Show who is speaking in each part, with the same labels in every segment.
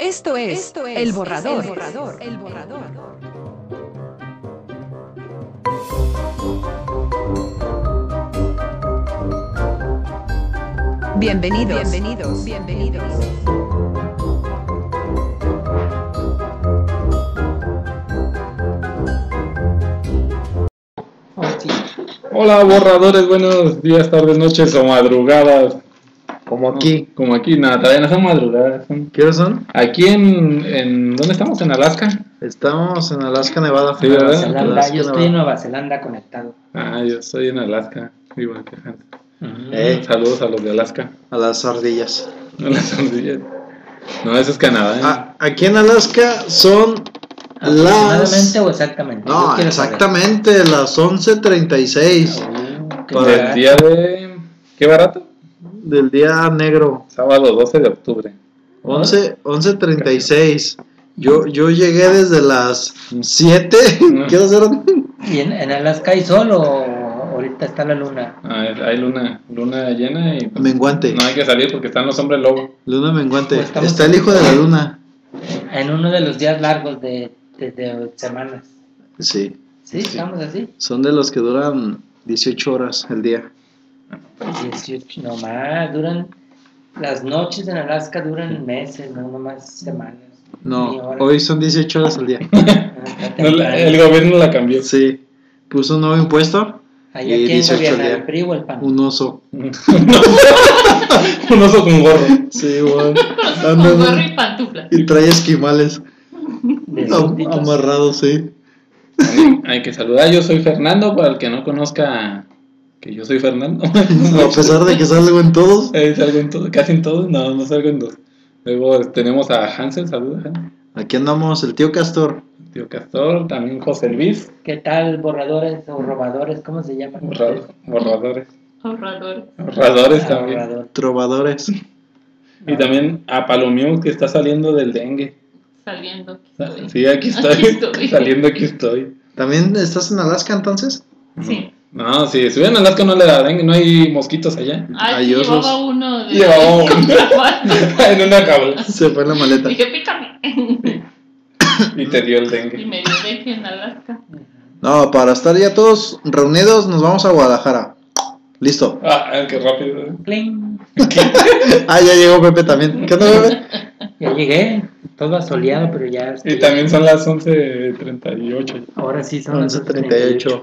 Speaker 1: Esto es,
Speaker 2: Esto es
Speaker 1: el, borrador.
Speaker 2: El borrador.
Speaker 1: El borrador. Bienvenidos. Bienvenidos. Bienvenidos.
Speaker 3: Hola borradores, buenos días, tardes, noches o madrugadas.
Speaker 4: Como aquí.
Speaker 3: Como aquí, nada, todavía no son madrugadas. son-
Speaker 4: ¿Qué horas son?
Speaker 3: Aquí en, en... ¿Dónde estamos? ¿En Alaska?
Speaker 4: Estamos en Alaska, Nevada.
Speaker 3: Sí, ¿verdad?
Speaker 4: Alaska,
Speaker 5: Zelanda, yo estoy en
Speaker 4: Nevada.
Speaker 5: Nueva Zelanda conectado.
Speaker 3: Ah, yo estoy en Alaska. Vivo en Tejano.
Speaker 4: Eh,
Speaker 3: Saludos a los de Alaska.
Speaker 4: a las ardillas.
Speaker 3: No las sonríes. No, eso es Canadá. ¿eh?
Speaker 4: Ah, aquí en Alaska son las...
Speaker 5: ¿Aproximadamente o exactamente? Yo
Speaker 4: No,
Speaker 5: quiero
Speaker 4: exactamente, las 11.36
Speaker 5: saber. Oh, qué
Speaker 3: Del
Speaker 5: barato.
Speaker 3: día de... ¿Qué barato?
Speaker 4: del día negro.
Speaker 3: Sábado 12 de octubre.
Speaker 4: 11 11.36. Yo, yo llegué desde las 7.
Speaker 3: Mm.
Speaker 4: Quiero hacer...
Speaker 5: ¿Y en, en Alaska hay sol o ahorita está la luna?
Speaker 3: Ah, hay luna, luna llena y... pues,
Speaker 4: Menguante.
Speaker 3: No hay que salir porque están los hombres lobo.
Speaker 4: Luna menguante.
Speaker 5: Pues estamos-
Speaker 4: Está el hijo de la luna.
Speaker 5: En uno de los días largos de, de- de semanas.
Speaker 4: Sí.
Speaker 5: ¿Sí? ¿Estamos así?
Speaker 4: Son de los que duran 18 horas el día.
Speaker 5: 18, nomás, duran... Las noches en Alaska duran meses, no nomás semanas. Ni
Speaker 4: No,
Speaker 5: horas.
Speaker 4: hoy son 18 horas al día.
Speaker 5: Ah, está
Speaker 3: No, la-
Speaker 5: temprano.
Speaker 3: el gobierno la cambió.
Speaker 4: Sí, puso un nuevo impuesto,
Speaker 5: Allá
Speaker 4: y
Speaker 5: quién
Speaker 4: 18
Speaker 5: gobierna,
Speaker 4: días.
Speaker 5: el PRI o el PAN.
Speaker 4: un oso.
Speaker 3: Un oso con gorro.
Speaker 4: Sí, bueno.
Speaker 6: Con gorro y pantuflas.
Speaker 4: y trae esquimales
Speaker 5: De
Speaker 4: am-
Speaker 5: súbditos.
Speaker 4: amarrados, sí.
Speaker 3: Hay que saludar, yo soy Fernando, para el que no conozca que yo soy Fernando.
Speaker 4: A pesar de que salgo en todos.
Speaker 3: Eh, salgo en todo- casi en todos, no, no salgo en dos. Luego este, tenemos a Hansel, saluda, Hansel.
Speaker 4: Aquí andamos, el tío Castor.
Speaker 3: Tío Castor, también José Luis,
Speaker 5: ¿Qué tal, borradores o robadores? ¿Cómo se llaman?
Speaker 3: borra- borradores,
Speaker 6: Ahorrador.
Speaker 3: borradores
Speaker 5: Ah,
Speaker 3: también.
Speaker 5: borrador.
Speaker 4: Trovadores.
Speaker 3: Y también a Palomiu, que está saliendo del dengue.
Speaker 6: Saliendo.
Speaker 4: Ah,
Speaker 3: Sí, aquí estoy,
Speaker 6: Aquí estoy.
Speaker 3: saliendo aquí estoy.
Speaker 4: ¿También estás en Alaska entonces?
Speaker 6: Sí.
Speaker 4: Mm.
Speaker 3: No, si sí, en Alaska no le da dengue, no hay mosquitos allá.
Speaker 6: Ay,
Speaker 4: Hay
Speaker 6: sí,
Speaker 4: otros.
Speaker 6: llevaba uno de.
Speaker 3: Llevaba uno.
Speaker 6: uno.
Speaker 3: en una jaula.
Speaker 4: Se fue la maleta.
Speaker 6: Dije, pícame.
Speaker 3: Y te dio el
Speaker 6: Y
Speaker 3: dengue.
Speaker 6: me dio de que en Alaska.
Speaker 4: No, para estar ya todos reunidos, nos vamos a Guadalajara. Listo.
Speaker 3: Ah, ah, qué rápido.
Speaker 5: Cling.
Speaker 4: Ah, ya llegó Pepe también. ¿Qué onda, Pepe?
Speaker 5: Ya llegué, todo asoleado, pero ya.
Speaker 3: Y
Speaker 5: estoy-
Speaker 3: también son las 11.38.
Speaker 5: Ahora sí son las
Speaker 4: 11.38.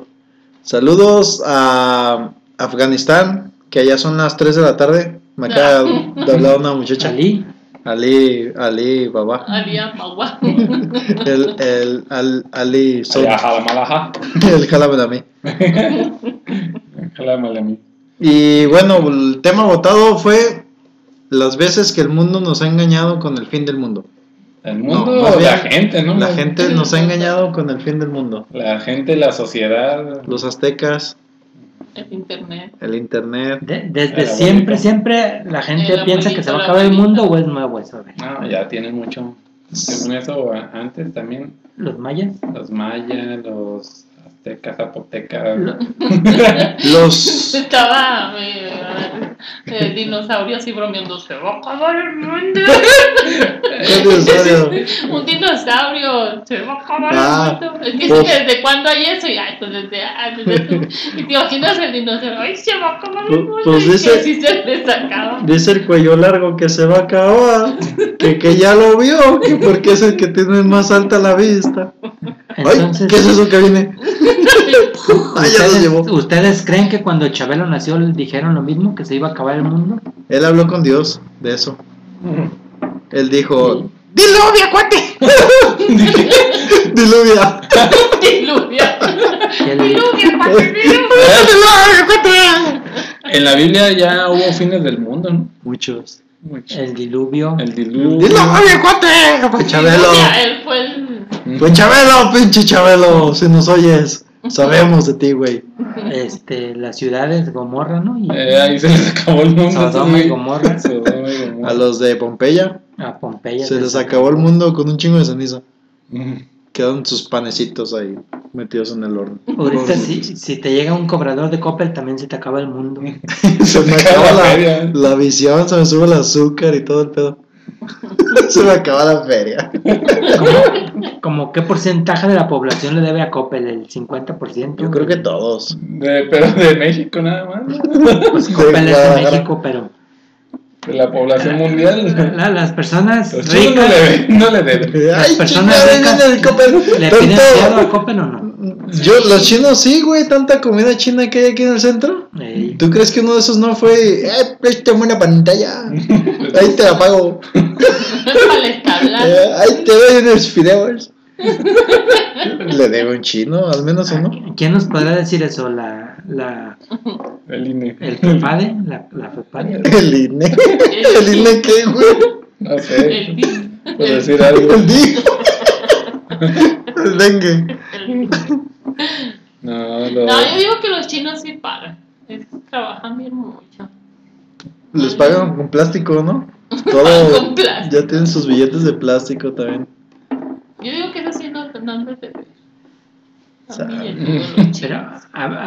Speaker 4: Saludos a Afganistán, que allá son las 3 de la tarde. Me acaba de hablar una muchacha.
Speaker 5: Chalí.
Speaker 4: Ali, Ali Baba.
Speaker 6: Había magua.
Speaker 4: El, el al- Ali Son.
Speaker 3: Allá, jalamalaja.
Speaker 4: El jálame a mí.
Speaker 3: Jalámale a mí.
Speaker 4: Y bueno, el tema votado fue las veces que el mundo nos ha engañado con el fin del mundo.
Speaker 3: El mundo,
Speaker 4: No, más bien,
Speaker 3: la gente, ¿no?
Speaker 4: La gente nos ha engañado con el fin del mundo.
Speaker 3: La gente, la sociedad.
Speaker 4: Los aztecas,
Speaker 6: El internet.
Speaker 4: el internet.
Speaker 5: De-
Speaker 3: El
Speaker 5: desde
Speaker 3: abuelito.
Speaker 5: siempre, siempre la gente
Speaker 6: El
Speaker 5: piensa
Speaker 6: abuelito,
Speaker 5: que se va a
Speaker 6: la
Speaker 5: acabar el
Speaker 6: abuelita.
Speaker 5: mundo o es nuevo eso. a ver.
Speaker 3: No, ya tienen mucho. Según eso, a- antes también
Speaker 5: Los mayas.
Speaker 3: los mayas, los aztecas, zapotecas.
Speaker 5: Lo-
Speaker 4: Los
Speaker 6: Estaba eh, eh, dinosaurios y bromeando. Se va a acabar el mundo.
Speaker 4: ¿qué dinosaurio?
Speaker 6: Un dinosaurio. Se va a acabar
Speaker 4: Ah,
Speaker 6: el mundo. Es que
Speaker 4: pues-
Speaker 6: desde cuándo hay eso. Y ay, pues desde antes. desde- Y te imaginas el dinosaurio. Ay, se va a acabar el
Speaker 4: Pues-
Speaker 6: mundo.
Speaker 4: pues
Speaker 6: y que
Speaker 4: dice-
Speaker 6: así se le sacaba.
Speaker 4: Dice el cuello largo que se va a acabar, que, que ya lo vio, que porque es el que tiene más alta la vista. Ay,
Speaker 5: Entonces,
Speaker 4: ¿qué es eso que viene? Ay, ya lo
Speaker 5: ¿ustedes,
Speaker 4: llevó.
Speaker 5: ¿ustedes creen que cuando Chabelo nació le dijeron lo mismo, que se iba a acabar el mundo?
Speaker 4: Él habló con Dios de eso. Él dijo, diluvia.
Speaker 6: Diluvia.
Speaker 5: Que el-
Speaker 6: Diluvia, cuate, diluvia.
Speaker 3: En la Biblia ya hubo fines del mundo, ¿no?
Speaker 4: Muchos.
Speaker 5: el diluvio.
Speaker 3: El diluvio.
Speaker 4: Diluvia, cuate. Chabelo.
Speaker 6: Diluvia, Él fue el.
Speaker 4: Pues Chabelo, pinche Chabelo, si nos oyes, sabemos de ti, güey.
Speaker 5: este, las ciudades Gomorra, ¿no? Y
Speaker 3: Eh, ahí se les acabó el mundo.
Speaker 5: Sodoma
Speaker 3: sí.
Speaker 5: y Gomorra.
Speaker 3: Sodoma y Gomorra.
Speaker 4: A los de Pompeya
Speaker 5: a Pompeya. pues,
Speaker 4: se les acabó el mundo con un chingo de ceniza.
Speaker 3: Mm.
Speaker 4: Quedaron sus panecitos ahí metidos en el horno.
Speaker 5: Ahorita si, si te llega un cobrador de Coppel también se te acaba el mundo.
Speaker 4: Se me
Speaker 3: Cada
Speaker 4: acaba la,
Speaker 3: feria. ¿eh?
Speaker 4: la visión, se me sube el azúcar y todo el pedo. Se me acaba la feria.
Speaker 5: Como qué porcentaje de la población le debe a Coppel, el 50%.
Speaker 4: Yo creo que todos.
Speaker 3: De- pero de México nada más. ¿no?
Speaker 5: Pues
Speaker 4: Sí,
Speaker 5: Coppel es de
Speaker 4: Guadalajara.
Speaker 5: México, pero
Speaker 3: De la población mundial.
Speaker 5: la- las personas
Speaker 3: Los chinos no le,
Speaker 5: ricas
Speaker 3: deben- no le deben.
Speaker 5: Las
Speaker 4: Ay,
Speaker 5: personas
Speaker 4: chingada,
Speaker 5: ricas
Speaker 4: vengan del Coppel.
Speaker 5: le
Speaker 4: Tanto-
Speaker 5: piden fiado a Coppel o no.
Speaker 4: Yo, los chinos sí, güey, tanta comida china que hay aquí en el centro.
Speaker 5: Ey.
Speaker 4: ¿Tú crees que uno de esos no fue? Eh, préstame una pantalla. Ahí te la pago.
Speaker 6: Palestabla.
Speaker 4: Eh, ahí te doy unos fideos. Le debo un chino, al menos uno.
Speaker 5: ¿Quién nos podrá decir eso? La, la,
Speaker 3: El INE.
Speaker 5: el FEPADE, la, la FEPADE.
Speaker 4: El INE. ¿El INE qué, güey?
Speaker 3: No
Speaker 6: El
Speaker 4: eh,
Speaker 3: sé.
Speaker 6: tin,
Speaker 3: Por
Speaker 6: el-
Speaker 3: decir algo.
Speaker 4: El DIF. El dengue.
Speaker 6: el-
Speaker 3: No, lo-
Speaker 6: No, yo digo que los chinos sí pagan. Es- trabajan bien mucho.
Speaker 4: Les pagan con plástico, ¿no?
Speaker 6: Con
Speaker 4: Todo.
Speaker 6: plástico.
Speaker 4: Ya tienen sus billetes de plástico también.
Speaker 6: Yo digo que eso sí no, no me debe.
Speaker 4: Sabe.
Speaker 5: Pero a-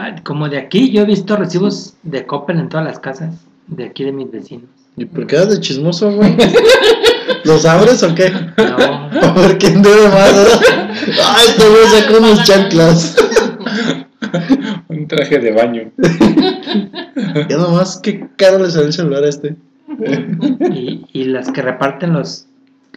Speaker 5: a- como de aquí yo he visto recibos de Coppel en todas las casas, de aquí de mis vecinos.
Speaker 4: ¿Y por qué eres de chismoso, güey? ¿Los abres o qué?
Speaker 5: No,
Speaker 4: A ver quién debe más. Ay, te voy a sacar unos chanclas.
Speaker 3: Un traje de baño.
Speaker 4: Ya nomás, qué caro le salió el celular a este.
Speaker 5: y, y las que reparten los,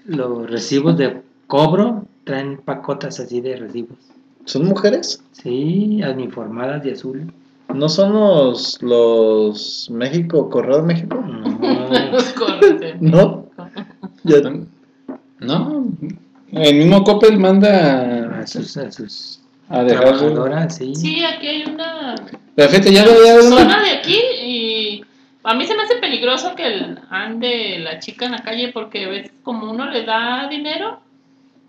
Speaker 5: los recibos de cobro traen pacotas así de recibos.
Speaker 4: ¿Son mujeres?
Speaker 5: Sí, uniformadas de azul.
Speaker 4: ¿No son los, los México, Correo México?
Speaker 5: No.
Speaker 6: Los corren.
Speaker 4: No. Ya,
Speaker 3: No. El mismo Coppel manda
Speaker 4: Ah,
Speaker 5: A sus, a sus
Speaker 3: a dejar.
Speaker 5: trabajadoras, sí.
Speaker 6: Sí, aquí hay una
Speaker 3: La fíjate, ya lo había
Speaker 6: zona de aquí y a mí se me hace peligroso que el- ande la chica en la calle porque a veces como uno le da dinero,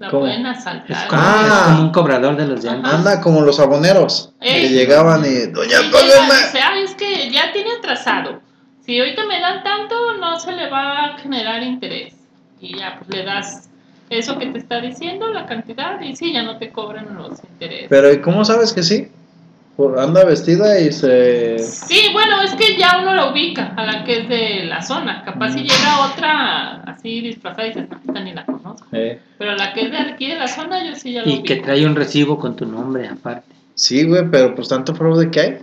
Speaker 6: la
Speaker 4: ¿Cómo?
Speaker 6: pueden
Speaker 5: Es
Speaker 6: asaltar.
Speaker 5: como,
Speaker 4: Ah.
Speaker 5: es como un cobrador de los de antes.
Speaker 4: anda como los aboneros. Que
Speaker 6: Ey.
Speaker 4: llegaban y. ¡Doña,
Speaker 6: Y llega y
Speaker 4: págame!
Speaker 6: dice, "Ay, es que ya tiene atrasado. Si ahorita me dan tanto, no se le va a generar interés. Y ya, pues le das eso que te está diciendo, la cantidad, y sí, ya no te cobran los intereses.
Speaker 4: Pero ¿y cómo sabes que sí? Por- Anda vestida y se.
Speaker 6: Sí, bueno, es que ya uno la ubica, a la que es de la zona. Capaz
Speaker 5: Mm.
Speaker 6: si llega otra así disfrazada y dices, no, esta ni la conozco.
Speaker 4: Eh,
Speaker 6: Pero la que es de aquí de la zona, yo sí ya la
Speaker 5: Y que
Speaker 6: ubico.
Speaker 5: trae un recibo con tu nombre aparte.
Speaker 4: Sí, güey, pero pues tanto fraude que hay.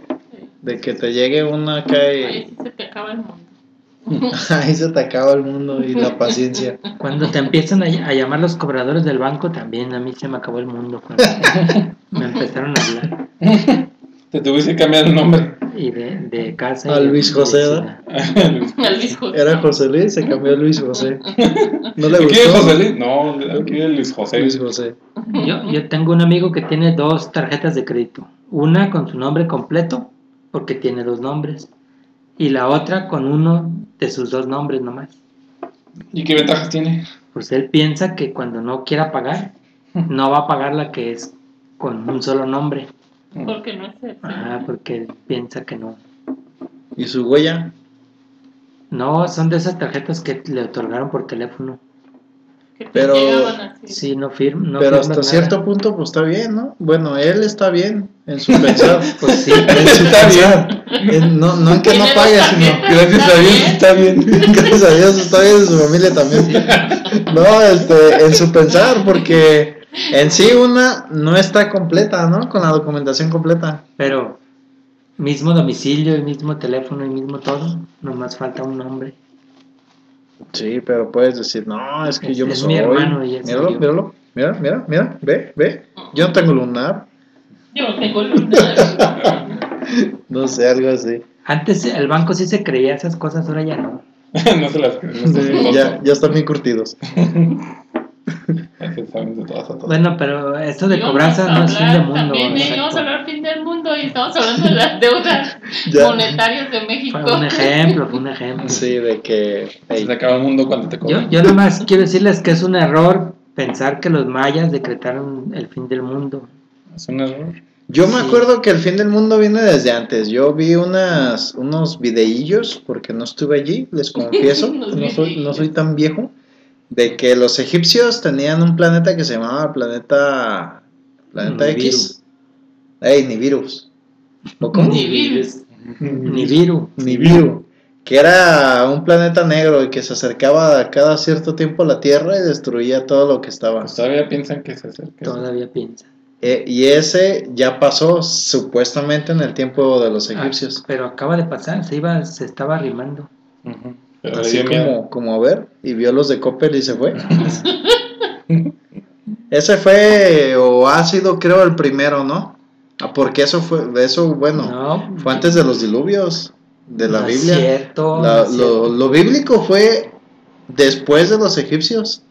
Speaker 4: De que te llegue una acá
Speaker 6: Ahí
Speaker 4: y.
Speaker 6: sí se te acaba el mundo.
Speaker 4: Ahí se te acaba el mundo y la paciencia.
Speaker 5: Cuando te empiezan a, ll- a llamar los cobradores del banco también, a mí se me acabó el mundo cuando me empezaron a hablar.
Speaker 3: Te tuviste que cambiar el nombre.
Speaker 5: Y de, de casa. y
Speaker 4: A
Speaker 5: de
Speaker 4: Luis José,
Speaker 5: vecina.
Speaker 6: Al disco.
Speaker 4: Era José Luis, se cambió a Luis José. ¿No le
Speaker 3: ¿Aquí es
Speaker 4: gustó?
Speaker 3: José Luis? No, aquí es Luis José.
Speaker 4: Luis José.
Speaker 5: Yo, yo tengo un amigo que tiene dos tarjetas de crédito. Una con su nombre completo, porque tiene dos nombres. Y la otra con uno de sus dos nombres nomás.
Speaker 3: ¿Y qué ventajas tiene?
Speaker 5: Pues él piensa que cuando no quiera pagar, no va a pagar la que es con un solo nombre.
Speaker 6: Porque no es este, eso.
Speaker 5: Ajá, porque él piensa que no.
Speaker 4: ¿Y su huella?
Speaker 5: No, son de esas tarjetas que le otorgaron por teléfono.
Speaker 6: Que te
Speaker 4: Pero-
Speaker 6: llegaban así.
Speaker 5: Sí, no firma. No
Speaker 4: Pero
Speaker 5: firma
Speaker 4: hasta
Speaker 5: nada.
Speaker 4: cierto punto, pues está bien, ¿no? Bueno, él está bien en su pensar.
Speaker 5: Pues sí,
Speaker 4: en su
Speaker 3: Está
Speaker 4: pensar. En- no, no en que no
Speaker 6: Tiene dos
Speaker 4: pague, sino.
Speaker 6: tarjetas.
Speaker 3: Gracias a Dios está bien.
Speaker 4: Gracias a Dios está bien en su familia también. No, este, en su pensar, porque en sí una no está completa, ¿no? Con la documentación completa.
Speaker 5: pero mismo domicilio, el mismo teléfono, el mismo todo. Nomás falta un nombre.
Speaker 4: Sí, pero puedes decir, no, es que yo no
Speaker 5: Es
Speaker 4: soy.
Speaker 5: mi hermano y es
Speaker 4: míralo,
Speaker 5: yo.
Speaker 4: míralo, mira, mira, mira, ve, ve. Yo no tengo lunar,
Speaker 6: Yo tengo el lunar.
Speaker 4: no sé, algo así.
Speaker 5: Antes el banco sí se creía esas cosas, ahora ya no.
Speaker 3: no se las creen. No se las
Speaker 4: ya, ya están bien curtidos.
Speaker 3: Ya se saben de todas a todas.
Speaker 5: Bueno, pero esto de
Speaker 6: Íbamos
Speaker 5: cobranza
Speaker 6: a
Speaker 5: no es fin
Speaker 6: hablar
Speaker 5: del mundo.
Speaker 6: También eh, íbamos
Speaker 5: exacto.
Speaker 6: a hablar fin del mundo y estamos hablando de las deudas
Speaker 4: Ya.
Speaker 6: monetarias de México.
Speaker 5: Fue un ejemplo, fue un ejemplo.
Speaker 4: Sí, de que.
Speaker 3: Se te
Speaker 4: hey,
Speaker 3: acaba el mundo cuando te
Speaker 5: Yo,
Speaker 3: cobran.
Speaker 5: yo nomás quiero decirles que es un error pensar que los mayas decretaron el fin del mundo.
Speaker 3: Es un error.
Speaker 4: Yo me
Speaker 5: Sí.
Speaker 4: acuerdo que el fin del mundo viene desde antes. Yo vi unas, unos videillos, porque no estuve allí, les confieso,
Speaker 6: Unos
Speaker 4: no, soy, no
Speaker 6: videillos.
Speaker 4: soy tan viejo, de que los egipcios tenían un planeta que se llamaba planeta, planeta
Speaker 5: Nibiru.
Speaker 4: X. Ey, Nibiru. ¿O cómo?
Speaker 6: Ni virus.
Speaker 5: Nibiru.
Speaker 4: Nibiru. que era un planeta negro y que se acercaba a cada cierto tiempo a la Tierra y destruía todo lo que estaba.
Speaker 3: Pues todavía piensan que se acerca.
Speaker 5: Todavía piensa.
Speaker 4: E- y ese ya pasó supuestamente en el tiempo de los egipcios.
Speaker 5: Ah, pero acaba de pasar, se iba, se estaba arrimando.
Speaker 3: Ujú. Pero le
Speaker 4: Así
Speaker 3: dio miedo.
Speaker 4: como, como a ver, y vio los de Copper y se fue. Ese fue, o ha sido, creo, el primero, ¿no? Ah, Porque eso fue, eso, bueno,
Speaker 5: No,
Speaker 4: fue antes de los diluvios, de la
Speaker 5: no es
Speaker 4: Biblia.
Speaker 5: Cierto,
Speaker 4: La-
Speaker 5: no es
Speaker 4: lo,
Speaker 5: cierto.
Speaker 4: lo bíblico fue después de los egipcios.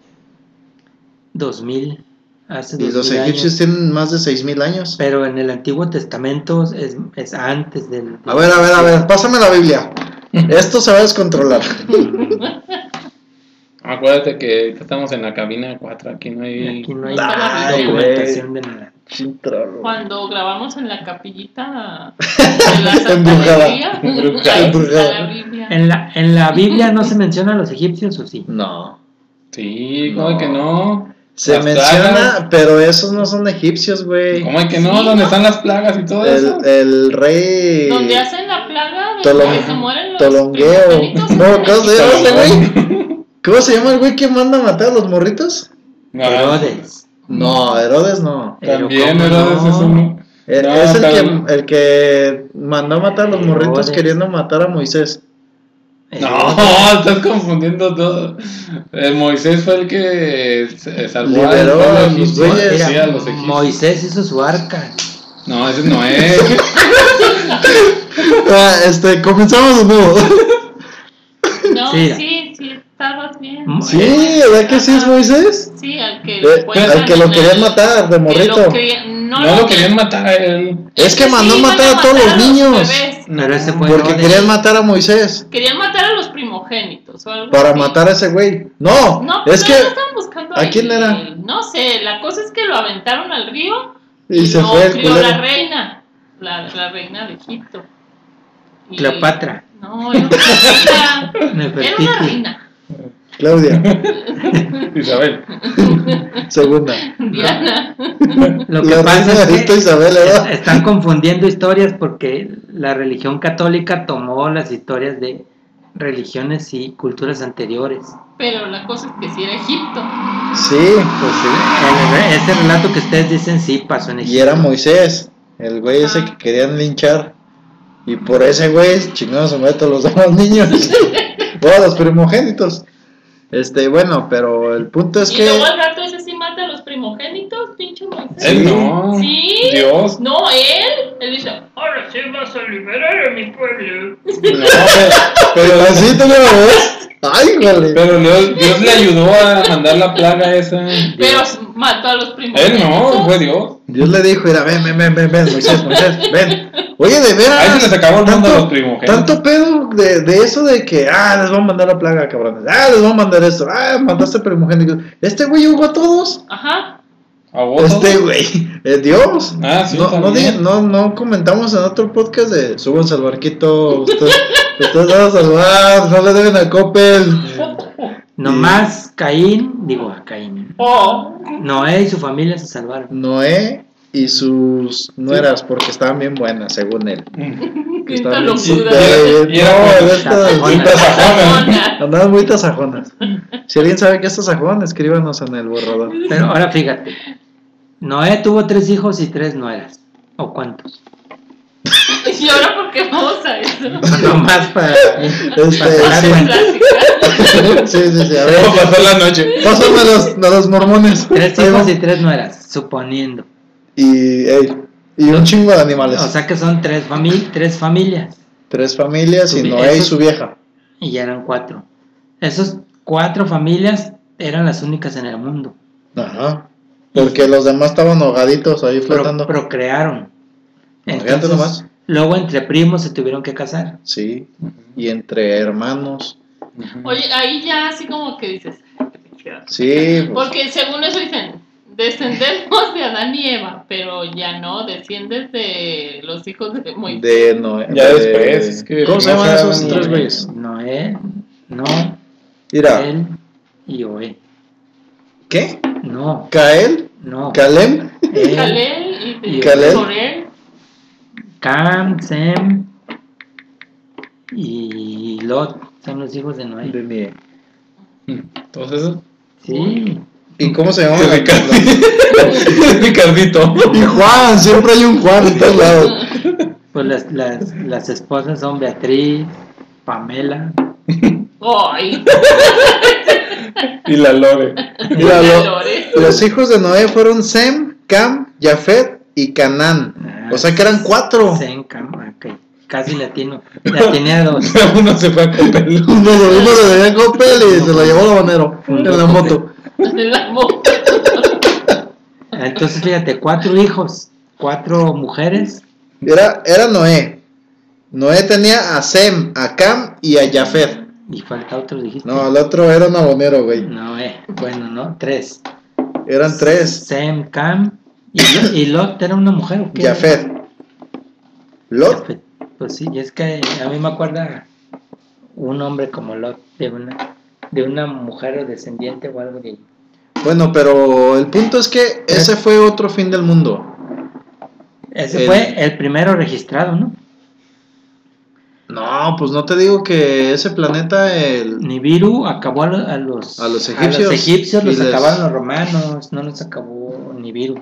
Speaker 5: 2000, hace
Speaker 4: Y
Speaker 5: 2000
Speaker 4: los
Speaker 5: años.
Speaker 4: egipcios tienen más de 6.000 años.
Speaker 5: Pero en el Antiguo Testamento es, es antes del...
Speaker 4: A ver, a ver, a ver, pásame la Biblia. Esto se va a descontrolar.
Speaker 3: Acuérdate que ahorita estamos en la cabina 4, aquí no hay...
Speaker 5: Aquí no hay
Speaker 6: Ay, güey.
Speaker 5: documentación de nada.
Speaker 6: Cuando grabamos en la capillita de la Santa
Speaker 4: Embrujada.
Speaker 6: María,
Speaker 3: Embrujada.
Speaker 6: ahí está
Speaker 4: Embrujada.
Speaker 6: la Biblia.
Speaker 5: En la, en la Biblia no se mencionan a los egipcios, ¿o sí?
Speaker 4: No.
Speaker 3: Sí, ¿cómo
Speaker 4: No.
Speaker 3: que no?
Speaker 4: Se
Speaker 3: Las
Speaker 4: menciona,
Speaker 3: plagas.
Speaker 4: pero esos no son egipcios, güey.
Speaker 3: ¿Cómo que no?
Speaker 6: Sí,
Speaker 3: ¿Dónde
Speaker 6: ¿no?
Speaker 3: están las plagas y todo eso?
Speaker 4: El, el rey.
Speaker 6: Donde hacen la plaga de
Speaker 4: Tolon-
Speaker 6: que se mueren los
Speaker 4: Tolongueo.
Speaker 6: primogénitos.
Speaker 4: No, ¿cómo se llama ese
Speaker 3: Salomón.
Speaker 4: güey? ¿Cómo se llama el güey que manda a matar a los morritos?
Speaker 3: No,
Speaker 4: No,
Speaker 5: Herodes.
Speaker 4: Herodes no.
Speaker 5: Pero
Speaker 3: También
Speaker 5: ¿cómo
Speaker 3: Herodes
Speaker 5: no?
Speaker 3: es uno.
Speaker 4: E-
Speaker 3: Eh, No,
Speaker 4: es el
Speaker 3: pero-
Speaker 4: que, el que mandó a matar a los morritos
Speaker 5: Herodes.
Speaker 4: queriendo matar a Moisés.
Speaker 5: Eh, Herodes.
Speaker 3: No, estás confundiendo todo. Eh, Moisés fue el que se- eh, salvó al
Speaker 4: Liberó
Speaker 3: pueblo
Speaker 4: a los
Speaker 3: egipcio,
Speaker 4: güeyes.
Speaker 3: sí, a
Speaker 5: Mira,
Speaker 3: los egipcios.
Speaker 5: Moisés hizo su arca.
Speaker 3: No, ese no es.
Speaker 4: Ah, este, comenzamos de nuevo.
Speaker 6: No,
Speaker 5: Sí.
Speaker 6: sí, sí, estabas bien.
Speaker 5: Mo-
Speaker 4: Sí, ¿verdad que sí es Moisés?
Speaker 6: Sí, al que,
Speaker 4: Eh, al que lo querían matar de
Speaker 6: Que
Speaker 4: morrito.
Speaker 6: lo quería- no,
Speaker 3: No lo
Speaker 6: que-
Speaker 3: querían matar a él.
Speaker 4: Es que
Speaker 6: sí,
Speaker 4: mandó
Speaker 6: iban
Speaker 4: matar a todos los niños.
Speaker 6: bebés.
Speaker 5: Pero ese fue
Speaker 4: Porque
Speaker 5: Herodes.
Speaker 4: querían matar a Moisés
Speaker 6: Querían matar a los primogénitos o algo
Speaker 4: para
Speaker 6: así.
Speaker 4: matar a ese güey. No,
Speaker 6: No,
Speaker 4: es que.
Speaker 6: pero no están buscando
Speaker 4: ¿a
Speaker 6: ahí.
Speaker 4: quién era?
Speaker 6: No sé, la cosa es que lo aventaron al río
Speaker 4: Y se
Speaker 6: no
Speaker 4: fue el
Speaker 6: crió
Speaker 4: culero.
Speaker 6: la reina, la, la reina de Egipto. Y-
Speaker 5: Cleopatra.
Speaker 6: No, era una reina. Era una
Speaker 5: Nefertiti.
Speaker 6: reina.
Speaker 4: Claudia,
Speaker 3: Isabel.
Speaker 4: segunda.
Speaker 6: Diana.
Speaker 5: Lo
Speaker 4: La
Speaker 5: que
Speaker 4: reina de
Speaker 5: pasa es que
Speaker 4: Egipto, Isabel, ¿verdad?
Speaker 5: es- están confundiendo historias porque la religión católica tomó las historias de religiones y culturas anteriores.
Speaker 6: Pero la cosa es que sí era Egipto.
Speaker 4: Sí, pues sí.
Speaker 5: El re- ese este relato que ustedes dicen sí pasó en Egipto.
Speaker 4: Y era Moisés, el güey ese que querían linchar. Y por ese güey, chingados se meten los demás niños. Todos los primogénitos. Este, bueno, pero el punto es
Speaker 6: y
Speaker 4: que.
Speaker 6: luego al rato ese sí mata a los primogénitos, pinche Moisés.
Speaker 3: Él
Speaker 4: Sí.
Speaker 3: no.
Speaker 6: Sí.
Speaker 3: Dios. No,
Speaker 6: No, él. Él dice, ahora sí vas a liberar a mi pueblo.
Speaker 3: pero,
Speaker 4: Pero
Speaker 3: pero,
Speaker 4: así tú lo ves. Ay, güey.
Speaker 3: pero Dios, Dios le ayudó a mandar la plaga esa.
Speaker 6: Pero mató a los primogénitos.
Speaker 3: Él no, fue Dios.
Speaker 4: Dios le dijo, era, ven, ven, ven, ven, ven, Moisés, Moisés, ven. Oye, de
Speaker 3: Ahí se
Speaker 4: veras.
Speaker 3: les acabó el mundo a los
Speaker 4: Tanto,
Speaker 3: primogénitos.
Speaker 4: tanto pedo de, de eso de que, ah, les voy a mandar la plaga, cabrones. Ah, les voy a mandar esto. Ah, mandaste primogénitos. Este güey jugó a todos.
Speaker 6: Ajá.
Speaker 3: ¿A vos?
Speaker 4: Este güey, eh, Dios.
Speaker 3: Ah, sí,
Speaker 4: no, no,
Speaker 3: también.
Speaker 4: di- no, no comentamos en otro podcast de súbanse al barquito. Ustedes, ustedes van a salvar, no le deben a Coppel.
Speaker 5: Nomás Caín, digo a Caín.
Speaker 6: Oh.
Speaker 5: Noé y su familia se salvaron.
Speaker 4: Noé y sus nueras, porque estaban bien buenas, según él. Que
Speaker 6: Esta
Speaker 4: estaban bien
Speaker 6: locura.
Speaker 4: súper-
Speaker 3: Y era-
Speaker 4: no,
Speaker 3: y era-
Speaker 4: estas-
Speaker 5: muy
Speaker 6: Persona.
Speaker 4: Andaban muy tasajonas. Si alguien sabe que es tasajón, escríbanos en el borrador.
Speaker 5: Pero ahora fíjate. Noé tuvo tres hijos y tres nueras. ¿O cuántos?
Speaker 6: Y ahora, ¿por qué vamos a eso?
Speaker 5: Nomás para...
Speaker 4: Este,
Speaker 5: para
Speaker 4: sí.
Speaker 5: dar cuenta.
Speaker 6: Plática.
Speaker 4: Sí, sí, sí. A ver,
Speaker 3: ¿Cómo pasó la noche?
Speaker 4: pásame a los, a los mormones.
Speaker 5: Tres
Speaker 4: Ahí
Speaker 5: hijos
Speaker 4: va.
Speaker 5: y tres nueras, suponiendo.
Speaker 4: y, ey, y un chingo de animales.
Speaker 5: O sea que son tres, fami- tres familias.
Speaker 4: Tres familias
Speaker 5: Su
Speaker 4: y
Speaker 5: vie-
Speaker 4: Noé y
Speaker 5: esos-
Speaker 4: su vieja.
Speaker 5: Y ya eran cuatro. Esas cuatro familias eran las únicas en el mundo.
Speaker 4: Ajá. Porque los demás estaban ahogaditos ahí
Speaker 5: Pro-
Speaker 4: flotando.
Speaker 5: procrearon.
Speaker 4: Fíjate
Speaker 5: Entonces,
Speaker 4: nomás.
Speaker 5: luego entre primos se tuvieron que casar.
Speaker 4: Sí. Y entre hermanos.
Speaker 6: Oye, ahí ya así como que dices.
Speaker 4: Sí. pues,
Speaker 6: Porque según eso dicen, descendemos de Adán y Eva, pero ya no, desciendes de los hijos de Moisés.
Speaker 4: pues, de Noé.
Speaker 3: Ya
Speaker 4: de-
Speaker 3: después, es que
Speaker 4: ¿Cómo se
Speaker 3: no
Speaker 4: llaman
Speaker 3: se
Speaker 4: esos
Speaker 3: daban
Speaker 4: tres
Speaker 3: ni-
Speaker 4: güeyes?
Speaker 5: Noé, no,
Speaker 4: Mira.
Speaker 5: él y Oé.
Speaker 4: ¿Qué?
Speaker 5: No,
Speaker 4: ¿Cael?
Speaker 5: no.
Speaker 4: ¿Calem?
Speaker 5: Él,
Speaker 6: Calel y de
Speaker 4: Calel.
Speaker 6: Sorel.
Speaker 5: Cam, Sem, y Lot son los hijos de Noé.
Speaker 4: De mi-
Speaker 3: Entonces,
Speaker 5: Sí.
Speaker 4: ¿Y cómo se llama?
Speaker 3: de Ricardi- Ricardito.
Speaker 4: Y Juan, siempre hay un Juan en todos lados.
Speaker 5: Pues las, las, las esposas son Beatriz, Pamela,
Speaker 6: ¡Ay!
Speaker 3: Y la Lore.
Speaker 4: Mira, lo-
Speaker 6: Lore.
Speaker 4: los hijos de Noé fueron Sem, Cam, Jafet y Canán. O sea que eran cuatro.
Speaker 5: Senca, ok. Casi latino. La tenía dos.
Speaker 3: Uno se fue a Copel.
Speaker 4: Uno lo uno lo dejé con Pele y se lo llevó el habanero en la moto.
Speaker 6: El amor.
Speaker 5: Entonces, fíjate, cuatro hijos, cuatro mujeres.
Speaker 4: Era, era Noé. Noé tenía a Sem, a Cam y a Jafet.
Speaker 5: Y falta otro, dijiste.
Speaker 4: No, el otro era un abonero, güey.
Speaker 5: No, eh. Bueno, no, tres.
Speaker 4: Eran tres.
Speaker 5: Sem, Cam. ¿Y, Lo- y Lot era una mujer o qué?
Speaker 4: Jafet. Lot.
Speaker 5: Jafet. Pues sí, y es que a mí me acuerda un hombre como Lot de una, de una mujer o descendiente o algo de.
Speaker 4: Bueno, pero el punto es que ese fue otro fin del mundo.
Speaker 5: Ese
Speaker 4: El-
Speaker 5: fue el primero registrado, ¿no?
Speaker 4: No, pues no te digo que ese planeta, el,
Speaker 5: Nibiru acabó a, lo- a los,
Speaker 4: A los egipcios.
Speaker 5: egipcios
Speaker 4: Y
Speaker 5: los
Speaker 4: les-
Speaker 5: acabaron los romanos, no los acabó Nibiru.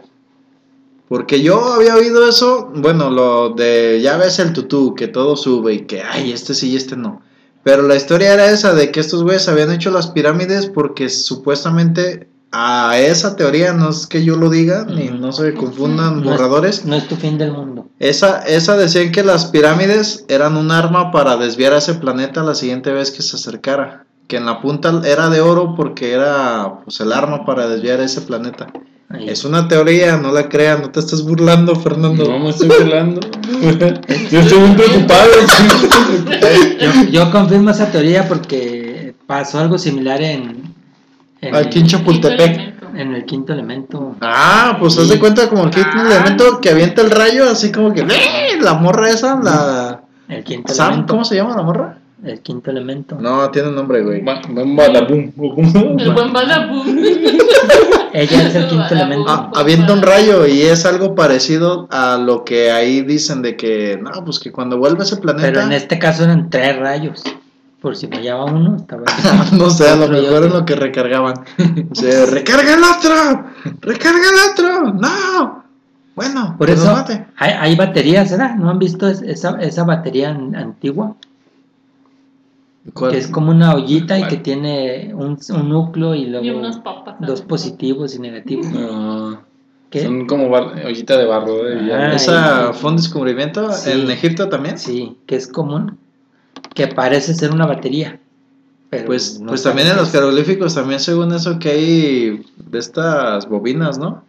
Speaker 4: porque yo había oído eso, bueno, lo de, ya ves el tutú, que todo sube y que, ay, este sí y este no. Pero la historia era esa de que estos güeyes habían hecho las pirámides porque supuestamente a esa teoría, no es que yo lo diga, ni
Speaker 5: Ujú.
Speaker 4: no se confundan
Speaker 5: No es-
Speaker 4: borradores,
Speaker 5: No es tu fin del mundo.
Speaker 4: esa, esa decían que las pirámides eran un arma para desviar a ese planeta la siguiente vez que se acercara. Que en la punta era de oro porque era pues, el arma para desviar a ese planeta.
Speaker 5: Ahí.
Speaker 4: Es una teoría, no la creas, no te estés burlando, Fernando.
Speaker 3: No me estoy burlando. Yo estoy muy preocupado.
Speaker 5: Yo, yo confirmo esa teoría porque pasó algo similar en, en,
Speaker 4: Aquí en Chapultepec.
Speaker 6: Elemento.
Speaker 5: en el quinto elemento.
Speaker 4: Ah, pues haz de cuenta como que un elemento que avienta el rayo, así como que ¡eh! la morra esa, la.
Speaker 5: El quinto
Speaker 4: ¿Sam?
Speaker 5: elemento.
Speaker 4: ¿Cómo se llama la morra?
Speaker 5: El quinto elemento.
Speaker 4: No, tiene nombre, güey.
Speaker 3: Va- va- badabum.
Speaker 6: El buen Badabú.
Speaker 5: Ella es el quinto elemento.
Speaker 4: Ah, avienta un rayo y es algo parecido a lo que ahí dicen de que, no, pues que cuando vuelve ese
Speaker 5: Pero
Speaker 4: planeta,
Speaker 5: en este caso eran tres rayos. Por si fallaba uno, estaba.
Speaker 4: no sé, a lo
Speaker 5: Otro y
Speaker 4: mejor es
Speaker 5: otro.
Speaker 4: lo que recargaban. Se recarga el otro, recarga el otro, no. Bueno,
Speaker 5: Por
Speaker 4: que nos
Speaker 5: eso
Speaker 4: Pues mate.
Speaker 5: hay, hay baterías, ¿verdad? ¿No han visto es- esa, esa batería an- antigua?
Speaker 4: ¿Cuál? Pues
Speaker 5: Que es como una ollita y
Speaker 3: ¿Cuál?
Speaker 5: que tiene un, un núcleo y
Speaker 6: Y unas
Speaker 5: luego
Speaker 6: papas.
Speaker 5: dos positivos y negativos.
Speaker 3: Mm. No,
Speaker 5: ¿Qué? Ah.
Speaker 3: Son como bar- ollita de barro. de Villalba.
Speaker 5: Ay.
Speaker 4: Ah, ¿Esa fue un descubrimiento
Speaker 5: Sí.
Speaker 4: en Egipto también?
Speaker 5: Sí, que es común, que parece ser una batería. Pero
Speaker 4: Pues,
Speaker 5: no
Speaker 4: pues
Speaker 5: sabe
Speaker 4: también
Speaker 5: qué
Speaker 4: en los
Speaker 5: es.
Speaker 4: jeroglíficos, también según eso que hay de estas bobinas, ¿no?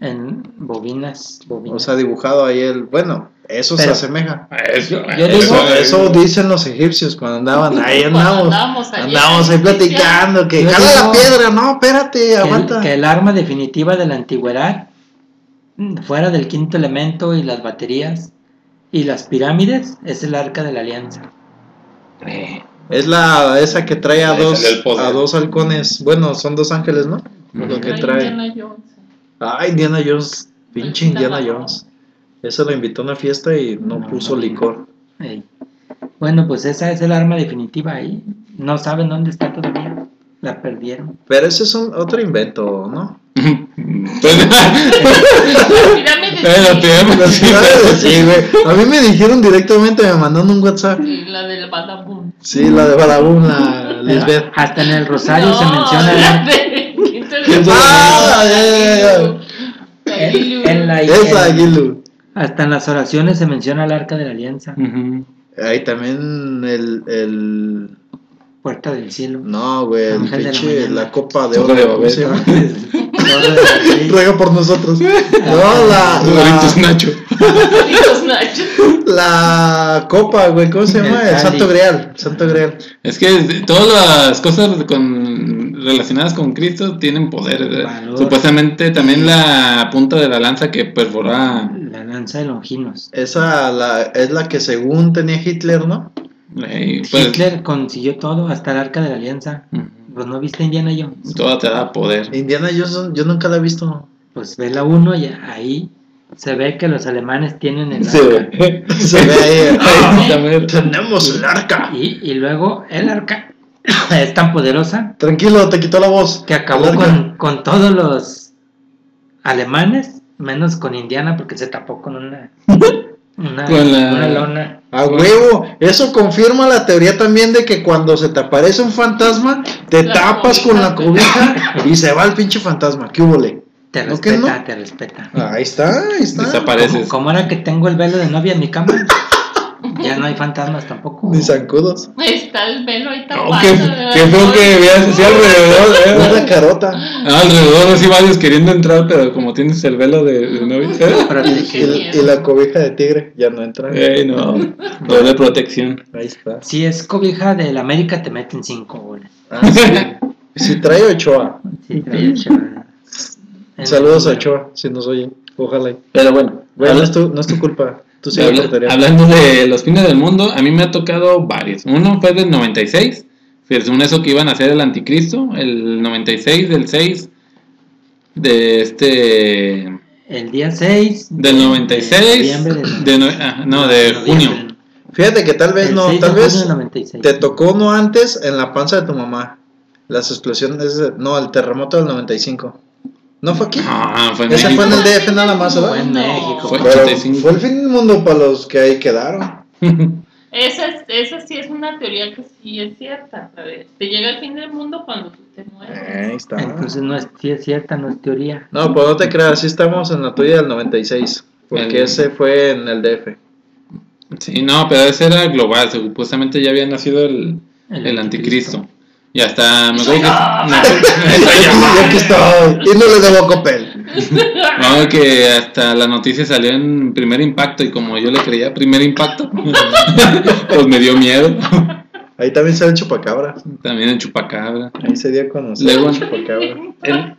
Speaker 5: En bobinas, bobinas.
Speaker 4: O sea, dibujado ahí el, bueno, eso
Speaker 5: Pero-
Speaker 4: se asemeja.
Speaker 3: Ah, Eso,
Speaker 5: Yo digo-
Speaker 4: Eso,
Speaker 3: eh,
Speaker 4: eso dicen los egipcios cuando andaban, ahí andamos.
Speaker 6: Andamos allá.
Speaker 4: Andamos ahí platicando, que
Speaker 5: Yo
Speaker 4: jala
Speaker 5: digo-
Speaker 4: la piedra, no, espérate,
Speaker 5: que, el,
Speaker 4: aguanta.
Speaker 5: que el arma definitiva de la antigüedad, mm, fuera del quinto elemento y las baterías y las pirámides, es el arca de la alianza.
Speaker 3: eh,
Speaker 4: Es la esa que trae a
Speaker 3: Ahí
Speaker 4: dos,
Speaker 3: salió el poder.
Speaker 4: a dos halcones. Bueno, son dos ángeles, ¿no? Lo que
Speaker 6: Ay,
Speaker 4: trae.
Speaker 6: Indiana Jones.
Speaker 4: Ay, Indiana Jones, pinche
Speaker 6: Maldita
Speaker 4: Indiana
Speaker 6: mamá.
Speaker 4: Jones. Eso lo invitó a una fiesta y no,
Speaker 5: No,
Speaker 4: puso
Speaker 5: no, no.
Speaker 4: licor.
Speaker 5: Ey. Bueno, pues esa es el arma definitiva ahí. No saben dónde está todavía. La perdieron.
Speaker 4: Pero ese es un, otro invento, ¿no?
Speaker 3: Pues,
Speaker 6: Pirámides.
Speaker 3: Espérate, eh, sí,
Speaker 4: Sí, güey. A mí me dijeron directamente, me mandaron un WhatsApp.
Speaker 6: Y la del Badabun.
Speaker 4: Sí, la de Badabun, la Lisbeth.
Speaker 5: Hasta en el rosario
Speaker 6: No,
Speaker 5: se menciona.
Speaker 6: la de- Quinto
Speaker 4: Ah,
Speaker 6: elemento.
Speaker 5: En, en la-
Speaker 4: Es la
Speaker 5: en-
Speaker 4: Aguilu.
Speaker 5: Hasta en las oraciones se menciona el arca de la alianza,
Speaker 3: Ujú.
Speaker 4: Ahí también el, el
Speaker 5: puerta del cielo.
Speaker 4: no, güey, el
Speaker 5: Ángel de la
Speaker 4: pinche,
Speaker 5: mañana.
Speaker 4: la copa de
Speaker 3: Torre de
Speaker 4: oro, ¿cómo
Speaker 3: Babel.
Speaker 4: se llama?
Speaker 5: Todo
Speaker 4: Ruega por nosotros. No,
Speaker 3: Ah.
Speaker 4: la,
Speaker 3: Doritos
Speaker 4: la,
Speaker 3: Nacho.
Speaker 6: Los nachos.
Speaker 4: la copa, güey, ¿cómo se llama?
Speaker 5: El
Speaker 4: El Santo
Speaker 5: cáliz.
Speaker 4: Grial, Santo Grial.
Speaker 3: Es que es- todas las cosas con, relacionadas con Cristo tienen poder. ¿verdad?
Speaker 5: Valor.
Speaker 3: Supuestamente también la punta de la lanza que perfora.
Speaker 5: La lanza de Longinos.
Speaker 4: Esa la, es la que según tenía Hitler, ¿no?
Speaker 3: eh, pues,
Speaker 5: Hitler consiguió todo, hasta el arca de la alianza.
Speaker 3: ujú,
Speaker 5: Pues no viste Indiana Jones.
Speaker 3: Toda te da poder.
Speaker 4: Indiana Jones, yo nunca la he visto.
Speaker 5: Pues ve la uno y ahí Se ve que los alemanes tienen el
Speaker 3: Se
Speaker 5: arca.
Speaker 3: ve.
Speaker 4: Se ve ahí.
Speaker 3: Ahí está, mero.
Speaker 4: Tenemos el arca.
Speaker 5: Y, y luego el arca es tan poderosa
Speaker 4: Tranquilo, te quitó la voz.
Speaker 5: que acabó
Speaker 4: El arca.
Speaker 5: con, con todos los alemanes, menos con Indiana porque se tapó con una, una,
Speaker 3: Con la-
Speaker 5: una lona.
Speaker 4: A huevo, eso confirma la teoría también de que cuando se te aparece un fantasma, te
Speaker 6: La
Speaker 4: tapas
Speaker 6: cobija.
Speaker 4: con la cobija y se va el pinche fantasma. ¿Qué hubole?
Speaker 5: Te
Speaker 4: ¿No que
Speaker 5: respeta,
Speaker 4: no?
Speaker 5: te
Speaker 3: Ah,
Speaker 5: respeta.
Speaker 4: Ahí está, ahí está.
Speaker 3: Desapareces.
Speaker 5: Como ahora que tengo el velo de novia en mi cama, ya no hay fantasmas tampoco.
Speaker 4: Ni zancudos.
Speaker 6: Está el velo ahí
Speaker 3: No,
Speaker 6: tapado.
Speaker 3: qué, qué feo que veas así alrededor.
Speaker 4: Una
Speaker 3: ¿eh?
Speaker 4: carota.
Speaker 3: Alrededor así varios queriendo entrar, pero como tienes el velo de, de novio. ¿eh?
Speaker 4: Y,
Speaker 5: Protegido.
Speaker 6: miedo.
Speaker 4: y la cobija de tigre ya no entra.
Speaker 5: Eh.
Speaker 3: Ey, no. Doble protección.
Speaker 4: Ahí está.
Speaker 5: Si es cobija del América, te meten 5 goles.
Speaker 4: Ah, sí. Si trae Ochoa.
Speaker 5: Sí, trae el chaval. En
Speaker 4: Saludos a
Speaker 5: el número.
Speaker 4: Ochoa, si nos oye. Ojalá. y-
Speaker 3: Pero bueno,
Speaker 4: Güey, no,
Speaker 3: habla-
Speaker 4: es tu, no es tu culpa. Tú sí
Speaker 3: habla- hablando de los fines del mundo, a mí me ha tocado varios. Uno fue del 96, según eso que iban a hacer el anticristo, el 96 del 6 de este
Speaker 5: El día 6
Speaker 3: del 96
Speaker 5: noviembre del-
Speaker 3: de no, ah, no, de
Speaker 5: noviembre.
Speaker 3: junio.
Speaker 4: Fíjate que tal vez
Speaker 5: El
Speaker 4: no,
Speaker 5: 6 de
Speaker 4: tal
Speaker 5: junio
Speaker 4: vez
Speaker 5: del 96.
Speaker 4: te tocó no antes en la panza de tu mamá. Las explosiones, de- no, el terremoto del 95. ¿No fue aquí?
Speaker 3: Ah, fue en
Speaker 4: Ese fue en
Speaker 3: México.
Speaker 4: el DF nada más,
Speaker 5: Fue
Speaker 4: ¿verdad?
Speaker 5: en
Speaker 6: No.
Speaker 5: México.
Speaker 3: Fue-
Speaker 4: Pero
Speaker 3: 85.
Speaker 4: fue el fin del mundo para los que ahí quedaron.
Speaker 6: Esa, es- esa sí es una teoría que sí es cierta. a ver, Te llega el fin del mundo cuando tú te mueres.
Speaker 4: Ahí está.
Speaker 5: Entonces no es, sí es cierta, no es teoría.
Speaker 4: No, pues no te creas, sí estamos en la tuya del 96. Porque
Speaker 3: El-
Speaker 4: ese fue en el DF.
Speaker 3: Sí, no, pero ese era global, supuestamente ya había nacido el,
Speaker 5: El
Speaker 3: el anticristo. Y hasta me acuerdo que-
Speaker 4: Y aquí estoy. Y no le debo copel.
Speaker 3: No, que hasta la noticia salió en primer impacto y como yo le creía primer impacto, pues me dio miedo.
Speaker 4: Ahí también sale el chupacabra.
Speaker 3: También el chupacabra.
Speaker 4: Ahí se dio a conocer
Speaker 3: Luego-
Speaker 4: el chupacabra.
Speaker 3: El-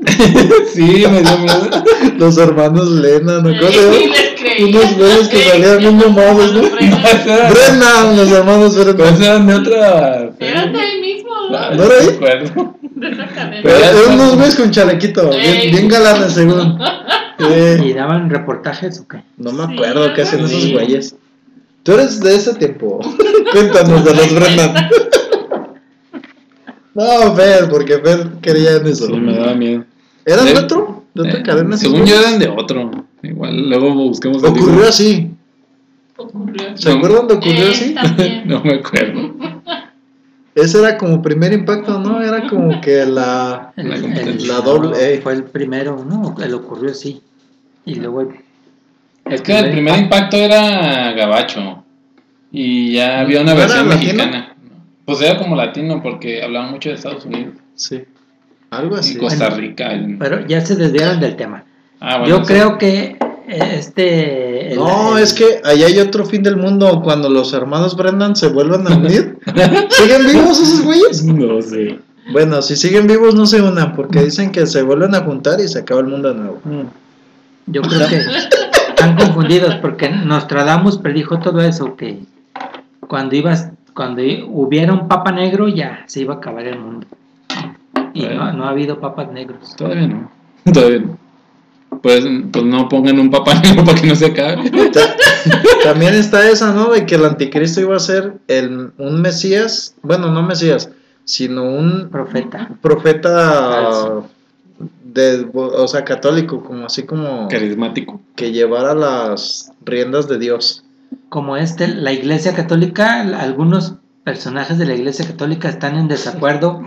Speaker 3: sí, me dio miedo.
Speaker 4: Los hermanos Lena, ¿no? ¿Cómo se
Speaker 6: Sí,
Speaker 4: llama?
Speaker 6: les creí.
Speaker 4: Unos güeyes que
Speaker 6: Sí,
Speaker 4: salían bien mamados, ¿no?
Speaker 6: los
Speaker 3: No,
Speaker 6: fregados.
Speaker 3: esa-
Speaker 4: Brennan, los hermanos
Speaker 3: Pues
Speaker 4: Brennan.
Speaker 3: eran de otra.
Speaker 6: Eran del mismo, ¿no?
Speaker 3: Ah,
Speaker 4: ¿No era ahí?
Speaker 3: recuerdo.
Speaker 6: De esa cadena.
Speaker 3: Pero ya
Speaker 4: Eran
Speaker 3: está.
Speaker 4: unos güeyes con chalequito, bien,
Speaker 6: Ey.
Speaker 4: bien galanes según. Eh,
Speaker 5: ¿Y daban reportajes o qué?
Speaker 4: no me
Speaker 6: Sí,
Speaker 4: acuerdo qué hacían
Speaker 5: sí.
Speaker 4: esos güeyes. Tú eres de ese tiempo. Cuéntanos de los Brennan. No, Fer, porque Fer quería en eso.
Speaker 3: Sí, me daba miedo.
Speaker 4: ¿Eran de
Speaker 3: Eh,
Speaker 4: otro? ¿De otra
Speaker 3: Eh,
Speaker 4: cadena? esos
Speaker 3: Según yo
Speaker 4: güeyes?
Speaker 3: eran de otro. Igual, luego busquemos el
Speaker 4: Ocurrió
Speaker 3: dibujo.
Speaker 4: así.
Speaker 6: Ocurrió.
Speaker 4: ¿Se
Speaker 3: No.
Speaker 4: acuerdan de ocurrió
Speaker 6: Eh,
Speaker 4: así?
Speaker 6: también.
Speaker 3: No me acuerdo.
Speaker 4: Ese era como primer impacto, ¿no? Era como que la.
Speaker 5: El-
Speaker 3: La competencia.
Speaker 4: La doble E.
Speaker 5: Fue el primero, ¿no? El ocurrió así. Y luego el.
Speaker 3: Es que el primer impacto era gabacho. Y ya había una
Speaker 4: ¿No era
Speaker 3: versión
Speaker 4: latino?
Speaker 3: mexicana. Pues era como latino porque hablaba mucho de Estados Unidos.
Speaker 4: Sí. Algo
Speaker 3: Y
Speaker 4: así.
Speaker 3: Costa Rica. el-
Speaker 5: Pero ya se desviaron del tema.
Speaker 3: Ah, bueno,
Speaker 5: Yo
Speaker 3: sí.
Speaker 5: creo que eh, este. el-
Speaker 4: No,
Speaker 5: el-
Speaker 4: es que allá hay otro fin del mundo cuando los hermanos Brendan se vuelvan a unir. ¿Siguen vivos esos güeyes?
Speaker 3: No sé.
Speaker 4: Bueno, si siguen vivos no se unan porque dicen que se vuelven a juntar y se acaba el mundo de nuevo.
Speaker 5: Yo creo Pues que están confundidos porque Nostradamus predijo todo eso, que cuando ibas, cuando i- hubiera un papa negro ya se iba a acabar el mundo. Y no, no ha habido papas negros.
Speaker 3: Todavía no. Todavía no. Pues, pues no pongan un papá negro para que no se acabe.
Speaker 4: Ta- También está esa, ¿no? De que el anticristo iba a ser el, un mesías, bueno, no mesías, sino un
Speaker 5: Profeta.
Speaker 4: profeta
Speaker 5: Falso.
Speaker 4: de, o sea, católico, como así como
Speaker 3: Carismático.
Speaker 4: que llevara las riendas de Dios.
Speaker 5: Como este, la Iglesia Católica, l- algunos personajes de la Iglesia Católica están en desacuerdo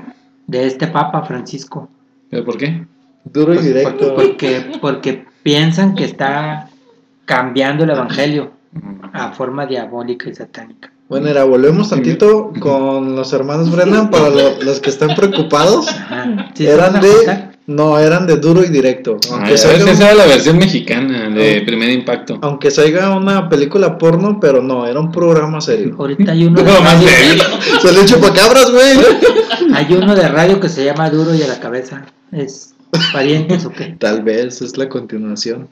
Speaker 5: de este Papa Francisco. Pues,
Speaker 3: ¿Pero por qué?
Speaker 4: Duro y
Speaker 5: Porque,
Speaker 4: directo.
Speaker 5: porque, porque piensan que está cambiando el Evangelio
Speaker 3: Ah,
Speaker 5: a forma diabólica y satánica.
Speaker 4: Bueno, mira, volvemos tantito con los hermanos Brennan para lo- los que están preocupados.
Speaker 5: Ajá. Sí, se van
Speaker 4: eran
Speaker 5: a
Speaker 4: de
Speaker 5: juntar.
Speaker 4: no, eran de duro y directo.
Speaker 3: Ah,
Speaker 4: Aunque,
Speaker 3: ya ves,
Speaker 4: salga,
Speaker 3: esa era la versión mexicana de primer impacto.
Speaker 4: aunque salga una película porno, pero no, era un programa serio.
Speaker 5: Ahorita hay uno, de
Speaker 3: No, más
Speaker 5: radio,
Speaker 3: serio.
Speaker 4: Se le chupacabras, güey.
Speaker 5: hay uno de radio que se llama Duro y a la cabeza. ¿Es parientes o qué?
Speaker 4: Tal vez es la continuación.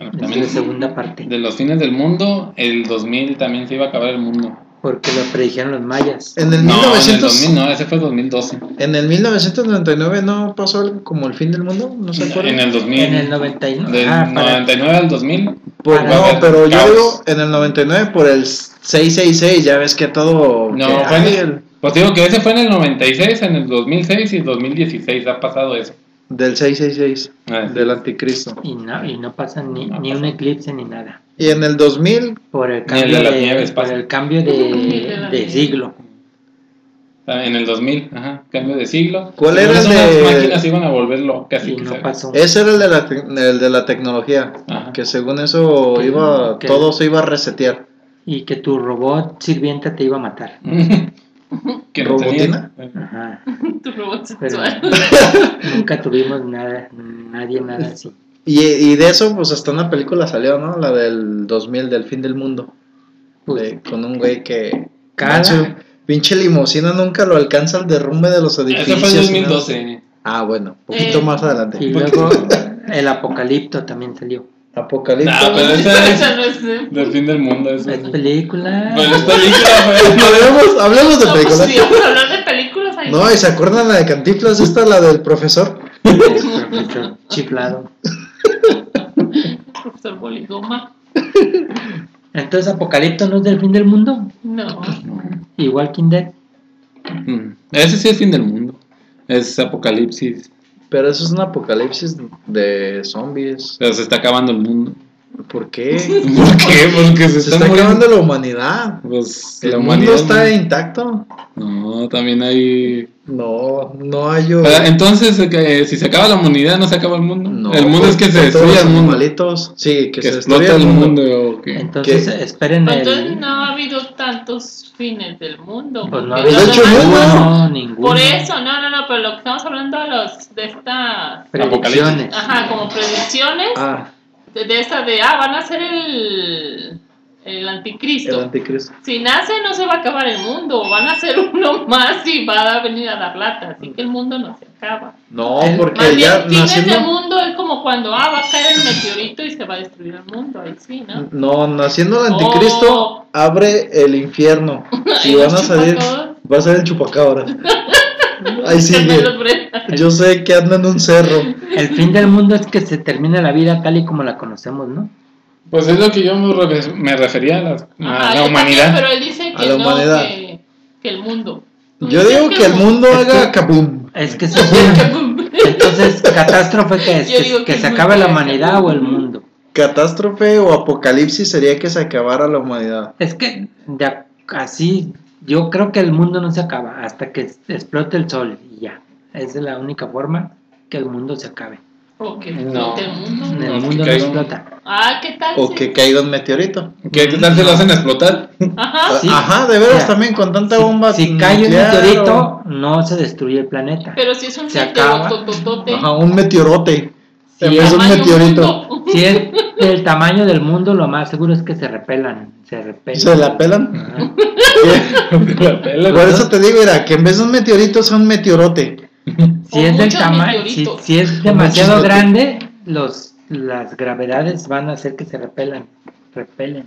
Speaker 3: Bueno,
Speaker 5: Es la
Speaker 3: también
Speaker 5: segunda parte.
Speaker 3: de los fines del mundo, el 2000 también se iba a acabar el mundo.
Speaker 5: porque lo predijeron los mayas.
Speaker 4: En el,
Speaker 3: No,
Speaker 4: 1900
Speaker 3: en el 2000 no, ese fue 2012.
Speaker 4: en el 1999 no pasó algo como el fin del mundo, no se acuerdan.
Speaker 3: En el 2000.
Speaker 5: En el 99.
Speaker 3: Del
Speaker 5: ah, para-
Speaker 3: 99 al 2000.
Speaker 4: Por-
Speaker 5: para-
Speaker 4: no,
Speaker 3: haber
Speaker 4: pero yo
Speaker 3: caos.
Speaker 4: digo en el 99 por el 666, ya ves que todo...
Speaker 3: No,
Speaker 4: que,
Speaker 3: fue en
Speaker 4: ay,
Speaker 3: el-
Speaker 4: el-
Speaker 3: Pues digo que ese fue en el 96, en el 2006 y el 2016 ha pasado eso.
Speaker 4: del 666,
Speaker 3: Ah, sí.
Speaker 4: del anticristo.
Speaker 5: y, no, y no pasa ni,
Speaker 3: No
Speaker 5: ni
Speaker 3: pasa.
Speaker 5: un eclipse ni nada.
Speaker 4: Y en el 2000,
Speaker 5: Por el
Speaker 3: Ni el de
Speaker 5: cambio
Speaker 3: las
Speaker 5: de,
Speaker 3: nieves
Speaker 5: por
Speaker 3: pasa.
Speaker 5: el cambio
Speaker 6: Ni el de
Speaker 5: de,
Speaker 6: las
Speaker 5: de
Speaker 6: nieves.
Speaker 5: siglo.
Speaker 3: Ah, En el 2000, ajá, cambio de siglo.
Speaker 4: ¿Cuál
Speaker 3: Según
Speaker 4: era el
Speaker 3: eso, las
Speaker 4: de-
Speaker 3: máquinas iban a volver locas y
Speaker 5: Y
Speaker 3: que
Speaker 5: no
Speaker 3: se-
Speaker 5: pasó.
Speaker 4: ese era el de la, te- el de la tecnología,
Speaker 3: Ajá.
Speaker 4: que según eso
Speaker 5: Que-
Speaker 4: iba,
Speaker 5: que-
Speaker 4: todo se iba a resetear.
Speaker 5: Y que tu robot sirvienta te iba a matar.
Speaker 3: que no
Speaker 4: ¿Robotina?
Speaker 3: tenía-
Speaker 5: Ajá.
Speaker 6: Tu robot
Speaker 5: Pero
Speaker 6: sexual.
Speaker 5: nunca tuvimos nada, nadie nada así.
Speaker 4: Y, y de eso, pues hasta una película salió, ¿no? La del 2000, del fin del mundo.
Speaker 5: Pues,
Speaker 4: de- con un güey que.
Speaker 5: Cada-
Speaker 4: Pinche- Pinche limusina nunca lo alcanza el derrumbe de los
Speaker 3: Ese
Speaker 4: edificios.
Speaker 3: fue el
Speaker 4: ¿no?
Speaker 3: 2012.
Speaker 4: Ah, bueno, poquito
Speaker 6: Eh,
Speaker 4: más adelante.
Speaker 5: Y luego el apocalipto también salió.
Speaker 4: Apocalipto.
Speaker 3: Nah, pero ese
Speaker 6: Esa
Speaker 3: es
Speaker 6: no es, eh,
Speaker 3: del fin del mundo. Eso.
Speaker 5: Es
Speaker 3: Pero
Speaker 5: película.
Speaker 3: esta película
Speaker 4: hablemos, hablemos de
Speaker 6: No, pues
Speaker 4: películas.
Speaker 6: sí, vamos a hablar de películas ahí.
Speaker 4: No, y se acuerdan la de Cantinflas, esta la del profesor.
Speaker 5: el profesor chiflado.
Speaker 6: Profesor Boligoma.
Speaker 5: Entonces apocalipto no es del fin del mundo.
Speaker 6: No.
Speaker 5: Igual que Dead.
Speaker 3: fue. Mm, Ese sí es fin del mundo. Es apocalipsis.
Speaker 4: Pero eso es un apocalipsis de zombies.
Speaker 3: Pero se está acabando el mundo.
Speaker 4: ¿Por qué?
Speaker 3: ¿Por qué? Porque se,
Speaker 4: Se
Speaker 3: están
Speaker 4: está
Speaker 3: muriendo.
Speaker 4: acabando la humanidad.
Speaker 3: Pues,
Speaker 4: El
Speaker 3: la
Speaker 4: mundo
Speaker 3: humanidad.
Speaker 4: está
Speaker 3: no-
Speaker 4: intacto.
Speaker 3: No, también hay.
Speaker 4: No, no hay un-
Speaker 3: Pero entonces, eh, si se acaba la humanidad, no se acaba el mundo.
Speaker 4: No,
Speaker 3: el mundo es que
Speaker 4: pues,
Speaker 3: se
Speaker 4: todos
Speaker 3: destruye
Speaker 4: los
Speaker 3: el mundo.
Speaker 4: animalitos. Sí, que,
Speaker 3: Que,
Speaker 4: se destruye
Speaker 3: explota el mundo. o que-
Speaker 5: Entonces
Speaker 4: ¿Qué?
Speaker 5: esperen
Speaker 6: Entonces
Speaker 5: el.
Speaker 6: no ha habido tantos fines del mundo.
Speaker 5: Pues no
Speaker 6: porque
Speaker 5: había
Speaker 4: De hecho,
Speaker 6: nomás-
Speaker 4: no.
Speaker 5: ninguno, ninguno.
Speaker 6: Por eso, no, no, no, pero lo que estamos hablando de los de estas,
Speaker 5: Predicciones. Ah.
Speaker 6: ajá, como predicciones,
Speaker 4: Ah,
Speaker 6: de, de esta de, ah, van a ser el, el
Speaker 4: el
Speaker 6: anticristo.
Speaker 4: anticristo.
Speaker 6: si nace no se va a acabar el mundo, van a ser uno más y va a venir a dar lata,
Speaker 4: Mm.
Speaker 6: así que el mundo no se acaba.
Speaker 4: No,
Speaker 5: El-
Speaker 6: Más
Speaker 4: porque ya
Speaker 6: bien, fines del
Speaker 4: naciendo.
Speaker 6: mundo es como cuando, ah, va a caer el meteorito y se va a destruir el mundo, ahí sí, ¿no?
Speaker 4: No, naciendo el anticristo
Speaker 6: Oh.
Speaker 4: abre el infierno.
Speaker 6: Y
Speaker 4: Y van a
Speaker 6: los
Speaker 4: salir.
Speaker 6: chupacabras.
Speaker 4: Va a salir el chupacabra. Ahí
Speaker 6: Carmen
Speaker 4: sigue.
Speaker 6: Lombrera.
Speaker 4: Yo sé que anda en un cerro.
Speaker 5: El fin del mundo es que se termina la vida tal y como la conocemos, ¿no?
Speaker 3: Pues es lo que yo me refe- me refería a la, a
Speaker 6: Ajá,
Speaker 3: la
Speaker 6: Ah, yo también,
Speaker 3: humanidad.
Speaker 6: pero él dice
Speaker 4: A
Speaker 6: que
Speaker 4: la
Speaker 6: no,
Speaker 4: humanidad.
Speaker 6: Que, que el mundo. Tú
Speaker 4: Yo
Speaker 6: dices
Speaker 4: digo que el mundo haga kabum.
Speaker 5: Es que se Entonces, catástrofe que es
Speaker 6: Yo
Speaker 5: que,
Speaker 6: digo
Speaker 5: que
Speaker 6: que
Speaker 5: se
Speaker 6: es muy
Speaker 5: acabe la
Speaker 6: fea.
Speaker 5: humanidad o el mundo.
Speaker 4: Catástrofe o apocalipsis sería que se acabara la humanidad.
Speaker 5: Es que de a- así yo creo que el mundo no se acaba hasta que es- explote el sol y ya. Esa es la única forma que el mundo se acabe.
Speaker 6: O que
Speaker 3: No.
Speaker 6: el
Speaker 5: El
Speaker 6: mundo.
Speaker 3: No, que
Speaker 5: mundo no
Speaker 3: caiga un-
Speaker 5: explota.
Speaker 6: Ah, ¿qué tal?
Speaker 4: O
Speaker 6: si-
Speaker 4: que caiga un meteorito.
Speaker 3: ¿Qué, qué tal se lo hacen explotar?
Speaker 6: Ajá.
Speaker 5: Sí.
Speaker 4: Ajá, de veras
Speaker 5: Ya.
Speaker 4: también con tanta
Speaker 5: Si-
Speaker 4: bomba.
Speaker 5: si, cae un
Speaker 4: nuclear o-
Speaker 5: meteorito, no se destruye el planeta.
Speaker 6: Pero si es un
Speaker 5: Se
Speaker 6: chiste
Speaker 5: acaba.
Speaker 6: botototote.
Speaker 4: Ajá, un meteorote.
Speaker 5: Sí,
Speaker 4: En vez de un
Speaker 6: Tamaño
Speaker 4: meteorito.
Speaker 6: mundo.
Speaker 5: Si es del tamaño del mundo, lo más seguro es que se repelan. Se repelan.
Speaker 4: ¿Se la pelan?
Speaker 5: Ajá.
Speaker 3: La pela,
Speaker 4: Por eso te digo, mira, que en vez de un meteorito sea un meteorote.
Speaker 5: Si
Speaker 6: O
Speaker 5: es del
Speaker 6: muchos
Speaker 5: tamaño, si,
Speaker 6: meteoritos.
Speaker 5: si es demasiado
Speaker 4: meteoritos.
Speaker 5: grande, los las gravedades van a hacer que se repelan, repelen,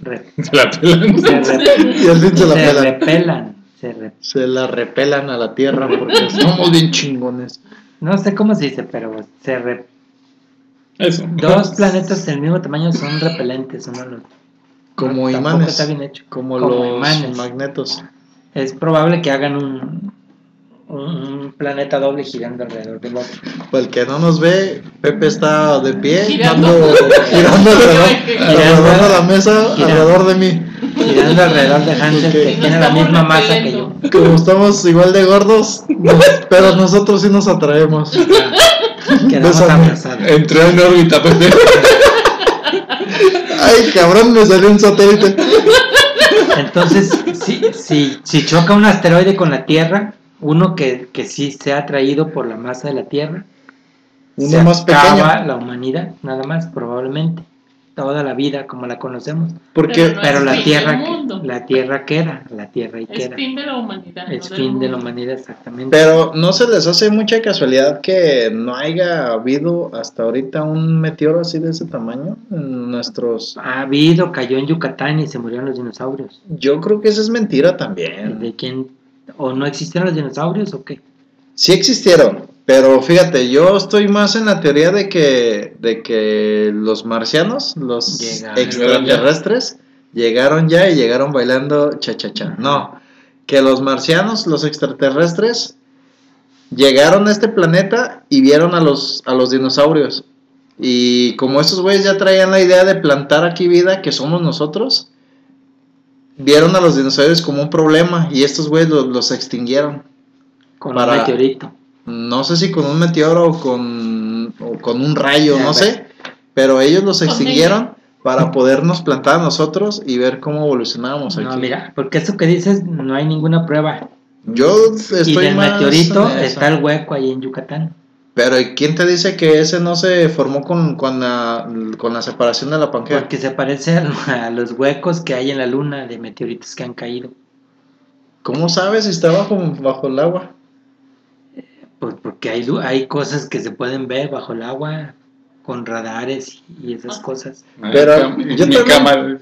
Speaker 5: re-
Speaker 3: se la pelan.
Speaker 5: se, re-
Speaker 4: Y así se la
Speaker 5: se
Speaker 4: pelan.
Speaker 5: repelan, se re-
Speaker 4: Se la repelan a la tierra porque somos bien chingones.
Speaker 5: no sé cómo se dice, pero se re-
Speaker 3: Eso.
Speaker 5: dos planetas del mismo tamaño son repelentes, uno al otro.
Speaker 4: Como
Speaker 5: Tampoco
Speaker 4: imanes.
Speaker 5: está bien hecho.
Speaker 4: Como,
Speaker 5: Como
Speaker 4: los
Speaker 5: imanes.
Speaker 4: magnetos.
Speaker 5: Es probable que hagan un, un planeta doble girando alrededor del otro.
Speaker 4: Para Pues el que no nos ve, Pepe está de pie,
Speaker 6: Girando.
Speaker 4: dando- girando alrededor,
Speaker 6: Girando.
Speaker 4: alrededor de la mesa,
Speaker 5: Girando.
Speaker 4: alrededor de mí.
Speaker 5: Girando alrededor de Hansel,
Speaker 4: Ok.
Speaker 5: que tiene la
Speaker 6: estamos
Speaker 5: misma masa que yo.
Speaker 6: repelendo.
Speaker 4: Como estamos igual de gordos, nos- pero nosotros sí nos atraemos.
Speaker 5: Quedamos
Speaker 4: Bésame.
Speaker 5: abrazados.
Speaker 3: Entré en órbita, pues, Pepe.
Speaker 4: Ay, cabrón, me salió un satélite.
Speaker 5: Entonces, si, si, si choca un asteroide con la Tierra, uno que, que sí sea atraído por la masa de la Tierra,
Speaker 4: Uno
Speaker 5: se
Speaker 4: más
Speaker 5: acaba
Speaker 4: pequeño.
Speaker 5: la humanidad, nada más, probablemente. toda la vida como la conocemos.
Speaker 4: Porque
Speaker 6: No
Speaker 5: Pero
Speaker 6: es
Speaker 5: la
Speaker 6: fin
Speaker 5: tierra,
Speaker 6: del mundo.
Speaker 5: la tierra queda, la tierra y
Speaker 6: Es
Speaker 5: queda.
Speaker 6: fin de la humanidad.
Speaker 5: Es
Speaker 6: no
Speaker 5: fin de la
Speaker 6: mundo.
Speaker 5: humanidad, exactamente.
Speaker 4: Pero no se les hace mucha casualidad que no haya habido hasta ahorita un meteoro así de ese tamaño en nuestros...
Speaker 5: Ha habido, cayó en Yucatán y se murieron los dinosaurios.
Speaker 4: Yo creo que eso es mentira también.
Speaker 5: ¿De quién? ¿O no existieron los dinosaurios o qué?
Speaker 4: Sí existieron, pero fíjate, yo estoy más en la teoría de que, de que los marcianos, los
Speaker 5: Llegaron.
Speaker 4: extraterrestres, llegaron ya y llegaron bailando cha-cha-cha. No, que los marcianos, los extraterrestres, llegaron a este planeta y vieron a los, a los dinosaurios. Y como estos güeyes ya traían la idea de plantar aquí vida, que somos nosotros, vieron a los dinosaurios como un problema y estos güeyes los, los extinguieron.
Speaker 5: Con
Speaker 4: Para-
Speaker 5: un meteorito.
Speaker 4: No sé si con un meteoro o con, o con un rayo,
Speaker 5: Ya,
Speaker 4: no
Speaker 5: ve.
Speaker 4: sé. Pero ellos los
Speaker 6: Con
Speaker 4: extinguieron para podernos plantar a nosotros y ver cómo evolucionábamos
Speaker 5: No,
Speaker 4: aquí.
Speaker 5: mira, porque eso que dices no hay ninguna prueba.
Speaker 4: Yo estoy
Speaker 5: y del
Speaker 4: más
Speaker 5: meteorito
Speaker 4: en eso.
Speaker 5: está el hueco ahí en Yucatán.
Speaker 4: Pero ¿y ¿quién te dice que ese no se formó con, con, la, con la separación de la panquea?
Speaker 5: Porque se parece a, a los huecos que hay en la luna de meteoritos que han caído.
Speaker 4: ¿Cómo sabes si está bajo, bajo el agua?
Speaker 5: Pues porque hay, lu- hay cosas que se pueden ver bajo el agua con radares y esas cosas.
Speaker 4: Pero
Speaker 3: Ay, mi
Speaker 4: yo
Speaker 3: mi
Speaker 4: también-
Speaker 3: cámara.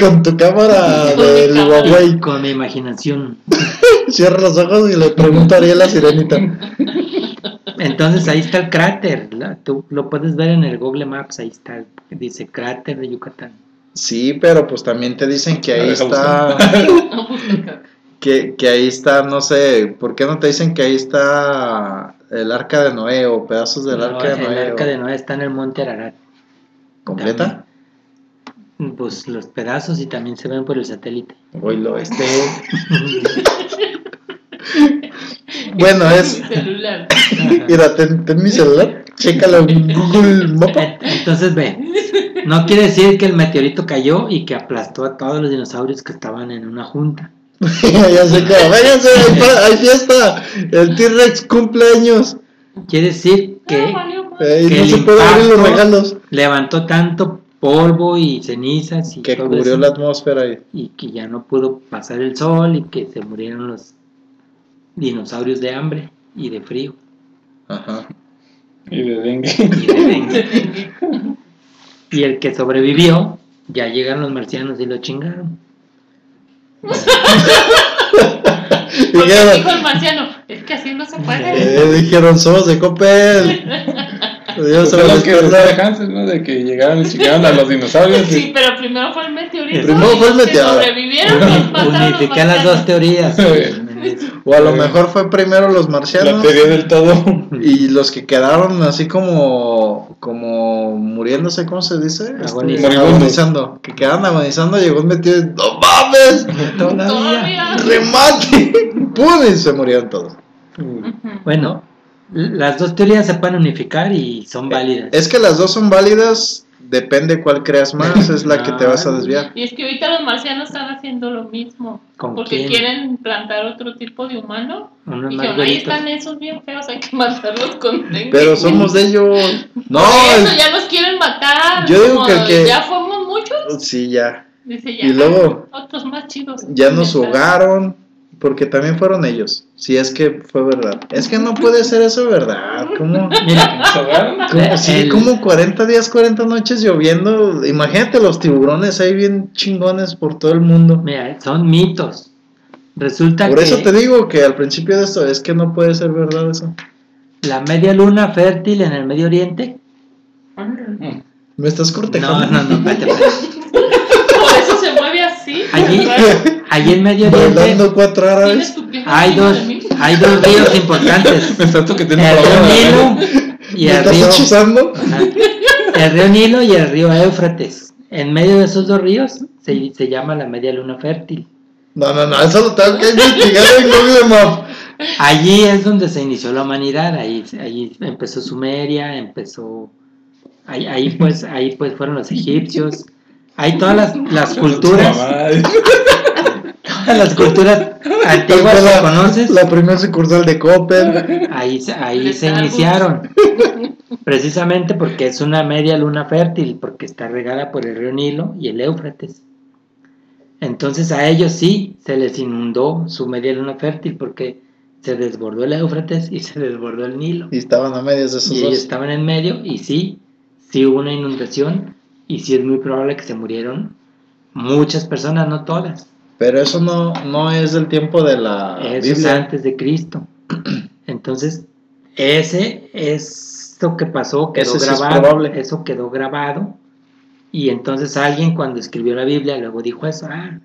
Speaker 4: con tu cámara
Speaker 6: Con mi
Speaker 4: del
Speaker 6: cámara.
Speaker 4: Huawei.
Speaker 5: Con mi imaginación.
Speaker 4: Cierra los ojos y le pregunto a Ariel la sirenita.
Speaker 5: Entonces ahí está el cráter. la- tú lo puedes ver en el Google Maps. Ahí está. Dice cráter de Yucatán.
Speaker 4: Sí, pero pues también te dicen que
Speaker 3: La
Speaker 4: ahí
Speaker 3: deja
Speaker 4: está...
Speaker 6: No, pues, caca.
Speaker 4: Que, que ahí está, no sé, ¿por qué no te dicen que ahí está el arca de Noé o pedazos del
Speaker 5: No,
Speaker 4: arca de
Speaker 5: el
Speaker 4: Noé?
Speaker 5: arca
Speaker 4: o-
Speaker 5: de Noé está en el monte Ararat.
Speaker 4: ¿Completa?
Speaker 5: Pues los pedazos y también se ven por el satélite.
Speaker 4: Hoy lo este. bueno, es.
Speaker 6: Mi celular.
Speaker 4: Mira, ten, ten mi celular, chécalo en Google Mapa.
Speaker 5: Et- Entonces ve, no quiere decir que el meteorito cayó y que aplastó a todos los dinosaurios que estaban en una junta.
Speaker 4: ya sé cómo. Vénganse, hay, fa- hay fiesta. El T-Rex cumpleaños.
Speaker 5: Quiere decir que
Speaker 6: No, Ah, valió madre.
Speaker 4: Eh, y
Speaker 5: Que
Speaker 4: no
Speaker 5: el
Speaker 4: se pueden abrir los
Speaker 5: impacto-
Speaker 4: regalos.
Speaker 5: levantó tanto polvo y cenizas y
Speaker 4: Que
Speaker 5: todo
Speaker 4: cubrió
Speaker 5: eso,
Speaker 4: la atmósfera ahí.
Speaker 5: y que ya no pudo pasar el sol y que se murieron los dinosaurios de hambre y de frío.
Speaker 4: Ajá.
Speaker 3: Y de dengue.
Speaker 5: Y, de dengue. Y el que sobrevivió, ya llegaron los marcianos y lo chingaron.
Speaker 6: Porque
Speaker 4: Dijeron-
Speaker 6: dijo el marciano, es que así no se puede.
Speaker 4: Eh, dijeron, somos de Coppel. Dios
Speaker 3: Pues
Speaker 4: se
Speaker 3: es
Speaker 4: va a
Speaker 3: lo que
Speaker 4: despertar.
Speaker 3: decía Hansel, ¿no? De que llegaron y chingaron a los dinosaurios. y-
Speaker 6: Sí, pero primero fue el meteorito.
Speaker 4: Primero
Speaker 6: y
Speaker 4: fue el
Speaker 6: los que
Speaker 4: meteoro.
Speaker 6: Sobrevivieron los pasaron los
Speaker 5: Unificar las dos
Speaker 6: marcianos.
Speaker 5: teorías.
Speaker 4: O a lo mejor fue primero los
Speaker 3: La
Speaker 4: marcianos
Speaker 3: teoría del todo.
Speaker 4: y los que quedaron así como como muriéndose, ¿cómo se dice? Este,
Speaker 5: Agonizando.
Speaker 4: agonizando. Que quedaron agonizando, llegó un metido y ¡No mames!
Speaker 6: Todavía.
Speaker 4: ¡Remate! ¡Pum! Y se murieron todos.
Speaker 6: Ujú.
Speaker 5: Bueno, l- las dos teorías se pueden unificar y son válidas.
Speaker 4: Es que las dos son válidas, depende cuál creas más, es la que te vas a desviar.
Speaker 6: Y es que ahorita los marcianos están haciendo lo mismo.
Speaker 5: ¿Con
Speaker 6: Porque
Speaker 5: quién?
Speaker 6: quieren plantar otro tipo de humano.
Speaker 5: Unos
Speaker 6: Y
Speaker 5: más
Speaker 6: dijeron, ahí
Speaker 5: güeritos.
Speaker 6: están esos bien feos, hay que matarlos con dengue".
Speaker 4: Pero somos de ellos. No,
Speaker 6: Por eso
Speaker 4: es-
Speaker 6: ya los quieren matar.
Speaker 4: Yo digo
Speaker 6: como
Speaker 4: que el que-
Speaker 6: Ya fuimos muchos.
Speaker 4: sí, ya.
Speaker 6: Dice ya.
Speaker 4: Y luego
Speaker 6: Otros más chidos.
Speaker 4: ya nos
Speaker 6: Mientras-
Speaker 4: ahogaron, porque también fueron ellos, si es que fue verdad. Es que no puede ser eso verdad, ¿cómo?
Speaker 5: Mira,
Speaker 3: ¿Se ahogaron?
Speaker 5: el-
Speaker 4: Sí, como 40 días, 40 noches lloviendo, imagínate los tiburones ahí bien chingones por todo el mundo.
Speaker 5: mira, son mitos. Resulta
Speaker 4: Por
Speaker 5: que
Speaker 4: eso te digo que al principio de esto es que no puede ser verdad eso.
Speaker 5: la media luna fértil en el Medio Oriente.
Speaker 4: Me estás
Speaker 5: No,
Speaker 4: cortejando.
Speaker 5: no, no, espérate, espérate.
Speaker 6: Por eso se mueve así.
Speaker 5: Allí, allí en Medio Oriente
Speaker 4: Bailando cuatro
Speaker 6: Tienes
Speaker 4: árabes.
Speaker 6: tu pie
Speaker 5: hay
Speaker 6: encima
Speaker 5: dos,
Speaker 6: de mí.
Speaker 5: hay dos ríos importantes.
Speaker 3: Me está toqueteando
Speaker 5: El
Speaker 3: la
Speaker 5: río
Speaker 3: boca.
Speaker 5: Nilo
Speaker 4: ¿eh?
Speaker 5: y
Speaker 4: ¿Me
Speaker 5: el
Speaker 4: estás
Speaker 5: río,
Speaker 4: hechizando?
Speaker 5: ajá, el río Nilo y el río Éufrates. En medio de esos dos ríos se, se llama la media luna fértil.
Speaker 4: No, no, no, eso lo tengo que investigar en Google Maps.
Speaker 5: Allí es donde se inició la humanidad, ahí, ahí empezó Sumeria, empezó ahí, ahí pues ahí pues fueron los egipcios, ahí todas las, las culturas, todas las culturas antiguas
Speaker 4: Fue la,
Speaker 5: que conoces,
Speaker 4: la primera sucursal de Coppel.
Speaker 5: ahí, se- ahí se
Speaker 6: Lesbos.
Speaker 5: iniciaron. Precisamente porque es una media luna fértil, porque está regada por el río Nilo y el Éufrates. Entonces a ellos sí se les inundó su media luna fértil porque se desbordó el Éufrates y se desbordó el Nilo.
Speaker 4: Y estaban a medias de esos
Speaker 5: Y
Speaker 4: dos.
Speaker 5: ellos estaban en medio y sí, sí hubo una inundación y sí es muy probable que se murieron muchas personas, no todas.
Speaker 4: Pero eso no, no es del tiempo de la
Speaker 5: Eso es
Speaker 4: Biblia.
Speaker 5: antes de Cristo. Entonces, ese esto que pasó quedó
Speaker 4: Ese sí es
Speaker 5: grabado.
Speaker 4: probable.
Speaker 5: eso quedó grabado. Y entonces alguien cuando escribió la Biblia luego dijo eso, ah,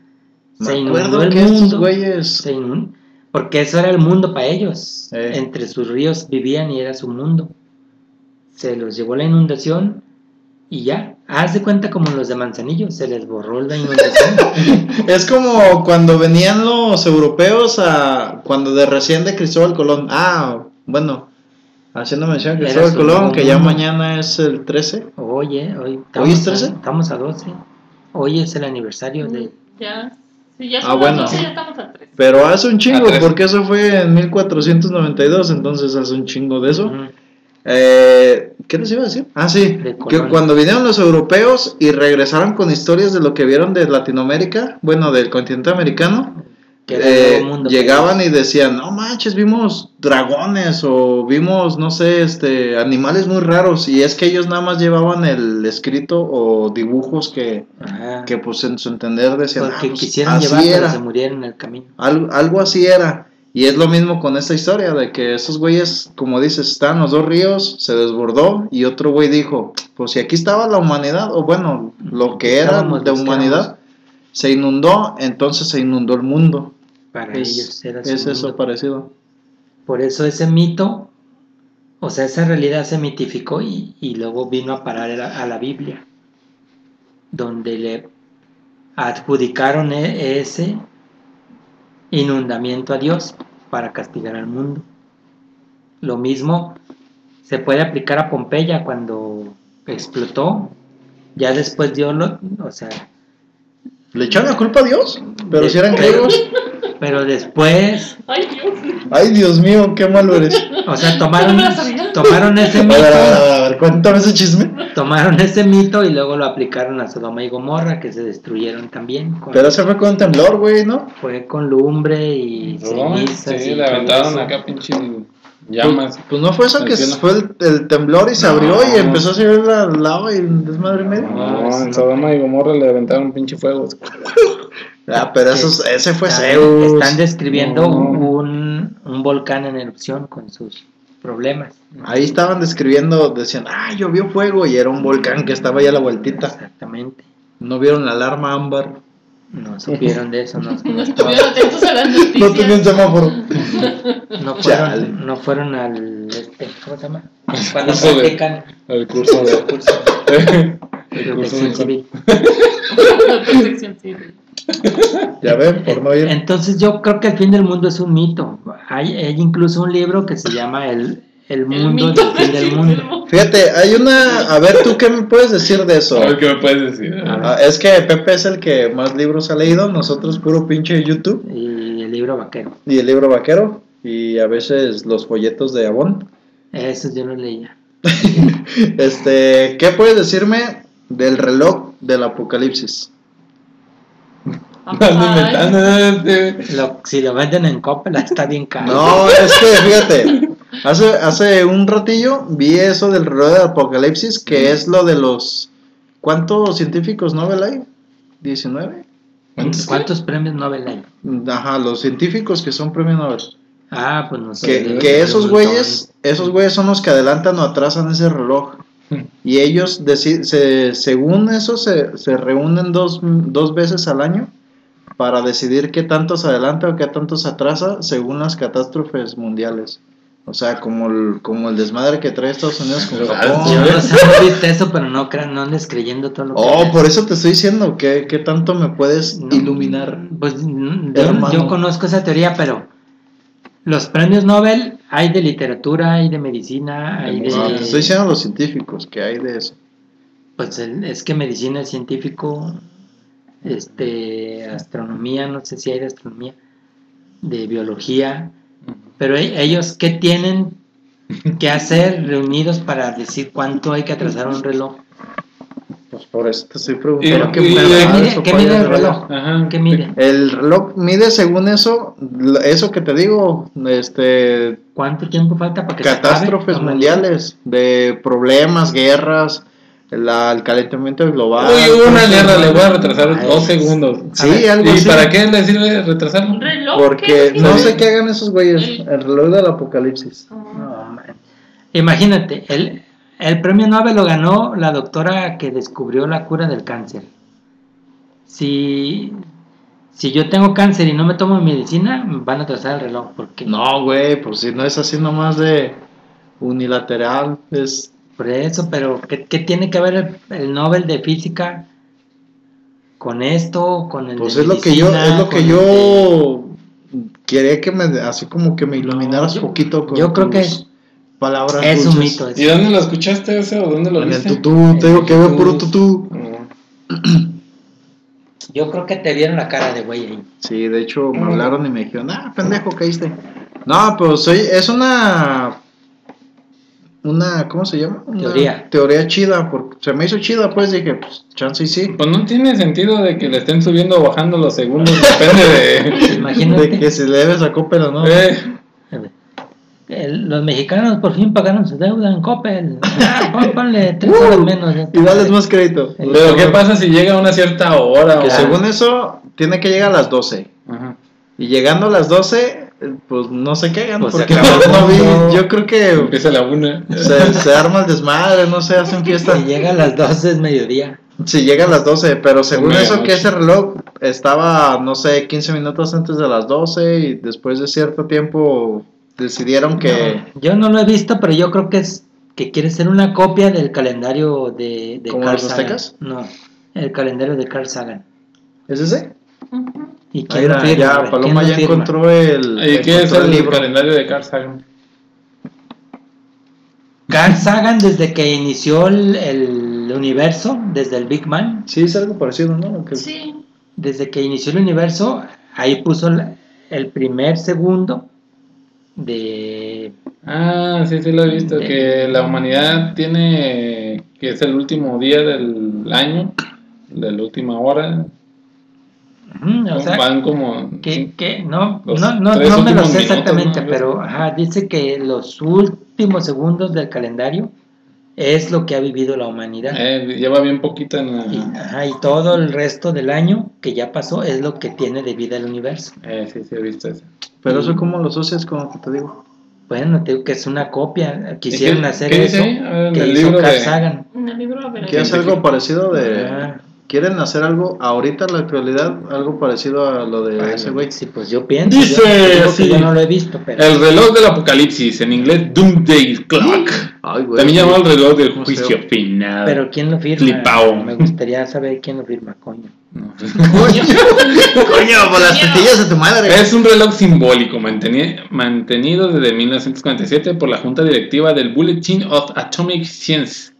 Speaker 5: se
Speaker 4: Me
Speaker 5: inundó
Speaker 4: acuerdo
Speaker 5: el
Speaker 4: que estos
Speaker 5: mundo.
Speaker 4: güeyes.
Speaker 5: Se inun- Porque eso era el mundo para ellos.
Speaker 4: Eh.
Speaker 5: Entre sus ríos vivían y era su mundo. Se los llevó la inundación y ya. Haz de cuenta como los de Manzanillo, se les borró la inundación.
Speaker 4: Es como cuando venían los europeos a. Cuando de recién de Cristóbal Colón. Ah, bueno. Haciendo mención a
Speaker 5: Era
Speaker 4: Cristóbal
Speaker 5: su
Speaker 4: Colón,
Speaker 5: nuevo
Speaker 4: que ya
Speaker 5: mundo.
Speaker 4: mañana es el 13.
Speaker 5: Oye, hoy
Speaker 4: ¿Hoy es 13?
Speaker 5: A, estamos a 12. Hoy es el aniversario de...
Speaker 6: Ya. Si ya
Speaker 4: Ah,
Speaker 6: son las
Speaker 4: bueno.
Speaker 6: 12, ya estamos a 3.
Speaker 4: Pero hace un chingo,
Speaker 3: Ah, tres.
Speaker 4: porque eso fue en 1492, entonces hace un chingo de eso.
Speaker 5: Ujú.
Speaker 4: Eh, ¿Qué les iba a decir? Ah, sí,
Speaker 5: De Colón.
Speaker 4: que cuando vinieron los europeos y regresaron con historias de lo que vieron de Latinoamérica, bueno, del continente americano,
Speaker 5: Que era el
Speaker 4: eh,
Speaker 5: nuevo mundo. pues.
Speaker 4: llegaban y decían, no manches, vimos dragones o vimos, no sé, este, animales muy raros. Y es que ellos nada más llevaban el escrito o dibujos que,
Speaker 5: Ajá.
Speaker 4: que pues en su entender decían, "Ah,
Speaker 5: Porque
Speaker 4: pues,
Speaker 5: quisieron
Speaker 4: así
Speaker 5: llevar, pero
Speaker 4: era".
Speaker 5: se murieron en el camino.
Speaker 4: Algo, algo así era. Y es lo mismo con esta historia, de que esos güeyes, como dices, estaban los dos ríos, se desbordó y otro güey dijo, pues si aquí estaba la humanidad, o bueno, lo que era
Speaker 5: Estábamos,
Speaker 4: de
Speaker 5: los que
Speaker 4: humanidad, se inundó, entonces se inundó el mundo.
Speaker 5: Para
Speaker 4: Es,
Speaker 5: ellos era su
Speaker 4: es eso
Speaker 5: mundo.
Speaker 4: parecido.
Speaker 5: Por eso ese mito, o sea, esa realidad se mitificó y, y luego vino a parar a la, a la Biblia, donde le adjudicaron e- ese inundamiento a Dios para castigar al mundo. Lo mismo se puede aplicar a Pompeya cuando explotó. Ya después Dios lo, o sea,
Speaker 4: ¿Le echaron la culpa a Dios? Pero
Speaker 5: De-
Speaker 4: si eran griegos.
Speaker 5: pero después,
Speaker 6: Ay, Dios.
Speaker 4: Ay, Dios mío, qué malo eres.
Speaker 5: o sea, tomaron,
Speaker 6: No me la sabía.
Speaker 5: tomaron ese
Speaker 4: A
Speaker 5: mito.
Speaker 4: ver, a ver, a ver, a ver, cuéntame ese chisme.
Speaker 5: Tomaron ese mito y luego lo aplicaron a Sodoma y Gomorra, que se destruyeron también. con-
Speaker 4: Pero se fue con un temblor, güey, ¿no?
Speaker 5: Fue con lumbre y cenizas.
Speaker 3: sí,
Speaker 5: y
Speaker 3: le
Speaker 5: todo
Speaker 3: aventaron
Speaker 5: eso.
Speaker 3: acá pinches llamas.
Speaker 4: Pues no fue eso que
Speaker 3: Entiendo.
Speaker 4: fue el, el temblor y se
Speaker 3: No.
Speaker 4: abrió y empezó a salir la lava y el desmadre en medio.
Speaker 3: No, en Sodoma y Gomorra le aventaron pinche fuego.
Speaker 4: Ah, pero eso, es- ese fue
Speaker 5: Están-
Speaker 4: Zeus.
Speaker 5: Están describiendo
Speaker 3: No.
Speaker 5: un, un volcán en erupción con sus problemas.
Speaker 4: Ahí estaban describiendo, decían, ah, llovió fuego y era un volcán que estaba ya a la vueltita.
Speaker 5: Exactamente.
Speaker 4: No vieron la alarma ámbar.
Speaker 5: No supieron de eso, no, no
Speaker 6: Estuvieron atentos a las noticias.
Speaker 4: No tenían semáforo.
Speaker 5: no
Speaker 4: Chale.
Speaker 5: fueron, no fueron al. este, ¿Cómo se llama? Cuando
Speaker 3: curso de-
Speaker 5: practican
Speaker 3: El curso de. el curso
Speaker 5: protección
Speaker 3: de.
Speaker 5: civil.
Speaker 6: Protección civil.
Speaker 4: Ya ven, por no ir.
Speaker 5: Entonces yo creo que el fin del mundo es un mito. Hay, hay incluso un libro que se llama El, el
Speaker 6: El
Speaker 5: mundo
Speaker 6: mito
Speaker 5: del fin del mundo.
Speaker 4: Fíjate, hay una. A ver, tú qué me puedes decir de eso.
Speaker 3: A ver qué me puedes decir.
Speaker 4: Ah, es que Pepe es el que más libros ha leído, nosotros puro pinche YouTube
Speaker 5: Y el libro vaquero.
Speaker 4: y el libro vaquero y a veces los folletos de Avon.
Speaker 5: Eso yo lo leía.
Speaker 4: Este, ¿qué puedes decirme del reloj del apocalipsis?
Speaker 3: Estás inventando. este.
Speaker 5: Lo- si lo venden en Coppel está bien caro.
Speaker 4: No, es que fíjate, hace, hace un ratillo vi eso del reloj del apocalipsis, que es lo de los... ¿Cuántos científicos Nobel hay? ¿19?
Speaker 3: ¿Cuántos?
Speaker 5: ¿Cuántos premios Nobel hay?
Speaker 4: Ajá, los científicos que son premio Nobel.
Speaker 5: Ah, pues no sé.
Speaker 4: Que,
Speaker 5: debe
Speaker 4: que
Speaker 5: ser
Speaker 4: esos
Speaker 5: un
Speaker 4: güeyes, esos güeyes son los que adelantan o atrasan ese reloj. Y ellos, deci- se, según eso, se, se reúnen dos, dos veces al año para decidir qué tanto se adelanta o qué tanto se atrasa según las catástrofes mundiales. O sea, como el, como el desmadre que trae Estados Unidos con
Speaker 5: montón. Yo
Speaker 4: Japón.
Speaker 5: no sé, no viste eso, pero no crean, no andes creyendo todo lo que.
Speaker 4: Oh,
Speaker 5: ves.
Speaker 4: por eso te estoy diciendo que, que tanto me puedes
Speaker 5: No,
Speaker 4: iluminar.
Speaker 5: Pues mm, yo,
Speaker 4: Hermano.
Speaker 5: yo conozco esa teoría, pero los premios Nobel hay de literatura, hay de medicina, hay de.
Speaker 4: No, te estoy diciendo a los científicos que hay de eso.
Speaker 5: Pues el- es que medicina es científico, este, astronomía, no sé si hay de astronomía, de biología, pero e- ellos qué tienen qué hacer reunidos para decir cuánto hay que atrasar un reloj.
Speaker 4: Pues por eso te estoy
Speaker 3: Y- y-
Speaker 4: preguntando. me
Speaker 3: y-
Speaker 4: da
Speaker 3: ¿qué mide-
Speaker 4: eso
Speaker 5: qué
Speaker 4: para
Speaker 5: mide
Speaker 4: el
Speaker 5: el reloj?
Speaker 3: Ajá.
Speaker 5: ¿Qué miden?
Speaker 4: El reloj mide según eso, lo- eso que te digo, este,
Speaker 5: ¿Cuánto tiempo falta para que se acabe?
Speaker 4: catástrofes
Speaker 5: Vamos.
Speaker 4: mundiales, de problemas, guerras, la- el calentamiento global.
Speaker 3: Uy, hubo una guerra, le voy a retrasar
Speaker 4: Ay,
Speaker 3: dos segundos.
Speaker 4: Ah, Sí, algo
Speaker 3: ¿Y
Speaker 4: así.
Speaker 3: para qué le sirve retrasarlo?
Speaker 6: ¿Un reloj?
Speaker 4: Porque
Speaker 6: ¿Qué?
Speaker 4: no
Speaker 3: Sí.
Speaker 4: sé qué hagan esos güeyes, el reloj del apocalipsis.
Speaker 6: Ah,
Speaker 5: No, man. Imagínate, el, el premio Nobel lo ganó la doctora que descubrió la cura del cáncer. Si, si yo tengo cáncer y no me tomo mi medicina, me van a atrasar el reloj. Porque
Speaker 4: No, güey, pues si no es así nomás de unilateral, es
Speaker 5: Por eso, pero ¿qué, qué tiene que ver el, el Nobel de Física con esto? Con el
Speaker 4: pues
Speaker 5: de
Speaker 4: es lo que yo
Speaker 5: medicina,
Speaker 4: es lo que
Speaker 5: con el de-
Speaker 4: yo quería que me así como que me iluminaras
Speaker 5: yo-
Speaker 4: poquito con
Speaker 5: yo creo que
Speaker 4: tus palabras
Speaker 5: Es un
Speaker 4: dulces.
Speaker 5: mito. es-
Speaker 3: ¿Y dónde lo escuchaste ese o dónde lo
Speaker 4: En el
Speaker 3: viste?
Speaker 4: tutú, te
Speaker 5: En
Speaker 4: digo
Speaker 5: el
Speaker 4: que veo
Speaker 5: tutú.
Speaker 4: puro tutú.
Speaker 3: No.
Speaker 5: Yo creo que te vieron la cara de güey ahí.
Speaker 4: Sí, de hecho
Speaker 5: Mm.
Speaker 4: me hablaron y me dijeron, ah, pendejo, caíste. No, pues soy, es una. Una, ¿cómo se llama? Una
Speaker 5: Teoría.
Speaker 4: Teoría chida, porque se me hizo chida, pues dije, pues chance y sí.
Speaker 3: Pues no tiene sentido de que le estén subiendo o bajando los segundos, depende de...
Speaker 5: Imagínate.
Speaker 4: De que se le debes a Coppel, ¿no?
Speaker 3: Eh,
Speaker 5: El- Eh, los mexicanos por fin pagaron su deuda en Coppel. Ah, pon- ponle tres horas menos. ya.
Speaker 4: Y dales Uh, más crédito.
Speaker 5: El
Speaker 3: pero ¿qué
Speaker 5: cabrón.
Speaker 3: pasa si llega a una cierta
Speaker 5: Ah.
Speaker 3: hora?
Speaker 4: Que
Speaker 3: o-
Speaker 4: según eso, tiene que llegar a las 12.
Speaker 3: Ajá.
Speaker 4: Y llegando a las 12, eh, pues no sé qué hagan,
Speaker 5: Pues, se
Speaker 4: porque
Speaker 5: acabó el
Speaker 4: no, no
Speaker 5: mundo.
Speaker 4: vi. Yo creo que
Speaker 3: Empieza la una.
Speaker 4: se, se arma el desmadre, no sé, hacen fiesta.
Speaker 5: Si llega a las 12 es mediodía.
Speaker 4: Si llega a las 12, pero según
Speaker 3: Media
Speaker 4: eso, que
Speaker 3: noche.
Speaker 4: ese reloj estaba, no sé, 15 minutos antes de las 12 y después de cierto tiempo decidieron que.
Speaker 5: No, yo no lo he visto, pero yo creo que es que quiere ser una copia del calendario de, de
Speaker 4: ¿Como
Speaker 5: Carl
Speaker 4: los
Speaker 5: Sagan.
Speaker 4: aztecas?
Speaker 5: No, el calendario de Carl Sagan.
Speaker 4: ¿Es ese?
Speaker 6: Ujú.
Speaker 5: ¿Y quién
Speaker 4: Ahí
Speaker 5: lo
Speaker 4: era,
Speaker 5: firma? A
Speaker 4: ya
Speaker 5: ver,
Speaker 4: Paloma
Speaker 5: ¿quién lo
Speaker 4: ya
Speaker 5: firma?
Speaker 4: encontró el.
Speaker 3: ¿Y qué es
Speaker 4: encontró
Speaker 3: el calendario de Carl Sagan?
Speaker 5: Carl Sagan, desde que inició el, el universo, desde el Big Bang,
Speaker 4: Sí, es algo parecido, ¿no? Que-
Speaker 6: Sí.
Speaker 5: desde que inició el universo, ahí puso la- el primer segundo de
Speaker 3: Ah, sí, sí lo he visto, que la humanidad tiene, que es el último día del año, de la última hora,
Speaker 5: Ujú, mm, o sea,
Speaker 3: van como...
Speaker 5: que, que no,
Speaker 3: Los
Speaker 5: no, no,
Speaker 3: tres
Speaker 5: no me lo
Speaker 3: últimos
Speaker 5: sé
Speaker 3: minutos,
Speaker 5: exactamente,
Speaker 3: ¿no?
Speaker 5: pero ajá, dice que los últimos segundos del calendario es lo que ha vivido la humanidad.
Speaker 3: Eh, lleva bien poquito en
Speaker 5: Y,
Speaker 3: la...
Speaker 5: ajá, y todo el resto del año que ya pasó es lo que tiene de vida el universo.
Speaker 3: Eh, sí, sí he visto eso.
Speaker 4: Pero eso, ¿cómo lo asocias con lo que te digo?
Speaker 5: Bueno, te digo que es una copia. Quisieron
Speaker 3: qué-
Speaker 5: hacer
Speaker 3: qué dice
Speaker 5: eso
Speaker 3: ahí? A ver, en
Speaker 5: que
Speaker 3: el
Speaker 5: hizo
Speaker 3: libro
Speaker 5: Carl
Speaker 3: de-
Speaker 5: Sagan.
Speaker 6: En el libro de
Speaker 4: Que es algo parecido de.
Speaker 5: Ah,
Speaker 4: Quieren hacer algo ahorita en la actualidad, algo parecido a lo de ese güey.
Speaker 5: sí, pues yo pienso.
Speaker 3: Dice
Speaker 5: yo, te digo que
Speaker 3: así.
Speaker 5: yo no lo he visto, pero
Speaker 3: El reloj del apocalipsis, en inglés Doomsday Clock.
Speaker 4: Ay, güey.
Speaker 3: También llamado el reloj del
Speaker 4: Museo.
Speaker 3: juicio final.
Speaker 5: pero quién lo firma.
Speaker 3: Flipao.
Speaker 5: Me gustaría saber quién lo firma, coño.
Speaker 3: No.
Speaker 4: Coño, coño, por las
Speaker 6: Miedo.
Speaker 4: tetillas de tu madre.
Speaker 3: Es un reloj simbólico manteni- mantenido desde 1947 por la Junta Directiva del Bulletin of Atomic Science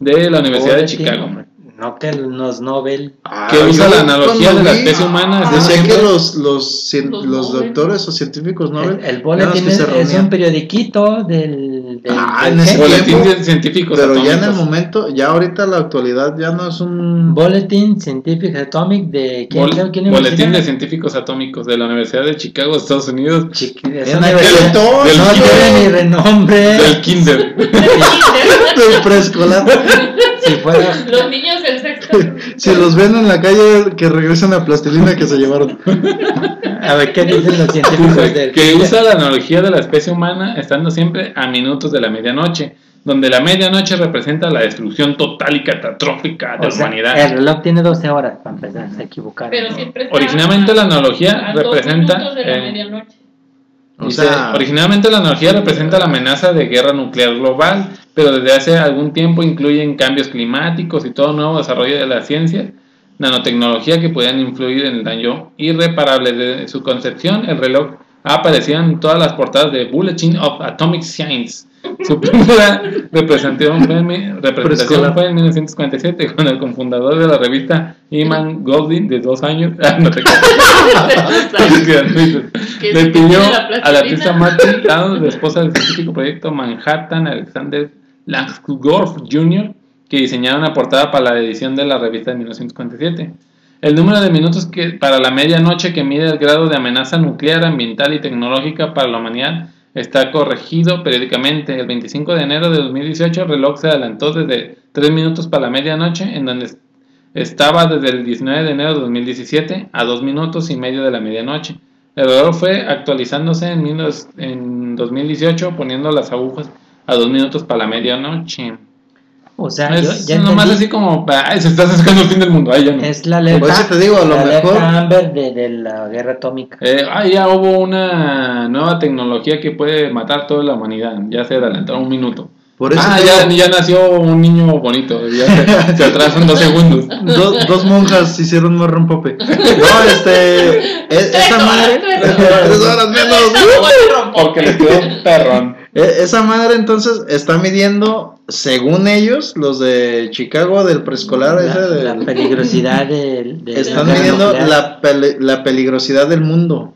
Speaker 3: de la Universidad de
Speaker 5: Pobre
Speaker 3: Chicago,
Speaker 5: tío, No que los Nobel.
Speaker 4: Ah,
Speaker 3: que usa
Speaker 4: yo
Speaker 3: la analogía
Speaker 4: cuando
Speaker 3: de la
Speaker 4: vi, Ah,
Speaker 3: especie humana.
Speaker 5: Ah,
Speaker 3: desde
Speaker 4: Decía
Speaker 3: siempre.
Speaker 4: que los, los, cien-
Speaker 6: Los
Speaker 4: los
Speaker 6: Nobel.
Speaker 4: doctores o científicos Nobel.
Speaker 5: El, el
Speaker 4: eran los
Speaker 5: boletín
Speaker 4: que
Speaker 5: es,
Speaker 4: se
Speaker 5: es
Speaker 4: reunían.
Speaker 5: un periodiquito del. del-
Speaker 4: Ah,
Speaker 5: del
Speaker 4: en ese
Speaker 5: ¿qué?
Speaker 4: tiempo,
Speaker 3: Boletín de científicos
Speaker 4: Pero ya en el
Speaker 3: atómicos.
Speaker 4: momento, ya ahorita la actualidad ya no es un.
Speaker 5: Boletín Scientific Atomic de. ¿quién,
Speaker 3: Bol-
Speaker 5: quién
Speaker 3: boletín
Speaker 5: universidad?
Speaker 3: de científicos atómicos de la Universidad de Chicago, Estados Unidos,
Speaker 5: Chiqui- esa
Speaker 4: En aquel
Speaker 5: universidad
Speaker 4: entonces,
Speaker 3: del-
Speaker 5: No tiene ni renombre.
Speaker 3: del kinder.
Speaker 4: del preescolar.
Speaker 5: Si fuera.
Speaker 6: Los niños del sexto.
Speaker 4: si los ven en la calle, que regresen a plastilina que se llevaron.
Speaker 5: A ver, ¿qué dicen los científicos del.
Speaker 3: que usa la analogía de la especie humana estando siempre a minutos de la medianoche, donde la medianoche representa la destrucción total y catastrófica de
Speaker 5: O
Speaker 3: la
Speaker 5: sea,
Speaker 3: humanidad.
Speaker 5: el reloj tiene 12 horas para empezar, se equivocaron.
Speaker 6: Pero siempre está
Speaker 3: Originalmente la analogía
Speaker 6: a dos
Speaker 3: representa,
Speaker 6: minutos de la
Speaker 3: eh,
Speaker 6: medianoche.
Speaker 4: O
Speaker 3: Dice,
Speaker 4: sea,
Speaker 3: originalmente la energía representa la amenaza de guerra nuclear global, pero desde hace algún tiempo incluyen cambios climáticos y todo nuevo desarrollo de la ciencia, nanotecnología que podían influir en el daño irreparable de su concepción. El reloj aparecían todas las portadas de Bulletin of Atomic Science. Su primera representación fue, en mi- representación
Speaker 5: Preescolar.
Speaker 3: fue en 1957 con el cofundador de la revista Iman Goldin de dos años. Ah, no te creas. Así que, admites.
Speaker 6: Que
Speaker 3: Le
Speaker 6: se
Speaker 3: pidió
Speaker 6: quite la
Speaker 3: a la artista
Speaker 6: plastilina.
Speaker 3: Martin Down, la esposa del científico proyecto Manhattan, Alexander Langsdorff Jr., que diseñara una portada para la edición de la revista de 1957. El número de minutos que para la medianoche que mide el grado de amenaza nuclear, ambiental y tecnológica para la humanidad está corregido periódicamente. El 25 de enero de 2018 el reloj se adelantó desde 3 minutos para la medianoche, en donde estaba desde el 19 de enero de 2017 a 2 minutos y medio de la medianoche. El reloj fue actualizándose en, 19 en 2018 poniendo las agujas a 2 minutos para la medianoche.
Speaker 5: O sea, yo
Speaker 3: Es
Speaker 5: ya
Speaker 3: nomás
Speaker 5: entendí.
Speaker 3: así como, ay, se está acercando el fin del mundo, ay, ya no.
Speaker 5: Es la alerta.
Speaker 4: Por eso te digo, a lo
Speaker 5: la alerta
Speaker 4: mejor-
Speaker 5: Amber de, de la guerra atómica.
Speaker 3: Eh, ah, ya hubo una nueva tecnología que puede matar toda la humanidad. Ya se adelantaron un minuto.
Speaker 4: Por eso
Speaker 3: ah,
Speaker 4: te
Speaker 3: ya,
Speaker 4: digo,
Speaker 3: ya nació un niño bonito. Ya se, se atrasan dos segundos.
Speaker 4: do- dos monjas hicieron más rompope. No, este. es-
Speaker 6: Tres
Speaker 4: esa
Speaker 6: horas,
Speaker 4: madre.
Speaker 6: tres horas.
Speaker 4: Tres horas menos.
Speaker 3: Porque les quedó un perrón.
Speaker 4: E- Esa madre entonces está midiendo, según ellos, los de Chicago del preescolar ese
Speaker 5: La,
Speaker 4: del-
Speaker 5: la peligrosidad del. del
Speaker 4: están
Speaker 5: guerra
Speaker 4: midiendo
Speaker 5: nuclear.
Speaker 4: la, peli- la peligrosidad del mundo.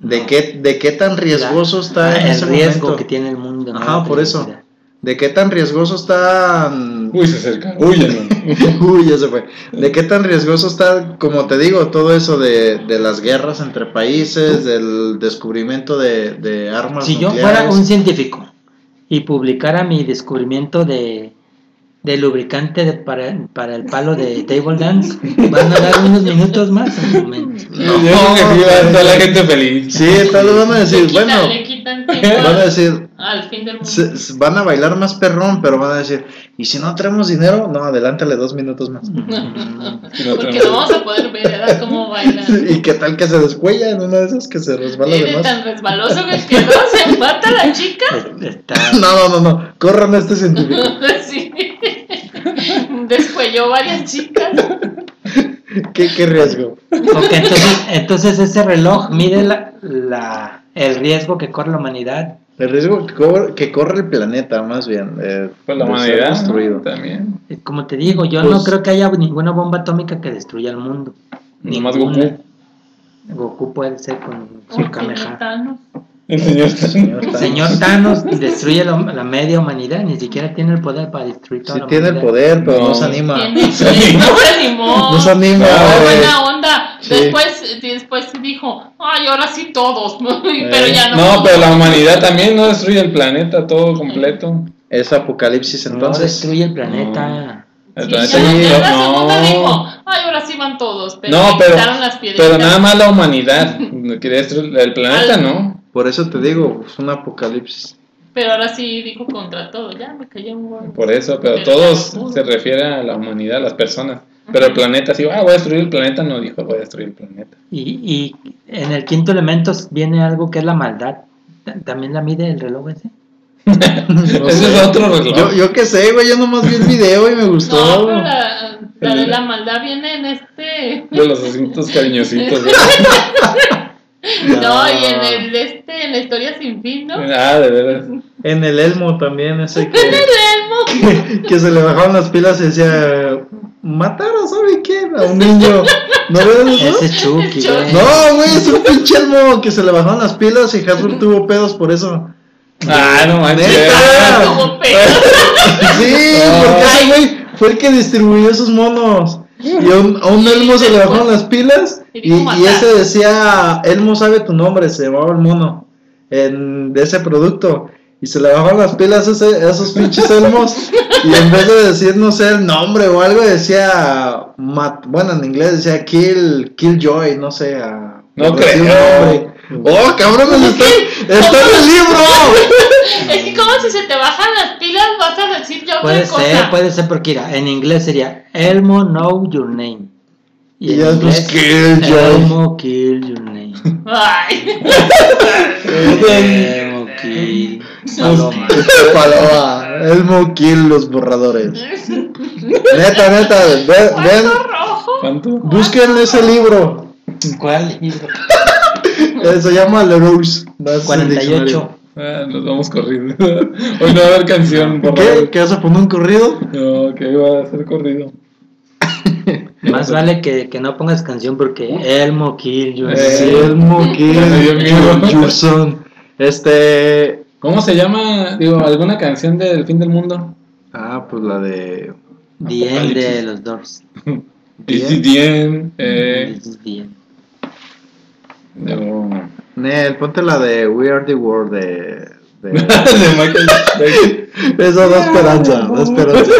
Speaker 4: De
Speaker 5: No. Ah,
Speaker 4: qué de qué tan riesgoso está en
Speaker 5: el
Speaker 4: ese
Speaker 5: riesgo
Speaker 4: momento.
Speaker 5: que tiene el mundo. ¿no?
Speaker 4: Ajá,
Speaker 5: La
Speaker 4: por eso.
Speaker 5: peligrosidad.
Speaker 4: De qué tan riesgoso está mm,
Speaker 3: Uy, se acerca. Uy, ya no.
Speaker 4: Uy, ya se fue. ¿De qué tan riesgoso está, como te digo, todo eso de, de las guerras entre países, del descubrimiento de, de armas
Speaker 5: Si yo
Speaker 4: nucleares?
Speaker 5: fuera un científico y publicara mi descubrimiento de, de lubricante de- para, para el palo de table dance, van a dar unos minutos más en el momento.
Speaker 3: Yo creo que sí, va a estar la gente feliz.
Speaker 4: Sí, tal vez van a
Speaker 6: Le
Speaker 4: decir,
Speaker 6: quitan-
Speaker 4: bueno,
Speaker 6: le quitan
Speaker 4: van a
Speaker 6: tiempo
Speaker 4: decir,
Speaker 6: al fin del mundo.
Speaker 4: se- se- van a bailar más perrón, pero van a decir, y si no traemos dinero, no, adelántale dos minutos más.
Speaker 3: Y no
Speaker 6: Porque
Speaker 3: tenemos-
Speaker 6: no vamos a poder ver, ¿verdad? Cómo bailan.
Speaker 4: ¿Y qué tal que se descuella en una de esas que se resbala
Speaker 6: Viene
Speaker 4: de más?
Speaker 6: tan resbaloso que quedó, se empata la chica.
Speaker 5: Es- Este, Está,
Speaker 4: No, no, no, no, corran a este científico.
Speaker 6: Sí. Descuelló varias chicas.
Speaker 4: ¿Qué, qué riesgo?
Speaker 5: ok, entonces, entonces ese reloj mide la, la- el riesgo que corre la humanidad.
Speaker 4: El riesgo que corre, que corre el planeta, más bien. eh,
Speaker 3: Pues la
Speaker 4: de ser
Speaker 3: humanidad ¿no?
Speaker 4: destruido.
Speaker 3: también.
Speaker 5: Eh, Como te digo, yo
Speaker 4: Pues-
Speaker 5: no creo que haya ninguna bomba atómica que destruya el mundo.
Speaker 3: Nomás
Speaker 5: Ninguna.
Speaker 3: Goku.
Speaker 5: Goku puede ser con su
Speaker 6: Porque
Speaker 5: Kamehameha.
Speaker 6: Thanos.
Speaker 3: El señor
Speaker 4: Señor Thanos.
Speaker 5: Señor Thanos destruye la, la media humanidad, ni siquiera tiene el poder para destruir toda
Speaker 4: Sí
Speaker 5: la
Speaker 4: tiene el
Speaker 5: humanidad.
Speaker 4: poder, pero no,
Speaker 3: No.
Speaker 4: se anima.
Speaker 6: Tiene- No se animó.
Speaker 4: Ah, No se anima. eh,
Speaker 3: No,
Speaker 4: güey.
Speaker 6: buena onda.
Speaker 4: Sí.
Speaker 6: Después, después sí dijo, ay, ahora sí todos. Pero ya no.
Speaker 3: No, pero la humanidad también no destruye el planeta todo completo.
Speaker 4: Es apocalipsis
Speaker 5: no
Speaker 4: entonces.
Speaker 5: destruye el planeta.
Speaker 3: El
Speaker 6: Sí,
Speaker 3: planeta-
Speaker 6: ya, ya la
Speaker 3: no.
Speaker 6: segunda dijo, ay, ahora sí van todos. Pero
Speaker 3: No,
Speaker 6: le
Speaker 3: pero,
Speaker 6: quitaron las piedritas.
Speaker 3: pero nada más la humanidad. que destruye El planeta, ¿no?
Speaker 4: Por eso te digo, es un apocalipsis.
Speaker 6: Pero ahora sí dijo contra todo. Ya me cayó un huevo.
Speaker 3: Por eso, pero
Speaker 6: Pero
Speaker 3: todos
Speaker 6: ya no pudo.
Speaker 3: se refiere a la humanidad, a las personas. Pero el planeta, sí, ah, voy a destruir el planeta, no dijo, voy a destruir el planeta.
Speaker 5: Y, y en el quinto elemento viene algo que es la maldad. Ta- ¿También la mide el reloj ese?
Speaker 4: No
Speaker 3: Ese
Speaker 4: sé.
Speaker 3: es otro reloj.
Speaker 4: Yo, yo qué sé, güey, yo nomás vi el video y me
Speaker 6: No,
Speaker 4: gustó.
Speaker 6: pero la, la de la maldad viene en este.
Speaker 3: De los asuntos cariñositos. ¿no?
Speaker 6: No, y en el este, en la historia sin fin, ¿no?
Speaker 3: ah, de veras.
Speaker 4: En el Elmo también, ese que,
Speaker 6: El Elmo.
Speaker 4: que se le bajaban las pilas y decía, matar a sabe quién, a un niño. ¿No ves eso?
Speaker 5: Ese es Chucky, güey.
Speaker 4: No, güey, es un pinche Elmo que se le bajaron las pilas y Hasbro tuvo pedos por eso.
Speaker 3: Ah, no manches.
Speaker 4: ¡Neta!
Speaker 6: Como perro.
Speaker 4: Sí, porque ese güey fue el que distribuyó esos monos. Y a un, a un Elmo se le bajaron las pilas.
Speaker 6: Y
Speaker 4: Y,
Speaker 6: dijo matar.
Speaker 4: y ese decía: Elmo sabe tu nombre, se llamaba el mono. en- de ese producto. Y se le bajaron las pilas ese- a esos pinches Elmos. Y en vez de decir, no sé, el nombre o algo, decía. mat- bueno, en inglés decía Kill, Kill Joy, no sé. a-
Speaker 3: No
Speaker 4: por decir un
Speaker 3: creo.
Speaker 4: nombre. ¡Oh, cabrón! Está, está en el libro.
Speaker 6: Es que como si se te bajan las pilas vas a decir yo
Speaker 5: Puede
Speaker 6: otra cosa.
Speaker 5: ser, puede ser porque mira, en inglés sería Elmo Know Your Name.
Speaker 4: Y
Speaker 5: en
Speaker 4: ya pues, después,
Speaker 5: inglés,
Speaker 4: Kill Joy.
Speaker 5: Elmo Kill Your Name.
Speaker 6: Ay,
Speaker 5: Elmo Kill. Paloma.
Speaker 4: Paloma, Elmo Kill los borradores. Neta, neta, ve- ven,
Speaker 6: rojo.
Speaker 3: ¿Cuánto?
Speaker 4: busquen ese libro.
Speaker 5: ¿Cuál libro?
Speaker 4: Eh, se llama LaRouche. No es el
Speaker 5: 48.
Speaker 3: Ah, nos vamos corriendo. Hoy no va a haber canción, por
Speaker 4: diccionario. ¿Qué? ¿Qué vas a poner un corrido?
Speaker 3: No, que iba a ser corrido.
Speaker 5: Más vale que, que no pongas canción porque Elmo Kill you.
Speaker 3: Eh.
Speaker 4: Sí, el
Speaker 3: Me dio miedo.
Speaker 4: Moquillo. Este.
Speaker 3: ¿Cómo se llama, digo, alguna canción del fin del mundo?
Speaker 4: Ah, pues la de.
Speaker 5: The end de los Doors.
Speaker 3: This is the end, eh,
Speaker 5: This is the end.
Speaker 3: no.
Speaker 4: Nel, ponte la de We Are the World de.
Speaker 3: de
Speaker 4: de...
Speaker 3: Michael Jackson.
Speaker 4: Eso da esperanza, da esperanza.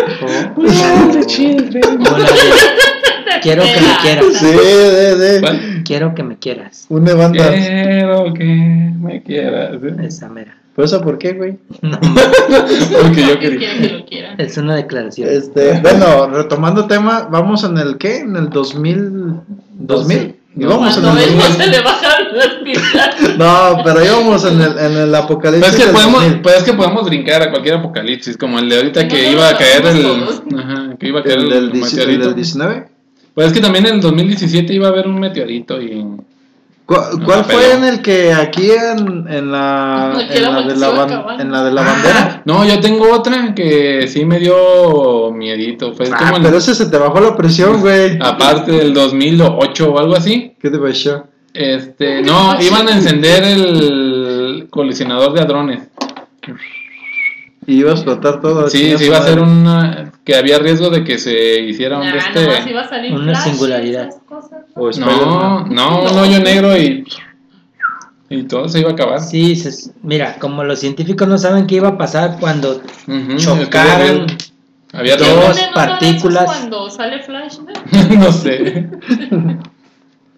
Speaker 5: O la de Quiero que me quieras.
Speaker 4: Sí, de, de.
Speaker 3: ¿Cuál?
Speaker 5: Quiero que me quieras.
Speaker 4: Una banda.
Speaker 3: Eh. Quiero que me quieras. ¿eh?
Speaker 5: Esa mera.
Speaker 4: ¿Pero eso por qué, güey?
Speaker 5: No,
Speaker 3: Porque yo
Speaker 6: Que
Speaker 3: quería.
Speaker 6: quiera que lo quiera.
Speaker 5: es una declaración.
Speaker 4: Este, bueno, retomando tema, vamos en el qué? En el 2000. ¿2000?
Speaker 3: No,
Speaker 4: Íbamos en
Speaker 6: Cuando
Speaker 4: el
Speaker 6: él
Speaker 4: 2000.
Speaker 6: se le bajaron las pilas.
Speaker 4: No, pero íbamos en el, en el apocalipsis.
Speaker 3: Pues es, que
Speaker 4: del
Speaker 3: podemos,
Speaker 4: 2000.
Speaker 3: pues es que podemos brincar a cualquier apocalipsis, como el de ahorita que
Speaker 6: No, no,
Speaker 3: iba a
Speaker 6: no,
Speaker 3: caer
Speaker 6: todos.
Speaker 3: el. Ajá, que iba a caer
Speaker 4: el
Speaker 3: el,
Speaker 4: del, dieci- el
Speaker 3: meteorito.
Speaker 4: del 19.
Speaker 3: Pues es que también en el 2017 iba a haber un meteorito y.
Speaker 4: ¿Cu-
Speaker 3: No,
Speaker 4: ¿Cuál
Speaker 3: la
Speaker 4: fue
Speaker 3: peló.
Speaker 4: en el que aquí en, en la,
Speaker 6: Aquí
Speaker 4: en,
Speaker 6: la
Speaker 4: la de la
Speaker 6: Mansión
Speaker 4: ban-
Speaker 6: Cabana.
Speaker 4: en la de la bandera?
Speaker 3: No, yo tengo otra que sí me dio miedito. Fue
Speaker 4: Ah,
Speaker 3: como Ah, en-
Speaker 4: pero ese se te bajó la presión, güey.
Speaker 3: aparte del 2008 o algo así.
Speaker 4: ¿Qué te pasó?
Speaker 3: Este, no, iban a encender el colisionador de hadrones.
Speaker 4: Y iba a explotar todo.
Speaker 3: Sí,
Speaker 4: chinga
Speaker 3: sí
Speaker 4: su
Speaker 3: iba a ser
Speaker 4: madre.
Speaker 3: una que había riesgo de que se hiciera un
Speaker 6: Nah,
Speaker 3: de
Speaker 6: nomás
Speaker 3: este.
Speaker 6: iba a salir
Speaker 5: una
Speaker 6: Flash y
Speaker 5: singularidad.
Speaker 6: esas cosas, ¿no?
Speaker 4: O
Speaker 3: No,
Speaker 4: Spider-Man.
Speaker 3: no, un hoyo negro y y todo se iba a acabar.
Speaker 5: Sí, se- mira, como los científicos no saben qué iba a pasar cuando
Speaker 3: Ujú,
Speaker 5: chocaran.
Speaker 3: estuvo bien. Había
Speaker 5: Dos.
Speaker 3: riesgo.
Speaker 6: ¿Dónde no sabrás
Speaker 5: partículas.
Speaker 6: Cuando sale Flash, ¿no?
Speaker 3: no sé.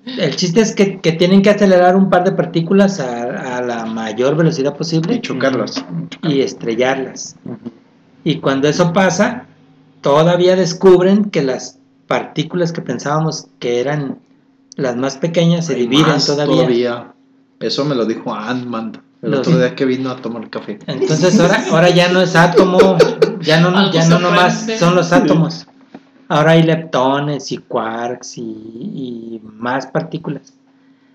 Speaker 5: El chiste es que, que tienen que acelerar un par de partículas a, a la mayor velocidad posible
Speaker 4: Y chocarlas.
Speaker 5: y estrellarlas. Y cuando eso pasa, todavía descubren que las partículas que pensábamos que eran las más pequeñas se
Speaker 4: Hay
Speaker 5: dividen
Speaker 4: más
Speaker 5: todavía.
Speaker 4: Eso me lo dijo Ant-Man el
Speaker 5: Los-
Speaker 4: otro día que vino a tomar café.
Speaker 5: Entonces ahora, ahora ya no es átomo, ya no,
Speaker 6: Algo
Speaker 5: ya no nomás
Speaker 6: sorprendente.
Speaker 5: son los átomos. Ahora hay leptones y quarks y, y más partículas.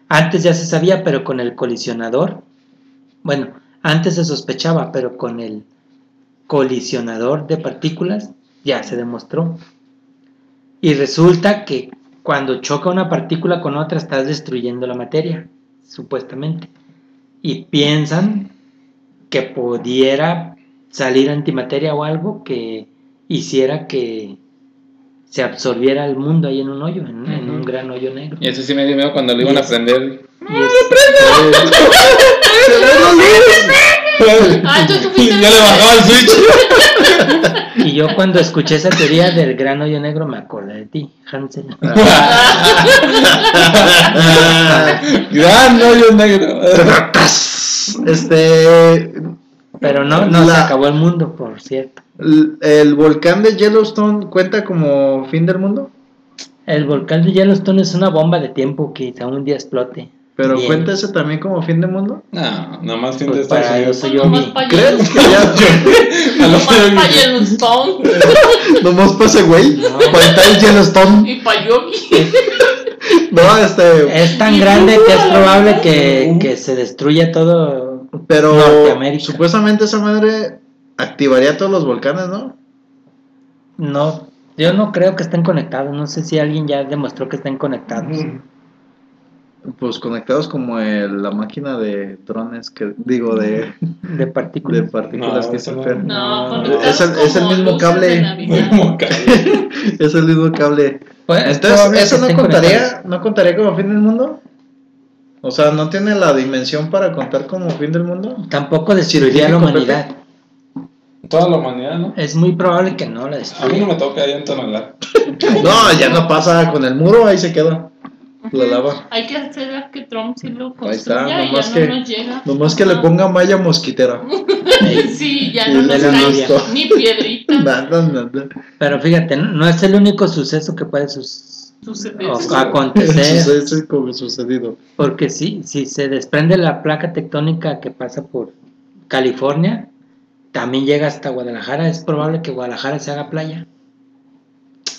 Speaker 5: Antes ya se sabía, pero con el colisionador, bueno, antes se sospechaba, pero con el colisionador de partículas ya se demostró. Y resulta que cuando choca una partícula con otra estás destruyendo la materia, supuestamente. Y piensan que pudiera salir antimateria o algo que hiciera que se absorbiera el mundo ahí en un hoyo, en, en un
Speaker 3: Ujú.
Speaker 5: gran hoyo negro.
Speaker 3: Y ese sí me dio miedo cuando lo iban a
Speaker 5: Yes.
Speaker 3: prender.
Speaker 5: Y es-
Speaker 6: Ah, entonces tú fuiste
Speaker 3: ya le bajaba el switch.
Speaker 5: Y yo cuando escuché esa teoría del gran hoyo negro me acordé de ti, Hansel.
Speaker 4: Ah.
Speaker 3: Gran hoyo negro.
Speaker 4: Este.
Speaker 5: Pero no, no se
Speaker 4: La-
Speaker 5: acabó el mundo, por cierto.
Speaker 4: l- ¿El volcán de Yellowstone cuenta como fin del mundo?
Speaker 5: El volcán de Yellowstone es una bomba de tiempo que quizá un día explote.
Speaker 4: ¿Pero
Speaker 5: Bien.
Speaker 4: cuenta ese también como fin del mundo?
Speaker 3: No, nomás fin de
Speaker 5: Pues
Speaker 3: Estados
Speaker 5: para
Speaker 3: Unidos.
Speaker 5: eso yo
Speaker 6: nomás
Speaker 5: vi.
Speaker 6: pa' allá.
Speaker 4: ¿Crees que ya.?
Speaker 3: A lo mejor-
Speaker 6: Nomás pa' Yellowstone
Speaker 4: Nomás para ese güey. Para entrar el Yellowstone.
Speaker 6: y pa' Yogi.
Speaker 4: No, este.
Speaker 5: Es tan
Speaker 6: Y
Speaker 5: grande que es
Speaker 6: Cuba,
Speaker 5: probable
Speaker 6: ¿no?
Speaker 5: que, que se destruya todo.
Speaker 4: Pero.
Speaker 5: Norteamérica.
Speaker 4: Supuestamente esa madre activaría todos los volcanes, ¿no?
Speaker 5: No, yo no creo que estén conectados. No sé si alguien ya demostró que estén conectados.
Speaker 4: Pues conectados como el- la máquina de drones que. Digo, de,
Speaker 5: De
Speaker 4: de
Speaker 5: partículas.
Speaker 4: partículas
Speaker 3: No,
Speaker 4: que
Speaker 3: eso
Speaker 4: se
Speaker 3: no.
Speaker 4: fer-
Speaker 3: Ah,
Speaker 6: No,
Speaker 5: No,
Speaker 6: conectados
Speaker 4: es el- es el
Speaker 6: como
Speaker 4: mismo
Speaker 6: luces
Speaker 4: cable.
Speaker 6: de Navidad.
Speaker 3: Como cae.
Speaker 4: Es el mismo cable.
Speaker 5: Pues, es
Speaker 4: Entonces,
Speaker 5: probable
Speaker 4: ¿eso
Speaker 5: que
Speaker 4: no
Speaker 5: estén conectados.
Speaker 4: contaría, no contaría como fin del mundo? O sea, ¿no tiene la dimensión para contar como fin del mundo?
Speaker 5: Tampoco destruiría la
Speaker 4: Científico,
Speaker 5: humanidad.
Speaker 3: Toda la humanidad, ¿no?
Speaker 5: Es muy probable que no la
Speaker 3: A mí
Speaker 5: destruya.
Speaker 3: no me toca ya entonalar.
Speaker 4: No, ya no pasa con el muro, ahí se queda. La lava.
Speaker 6: Hay que hacer a que Trump sí lo
Speaker 4: Ahí está,
Speaker 6: construya y ya
Speaker 4: nomás
Speaker 6: no
Speaker 4: que-
Speaker 6: nos llega.
Speaker 4: Nomás que le
Speaker 6: Ajá.
Speaker 4: ponga malla mosquitera.
Speaker 6: Sí, ya
Speaker 4: Y
Speaker 6: no
Speaker 4: le
Speaker 6: nos
Speaker 5: dan
Speaker 6: cae
Speaker 5: gusto.
Speaker 6: ni piedrita.
Speaker 4: Nada, nada.
Speaker 5: Pero fíjate, no- no es el único suceso que puede sus-
Speaker 6: Sucede
Speaker 5: o-
Speaker 6: eso.
Speaker 5: acontecer.
Speaker 4: Eso es como sucedido.
Speaker 5: Porque si, si se desprende la placa tectónica que pasa por California, también llega hasta Guadalajara. Es probable que Guadalajara se haga playa.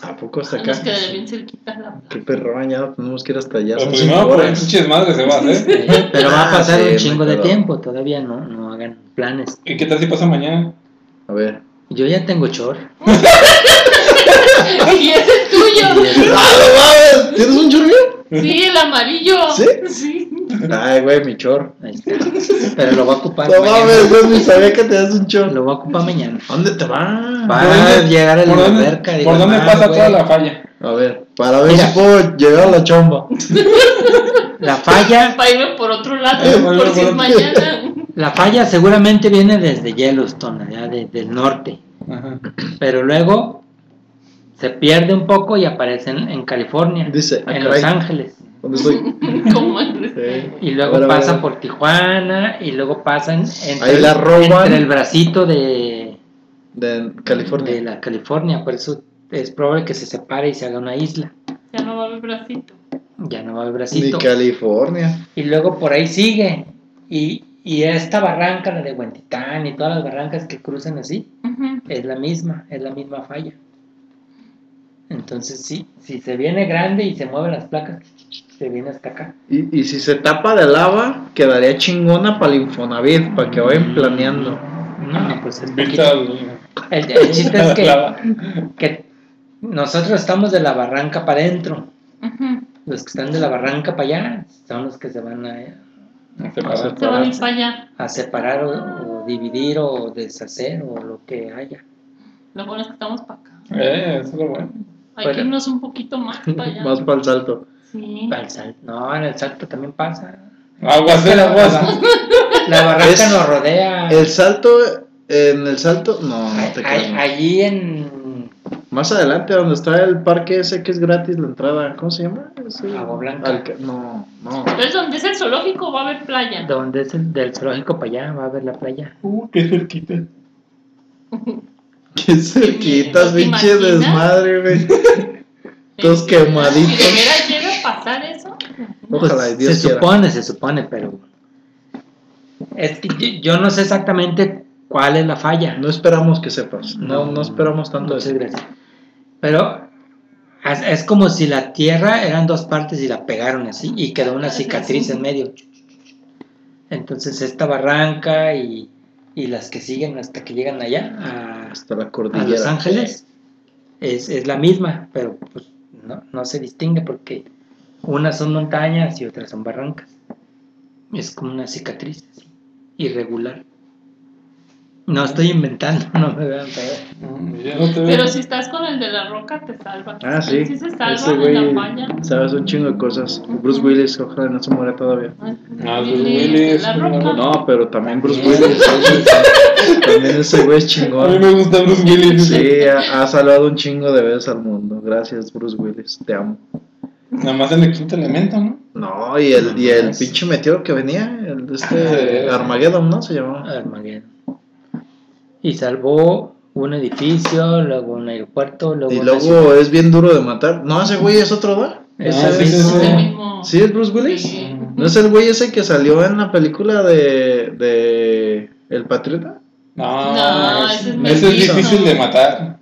Speaker 4: Ah, poco hasta acá?
Speaker 6: Nos queda bien cerquita la plaza.
Speaker 4: Qué perro, ya tenemos que ir hasta allá.
Speaker 3: Pero
Speaker 4: Son
Speaker 3: primero
Speaker 4: cinco
Speaker 3: por el
Speaker 4: horas.
Speaker 3: pinche madre se va a hacer.
Speaker 5: Eh, pero va a
Speaker 4: Ah,
Speaker 5: pasar
Speaker 4: sí,
Speaker 5: un
Speaker 4: me
Speaker 5: chingo de
Speaker 4: acuerdo.
Speaker 5: tiempo, todavía no, no hagan planes.
Speaker 3: ¿Y qué tal si pasa mañana?
Speaker 4: A ver.
Speaker 5: Yo ya tengo chor.
Speaker 6: Y ese es tuyo.
Speaker 4: ¡Ah, no mames! ¿Tienes un chorrillo?
Speaker 6: Sí, el amarillo.
Speaker 4: ¿Sí?
Speaker 6: Sí.
Speaker 4: Ay, güey, mi chor.
Speaker 5: Ahí está. Pero lo voy a ocupar.
Speaker 4: No
Speaker 5: mañana.
Speaker 4: mames, güey, ni sabía que tenías un chor.
Speaker 5: Lo voy a ocupar mañana.
Speaker 4: ¿Dónde te vas?
Speaker 5: Va a
Speaker 3: ¿Dónde-
Speaker 5: llegar el
Speaker 3: ¿Por dónde,
Speaker 5: alberca, digo,
Speaker 3: ¿por dónde
Speaker 5: ah,
Speaker 3: pasa
Speaker 5: güey.
Speaker 3: toda la falla?
Speaker 4: A ver, para ver
Speaker 5: Mira.
Speaker 4: si puedo llegar a la chamba.
Speaker 5: La falla,
Speaker 6: Para irme por otro lado,
Speaker 3: Eh, bueno,
Speaker 6: por si es
Speaker 3: bueno.
Speaker 6: mañana.
Speaker 5: la falla seguramente viene desde Yellowstone, allá de- del norte.
Speaker 3: Ajá.
Speaker 5: Pero luego se pierde un poco y aparece en, en California,
Speaker 4: Dice, ah,
Speaker 5: en
Speaker 4: caray.
Speaker 5: Los Ángeles.
Speaker 4: ¿Dónde estoy?
Speaker 6: ¿Cómo es?
Speaker 4: Sí.
Speaker 5: Y luego
Speaker 4: Ahora,
Speaker 5: pasa
Speaker 4: ahora.
Speaker 5: por Tijuana y luego pasan entre,
Speaker 4: Ahí la roban.
Speaker 5: entre el bracito de,
Speaker 4: De
Speaker 5: de
Speaker 4: California.
Speaker 5: la California. Por eso es probable que se separe y se haga una isla.
Speaker 6: Ya no va a haber bracito.
Speaker 5: Ya no va a haber
Speaker 4: Ni
Speaker 5: bracito.
Speaker 4: California.
Speaker 5: Y luego por ahí sigue. Y, y esta barranca, la de Huentitán y todas las barrancas que cruzan así,
Speaker 6: Ujú.
Speaker 5: es la misma, es la misma falla. Entonces sí, si se viene grande y se mueven las placas, se viene hasta acá.
Speaker 4: Y, y si se tapa de lava, quedaría chingona para el Infonavit, para que
Speaker 5: Mm.
Speaker 4: vayan planeando.
Speaker 5: No, pues es
Speaker 3: Invita
Speaker 5: poquito.
Speaker 3: al-
Speaker 5: El, el chiste es que,
Speaker 3: Lava.
Speaker 5: que nosotros estamos de la barranca para adentro.
Speaker 6: Ujú.
Speaker 5: Los que están de la barranca para allá son los que se van a,
Speaker 3: Separado.
Speaker 6: Se van a ir para allá.
Speaker 5: a separar o, o dividir o deshacer o lo que haya.
Speaker 6: Lo bueno es que estamos para acá.
Speaker 3: Eh, eso es lo bueno.
Speaker 6: Hay
Speaker 5: Bueno.
Speaker 6: que irnos un poquito más para allá.
Speaker 4: Más para el salto.
Speaker 6: Sí.
Speaker 5: Al sal- no, en el salto también pasa.
Speaker 3: Aguas de
Speaker 5: La,
Speaker 3: aguas.
Speaker 5: barra- la barranca
Speaker 4: Es-
Speaker 5: nos rodea.
Speaker 4: El salto, en el salto, no, no te
Speaker 5: A-
Speaker 4: creas. no.
Speaker 5: allí en
Speaker 4: Más adelante, donde está el parque ese que es gratis la entrada, ¿cómo se llama? Ese-
Speaker 5: Agua Blanca.
Speaker 4: Alca- no, no.
Speaker 6: Entonces, donde es el zoológico va a haber playa.
Speaker 5: donde es el del zoológico para allá, va a ver la playa.
Speaker 3: Uh, qué cerquita.
Speaker 4: Qué cerquitas,
Speaker 6: ¿No te
Speaker 4: pinche
Speaker 6: imaginas?
Speaker 4: desmadre, güey. Todos
Speaker 6: Sí, sí.
Speaker 4: quemaditos.
Speaker 6: Este, Si de veras llega a pasar eso,
Speaker 4: Ojalá y
Speaker 5: Pues,
Speaker 4: Dios
Speaker 5: se
Speaker 4: quiera.
Speaker 5: supone, se supone, pero es que yo, yo no sé exactamente cuál es la falla.
Speaker 4: No esperamos que sepas. No, no esperamos tanto
Speaker 5: Muchas
Speaker 4: eso.
Speaker 5: gracias. Pero es, es como si la tierra eran dos partes y la pegaron así y quedó una cicatriz en medio. Entonces esta barranca y, y las que siguen hasta que llegan allá a,
Speaker 4: Hasta la
Speaker 5: a Los
Speaker 4: cordillera.
Speaker 5: Ángeles es, es la misma, pero pues, no, no se distingue porque unas son montañas y otras son barrancas. Es como una cicatriz así, irregular. No estoy inventando, no me vean feo.
Speaker 3: Mm, ya no te veo.
Speaker 6: pero si estás con el de la roca, te salvas.
Speaker 4: Ah, sí.
Speaker 6: Sí, se
Speaker 4: Ese
Speaker 6: salvan en la falla.
Speaker 4: güey sabes un chingo de cosas. Bruce Willis, ojalá no se muera todavía.
Speaker 6: Ay,
Speaker 4: pues
Speaker 3: Ah,
Speaker 6: Willy,
Speaker 3: Bruce Willis,
Speaker 6: La
Speaker 3: no,
Speaker 6: roca.
Speaker 4: No, pero también Bruce
Speaker 5: También.
Speaker 4: Willis. también ese güey es
Speaker 3: A mí
Speaker 4: chingón.
Speaker 3: me gusta Bruce Willis.
Speaker 4: Sí, ha, ha salvado un chingo de veces al mundo. Gracias, Bruce Willis. Te amo.
Speaker 3: Nada más en el quinto elemento, ¿no?
Speaker 4: No, y el, y el pinche meteoro que venía, el de este
Speaker 3: Ah,
Speaker 4: Armageddon, ¿no? Se
Speaker 5: Ah,
Speaker 4: llamaba.
Speaker 5: Armageddon. Y salvó un edificio, luego un aeropuerto, luego
Speaker 4: Y
Speaker 5: una ciudad.
Speaker 4: luego es bien duro de matar. No, ese güey es otro, ¿no?
Speaker 5: Ese
Speaker 3: Ah, sí,
Speaker 5: es-
Speaker 3: sí,
Speaker 6: Es el
Speaker 3: sí.
Speaker 6: mismo.
Speaker 4: ¿Sí es Bruce Willis?
Speaker 6: Sí.
Speaker 4: ¿No es el güey ese que salió en la película de, de El Patriota?
Speaker 3: No,
Speaker 6: No, ese es
Speaker 3: es
Speaker 6: mellizo.
Speaker 3: difícil de matar.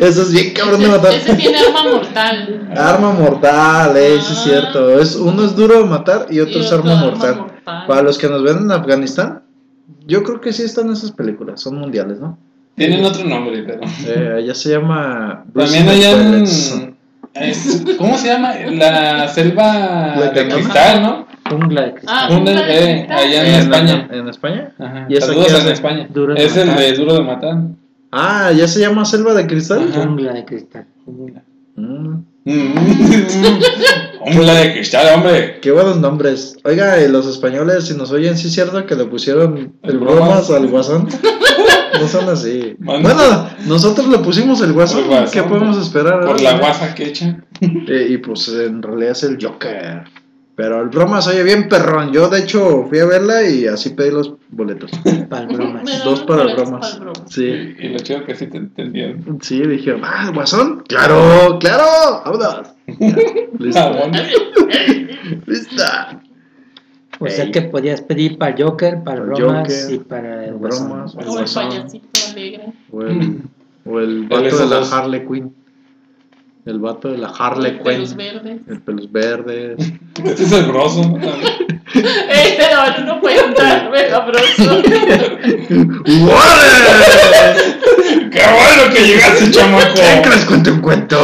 Speaker 4: Eso es bien cabrón de matar.
Speaker 6: Ese tiene arma mortal.
Speaker 4: Arma mortal, eh, sí es
Speaker 6: Ah.
Speaker 4: cierto. Es, uno es duro de matar y otro
Speaker 6: Y
Speaker 4: es
Speaker 6: otro
Speaker 4: arma
Speaker 6: arma
Speaker 4: mortal.
Speaker 6: mortal.
Speaker 4: Para los que nos ven en Afganistán, yo creo que sí están esas películas, son mundiales, ¿no?
Speaker 3: Tienen otro nombre, pero.
Speaker 4: Eh, allá se llama... Bruce
Speaker 3: También allá en.
Speaker 4: Willis.
Speaker 3: es- ¿Cómo se llama? La selva
Speaker 4: La
Speaker 3: de
Speaker 4: canoa.
Speaker 3: cristal, ¿no?
Speaker 5: Jungla de cristal.
Speaker 6: Ah,
Speaker 3: Una-
Speaker 6: jungla de
Speaker 3: eh,
Speaker 6: cristal.
Speaker 3: allá en
Speaker 4: En-
Speaker 3: España.
Speaker 4: ¿En España?
Speaker 3: Ajá.
Speaker 4: ¿Y eso
Speaker 3: Saludos
Speaker 4: qué
Speaker 3: en
Speaker 4: hace?
Speaker 3: España.
Speaker 5: Duro de
Speaker 3: es el
Speaker 5: matar.
Speaker 3: de Duro de Matar.
Speaker 4: Ah, ¿ya se llama Selva de Cristal?
Speaker 3: Ajá.
Speaker 5: Jungla de cristal.
Speaker 4: Mm,
Speaker 3: Mm. la de cristal, hombre.
Speaker 4: qué buenos nombres. Oiga, y los españoles, si nos oyen, sí es cierto que le pusieron el
Speaker 3: El
Speaker 4: bromas
Speaker 3: bromas.
Speaker 4: al guasón. No son así.
Speaker 3: Mano.
Speaker 4: Bueno, nosotros le pusimos el guasón.
Speaker 3: El guasón,
Speaker 4: ¿Qué podemos esperar?
Speaker 3: Por
Speaker 4: verdad?
Speaker 3: la guasa que echa.
Speaker 4: Eh, y pues en realidad es el Joker. Pero el bromas oye bien perrón. Yo de hecho fui a verla y así pedí los boletos.
Speaker 5: Pal
Speaker 6: Me
Speaker 5: bromas.
Speaker 6: da
Speaker 4: Dos
Speaker 6: un
Speaker 4: para
Speaker 6: boleto
Speaker 4: bromas.
Speaker 6: pa'l bromas.
Speaker 4: Sí.
Speaker 3: Y, y lo chido que sí te entendieron.
Speaker 4: Sí, dije, ah, guasón. Claro, claro. Vámonos.
Speaker 3: Ah,
Speaker 4: Listo.
Speaker 3: bueno.
Speaker 4: Lista.
Speaker 5: O sea
Speaker 4: Ey.
Speaker 5: que podías pedir para Joker, para
Speaker 4: Pa'l
Speaker 5: bromas
Speaker 4: Joker,
Speaker 5: y para el
Speaker 4: pa'l
Speaker 5: Guasón.
Speaker 4: bromas.
Speaker 6: O el
Speaker 4: Guasón.
Speaker 6: payasito alegre.
Speaker 4: O el, o el
Speaker 3: El
Speaker 4: vato de la
Speaker 3: esos dos.
Speaker 4: Harley Quinn. El vato de la Harley
Speaker 6: Pelus
Speaker 4: Quinn.
Speaker 6: verdes.
Speaker 4: El pelus verdes.
Speaker 3: Este es el grosso. ¿no?
Speaker 6: Ey, pero Este, no puede entrar, cabroso.
Speaker 4: ¡Órale!
Speaker 3: ¡Qué bueno que llegaste,
Speaker 4: ¿Quién que
Speaker 3: chamaco!
Speaker 4: les cuente un cuento?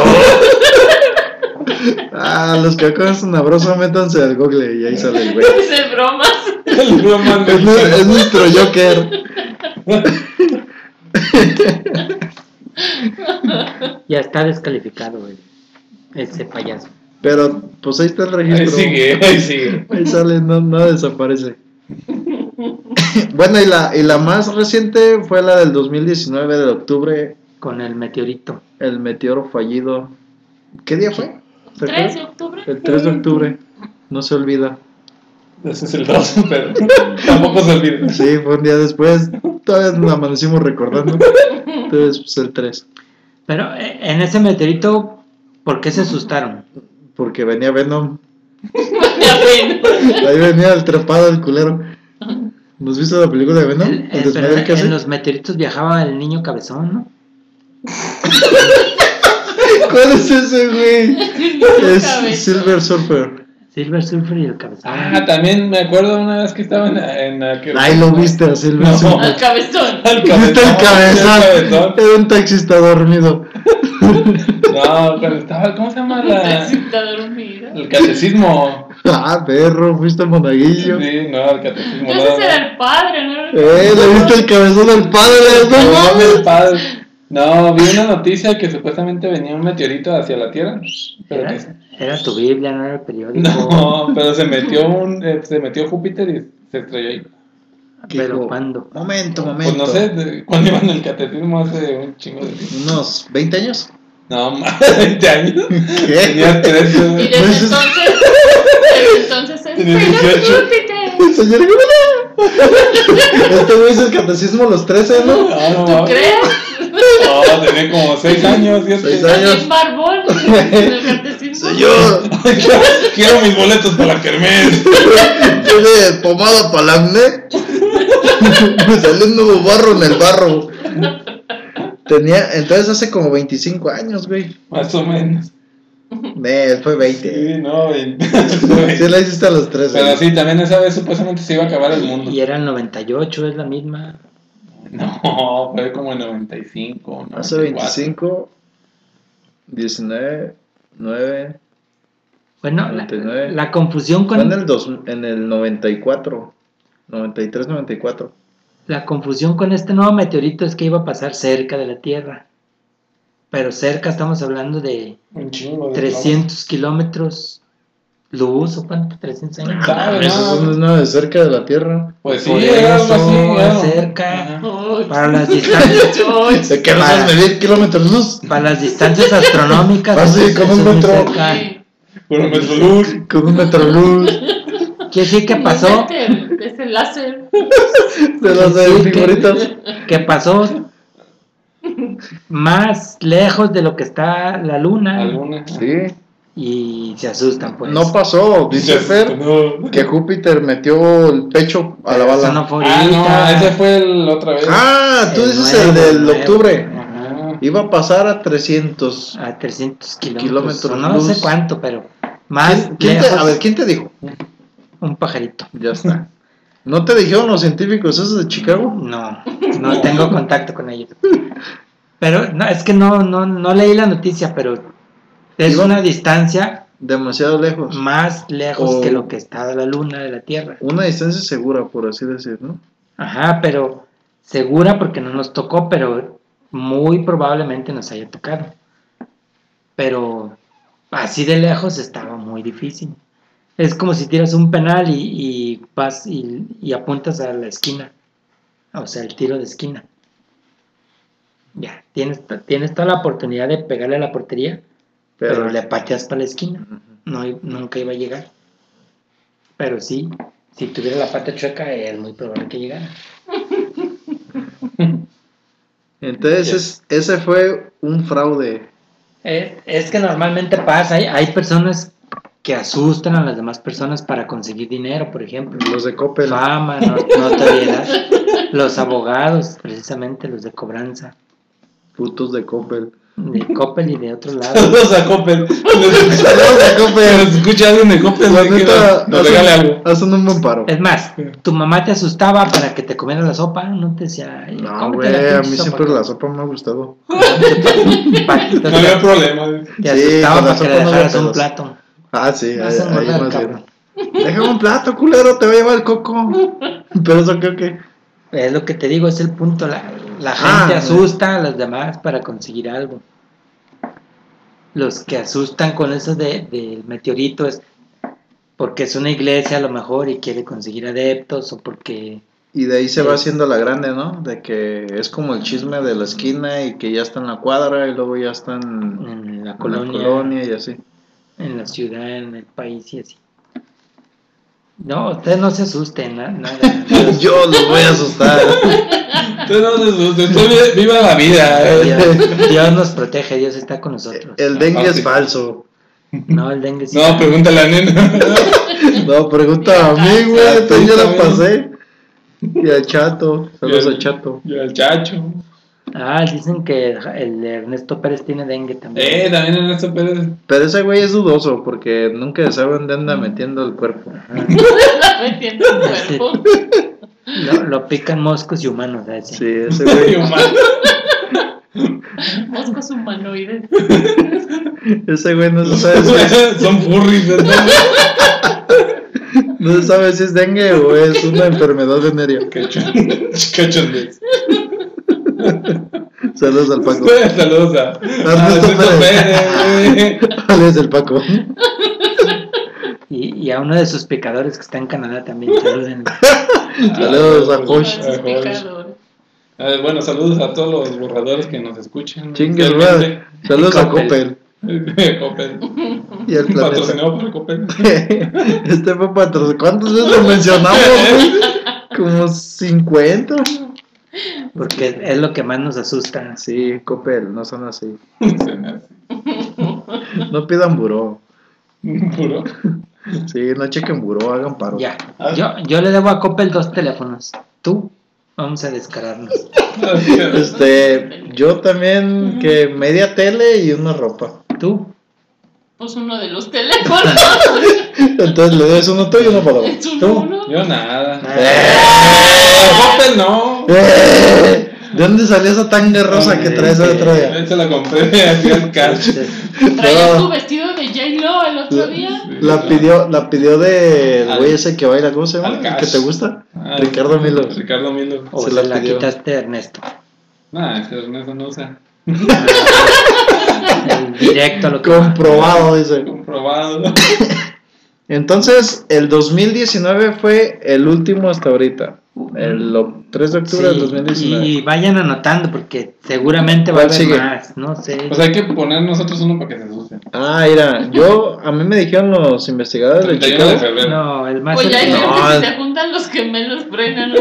Speaker 4: Ah, los que conocen a Broso, métanse al Google y ahí sale el güey.
Speaker 6: Es el bromas.
Speaker 3: El broma
Speaker 4: Es, nu- es nuestro Joker.
Speaker 5: Ya está descalificado el, ese payaso.
Speaker 4: Pero, pues ahí está el registro.
Speaker 3: Ahí sigue, ahí sigue.
Speaker 4: Ahí sale, no, no desaparece. bueno, y la, y la más reciente fue la del 2019 de octubre,
Speaker 5: Con el meteorito.
Speaker 4: el meteoro fallido. ¿Qué día fue? ¿Te
Speaker 6: 3
Speaker 4: acuerdas?
Speaker 6: de octubre.
Speaker 4: El 3 de octubre, no se olvida.
Speaker 3: Ese es el 2, pero tampoco se olvida.
Speaker 4: Sí, fue un día después, todavía nos amanecimos recordando. Entonces, pues el 3,
Speaker 5: Pero eh, en ese meteorito, ¿por qué se asustaron?
Speaker 4: porque venía Venom.
Speaker 6: Ya ven.
Speaker 4: Ahí venía el trepado el culero. ¿Nos viste la película de Venom?
Speaker 5: El-
Speaker 4: El
Speaker 5: el- pero
Speaker 4: desmadre que hace.
Speaker 5: Eh, en los meteoritos viajaba el niño cabezón, ¿no?
Speaker 4: ¿Cuál es ese, güey?
Speaker 6: Cabeza.
Speaker 4: Es Silver Surfer.
Speaker 5: Silver Surfer y el cabezón.
Speaker 3: Ah, también me acuerdo una vez que estaba en, en aquel-
Speaker 4: Ahí lo viste a Silver
Speaker 3: No.
Speaker 4: Surfer.
Speaker 6: Al cabezón.
Speaker 3: Al
Speaker 4: ¿Viste el cabezón?
Speaker 3: el cabezón.
Speaker 4: Era un taxista dormido.
Speaker 3: No, cuando estaba, ¿cómo se llama la,
Speaker 6: Necesita dormir.
Speaker 3: el catecismo?
Speaker 4: Ah, perro, fuiste monaguillo.
Speaker 3: Sí, no, el catecismo.
Speaker 6: Entonces
Speaker 3: no,
Speaker 6: era el padre, ¿no?
Speaker 4: Eh, le viste el cabezón al padre, no Pues
Speaker 3: No,
Speaker 4: mames.
Speaker 3: mi padre. No, vi una noticia que supuestamente venía un meteorito hacia la Tierra. Pero
Speaker 5: era,
Speaker 3: que-
Speaker 5: era tu Biblia, no era el periódico.
Speaker 3: no, pero se metió un, eh, se metió Júpiter y se estrelló ahí.
Speaker 5: Pero ¿cuándo?
Speaker 4: Momento,
Speaker 3: Pues no sé, de- ¿cuándo iban el catecismo hace un chingo de tiempo?
Speaker 4: Unos 20 años.
Speaker 3: No, más de 20 años.
Speaker 4: ¿Qué?
Speaker 3: Tenía 13.
Speaker 6: Y
Speaker 3: güey.
Speaker 6: desde
Speaker 4: Pues es-
Speaker 6: entonces. Desde entonces es.
Speaker 3: Tenía
Speaker 6: Pero
Speaker 3: 18.
Speaker 6: Júpiter.
Speaker 4: Señor Este güey es el catecismo a los 13, ¿no?
Speaker 3: No, no,
Speaker 6: ¿Tú
Speaker 3: mames.
Speaker 6: crees?
Speaker 3: No, tenía como 6 años, 10
Speaker 4: Seis años.
Speaker 6: También barbón. En el catecismo.
Speaker 4: Señor,
Speaker 3: Quiero mis boletos para Kermés.
Speaker 4: tiene pomada para el acné. Me salió un nuevo barro en el barro. Tenía, entonces hace como 25 años, güey.
Speaker 3: Más o menos.
Speaker 4: Eh, fue 20.
Speaker 3: Sí, no, y-
Speaker 4: Sí, la hiciste a los 13.
Speaker 3: Pero sí, también esa vez supuestamente se iba a acabar el mundo.
Speaker 5: Y era el 98, es la misma.
Speaker 3: No, fue como en 95. No
Speaker 4: Hace 25, 19, 9.
Speaker 5: Bueno, la,
Speaker 4: 99.
Speaker 5: la confusión
Speaker 4: Fue en
Speaker 5: con
Speaker 4: el, dos, en el 94. 93, 94.
Speaker 5: la confusión con este nuevo meteorito es que iba a pasar cerca de la Tierra. Pero cerca estamos hablando de
Speaker 3: Un
Speaker 4: Pues,
Speaker 3: chingo. De
Speaker 5: 300 kilómetros luz o cuánto, 300 años.
Speaker 3: Ah,
Speaker 4: Ah,
Speaker 3: ¿verdad?
Speaker 4: eso es una de cerca de la Tierra.
Speaker 3: Pues sí,
Speaker 5: Por
Speaker 3: era algo
Speaker 5: eso,
Speaker 3: así. era-
Speaker 5: cerca.
Speaker 3: Ajá.
Speaker 6: Ay,
Speaker 5: Para las distancias,
Speaker 4: ¿De qué
Speaker 5: Para-
Speaker 4: vas a medir kilómetros luz?
Speaker 5: para las distancias astronómicas.
Speaker 4: Ah, sí,
Speaker 5: eso es-
Speaker 4: con un
Speaker 5: eso es muy
Speaker 4: metro.
Speaker 5: cerca.
Speaker 6: sí.
Speaker 3: Puro metro luz.
Speaker 4: Con un metro luz.
Speaker 5: Quiere decir que pasó,
Speaker 6: Imagínate el- Ese láser.
Speaker 4: De las de
Speaker 5: Sí, que-
Speaker 4: figuritas.
Speaker 5: que pasó más lejos de lo que está la luna
Speaker 3: Alguna.
Speaker 4: Sí.
Speaker 5: y se asustan pues. por
Speaker 4: No pues.
Speaker 5: eso.
Speaker 4: pasó. Dice Fer
Speaker 3: No.
Speaker 4: que Júpiter metió el pecho a la
Speaker 5: Eso no
Speaker 4: bala.
Speaker 5: fue
Speaker 3: Ah, no,
Speaker 5: ahorita.
Speaker 3: ese fue el otra vez.
Speaker 4: Ah, tú
Speaker 5: El
Speaker 4: dices
Speaker 5: nuevo,
Speaker 4: el del
Speaker 5: nuevo.
Speaker 4: octubre.
Speaker 3: Ajá.
Speaker 4: Iba a pasar a 300.
Speaker 5: a 300 kilómetros,
Speaker 4: Kilómetros
Speaker 5: o no sé
Speaker 4: luz.
Speaker 5: cuánto, pero más
Speaker 4: ¿Quién- quién te-
Speaker 5: Ah, lejos,
Speaker 4: a ver, ¿quién te dijo?
Speaker 5: un pajarito.
Speaker 4: Ya está. ¿No te dijeron los científicos esos de Chicago?
Speaker 5: No, no tengo contacto con ellos. Pero no, es que no, no, no leí la noticia, pero es
Speaker 4: Iba-
Speaker 5: una distancia
Speaker 4: Demasiado lejos.
Speaker 5: más lejos
Speaker 4: O-
Speaker 5: que lo que está de la luna de la Tierra.
Speaker 4: Una distancia segura, por así decir, ¿no?
Speaker 5: Ajá, pero segura porque no nos tocó, pero muy probablemente nos haya tocado. Pero así de lejos estaba muy difícil. Es como si tiras un penal y, y vas y, y apuntas a la esquina, o sea, el tiro de esquina. Ya, tienes, to- tienes toda la oportunidad de pegarle a la portería, pero, le pateas para la esquina. No, i- nunca iba a llegar. Pero sí, si tuviera la pata chueca, es muy probable que llegara.
Speaker 4: Entonces, es- ese fue un fraude.
Speaker 5: Es, Eh, es que normalmente pasa, hay, hay personas que asustan a las demás personas para conseguir dinero, por ejemplo.
Speaker 4: Los de Coppel.
Speaker 5: Fama, no- notoriedad. los abogados, precisamente los de cobranza.
Speaker 4: Putos de Coppel.
Speaker 5: De Coppel y de otro lado.
Speaker 2: Saludos a Coppel.
Speaker 4: Saludos a Coppel.
Speaker 3: Pero escucha alguien de Coppel,
Speaker 4: La
Speaker 3: así que
Speaker 4: neta,
Speaker 3: nos- nos
Speaker 4: hacen-
Speaker 3: regale algo.
Speaker 4: Hacen un buen paro.
Speaker 5: Es más, tu mamá te asustaba para que te comieras la sopa, no te decía. "Ay,
Speaker 4: No,
Speaker 5: cómete
Speaker 4: güey,
Speaker 5: la
Speaker 4: a
Speaker 5: pinche
Speaker 4: mí
Speaker 5: sopa".
Speaker 4: siempre la sopa me ha gustado.
Speaker 5: Pa-
Speaker 2: No
Speaker 5: entonces
Speaker 2: había problema.
Speaker 5: Te
Speaker 4: Sí,
Speaker 5: asustaba
Speaker 4: con la
Speaker 5: para que
Speaker 4: sopa
Speaker 5: le
Speaker 4: no
Speaker 5: dejaras
Speaker 4: había
Speaker 5: un
Speaker 4: pedos.
Speaker 5: plato.
Speaker 4: Ah, sí,
Speaker 5: No
Speaker 4: ahí,
Speaker 5: se
Speaker 4: ahí
Speaker 5: engorda el
Speaker 4: más bien.
Speaker 5: cabrón.
Speaker 4: Deja un plato, culero, te va a llevar el coco. Pero eso creo que.
Speaker 5: Es lo que te digo, es el punto. La, la
Speaker 4: Ah,
Speaker 5: gente
Speaker 4: güey.
Speaker 5: asusta a las demás para conseguir algo. Los que asustan con eso de- del meteorito es porque es una iglesia a lo mejor y quiere conseguir adeptos o porque...
Speaker 4: Y de ahí se va
Speaker 5: Sí.
Speaker 4: haciendo la grande, ¿no? De que es como el chisme de la esquina y que ya está en la cuadra y luego ya está en,
Speaker 5: en la
Speaker 4: en
Speaker 5: colonia,
Speaker 4: la colonia y así.
Speaker 5: en la ciudad, en el país y así. No, ustedes no se asusten, na- nada.
Speaker 4: Yo los voy a asustar.
Speaker 2: Tú no te asustes, tú vi- viva la vida. eh.
Speaker 5: Dios, Dios nos protege, Dios está con nosotros.
Speaker 4: El dengue
Speaker 2: Ah,
Speaker 4: es
Speaker 2: sí.
Speaker 4: falso.
Speaker 5: No, el dengue sí.
Speaker 2: No, pregúntale a Nena.
Speaker 4: No, pregunta a mí, güey. entonces yo la
Speaker 2: Está
Speaker 4: pasé. Y a Chato. Saludos a Chato.
Speaker 2: Y al Chacho.
Speaker 5: Ah, dicen que el Ernesto Pérez tiene dengue también.
Speaker 2: Eh, también en este Pérez.
Speaker 4: Pero ese güey es dudoso porque nunca se sabe dónde
Speaker 5: Mm.
Speaker 4: anda metiendo el cuerpo.
Speaker 6: Metiendo el cuerpo.
Speaker 5: Lo, lo pican moscos y humanos, ¿sabes?
Speaker 4: Sí, ese
Speaker 2: Y
Speaker 4: güey,
Speaker 2: humano.
Speaker 6: Moscos humanoides.
Speaker 4: ese güey no se sabe si es,
Speaker 2: Son furries. ¿no?
Speaker 4: no se sabe si es dengue o es una enfermedad venérea.
Speaker 2: Qué chon- qué chondes.
Speaker 4: Saludos al Paco.
Speaker 2: Saludos a a eh, Ernesto
Speaker 4: Ernesto
Speaker 2: Pérez.
Speaker 4: Saludos al Paco.
Speaker 5: Y, y a uno de sus pecadores que está en Canadá también, salúdenlo.
Speaker 4: Saludos a
Speaker 6: Con
Speaker 4: Josh.
Speaker 6: sus
Speaker 2: Ah, Josh.
Speaker 6: pecadores.
Speaker 2: Eh, bueno, saludos a todos los borradores que nos escuchan.
Speaker 4: Chingue su madre.
Speaker 2: Realmente, eh,
Speaker 4: Saludos a Coppel
Speaker 5: Coppel.
Speaker 2: Coppel.
Speaker 4: y al planeta.
Speaker 2: Patrocinado por Coppel.
Speaker 4: Este fue patrocinado. ¿Cuántas veces lo mencionamos? güey? Como 50.
Speaker 5: Porque es, es lo que más nos asusta.
Speaker 4: Sí, Coppel, no son así.
Speaker 2: Se me hace
Speaker 4: No pidan buró.
Speaker 2: Puro.
Speaker 4: Sí, no chequen buró, hagan paro.
Speaker 5: Ya, yo, yo le debo a Coppel dos teléfonos. Tú, vamos a descararnos.
Speaker 2: Ah,
Speaker 4: Este, yo también que media tele y una ropa.
Speaker 5: Tú,
Speaker 6: Pues uno de los teléfonos.
Speaker 4: Entonces le doy uno tuyo y uno para vos.
Speaker 6: Es un
Speaker 5: Tú.
Speaker 6: uno.
Speaker 2: Yo nada.
Speaker 5: Ah,
Speaker 4: ¡Eh!
Speaker 2: Coppel no.
Speaker 4: ¡Eh! ¿De dónde salió esa tanga rosa que traes el otro día?
Speaker 2: Se la compré así al cash.
Speaker 6: Traía
Speaker 4: No.
Speaker 6: su vestido de J-Lo el otro día.
Speaker 4: La pidió, la pidió del
Speaker 2: Al-
Speaker 4: güey ese que baila, ¿cómo se llama?
Speaker 2: al
Speaker 4: ¿El que
Speaker 2: Cash.
Speaker 4: te gusta?
Speaker 2: Ah,
Speaker 4: Ricardo Milo.
Speaker 2: Ricardo Milo.
Speaker 5: o
Speaker 4: Se
Speaker 5: se,
Speaker 4: la
Speaker 5: la
Speaker 4: pidió.
Speaker 5: quitaste a Ernesto.
Speaker 2: Nah, ese Ernesto no usa.
Speaker 5: El directo a lo que va.
Speaker 4: Comprobado, dice.
Speaker 2: Comprobado.
Speaker 4: Entonces, el 2019 fue el último hasta ahorita. El o- 3 de octubre del
Speaker 5: Sí,
Speaker 4: 2019.
Speaker 5: Y vayan anotando porque seguramente va a
Speaker 4: ¿Cuál
Speaker 5: haber
Speaker 4: sigue?
Speaker 5: más, no sé.
Speaker 2: Pues hay que poner nosotros uno para que se asusten.
Speaker 4: Ah, mira, yo, a mí me dijeron los investigadores de
Speaker 2: 31 de
Speaker 4: Chicago,
Speaker 2: febrero.
Speaker 5: no, el más
Speaker 6: Pues ya hay
Speaker 5: cercano.
Speaker 4: no.
Speaker 6: que si se juntan los gemelos frenan.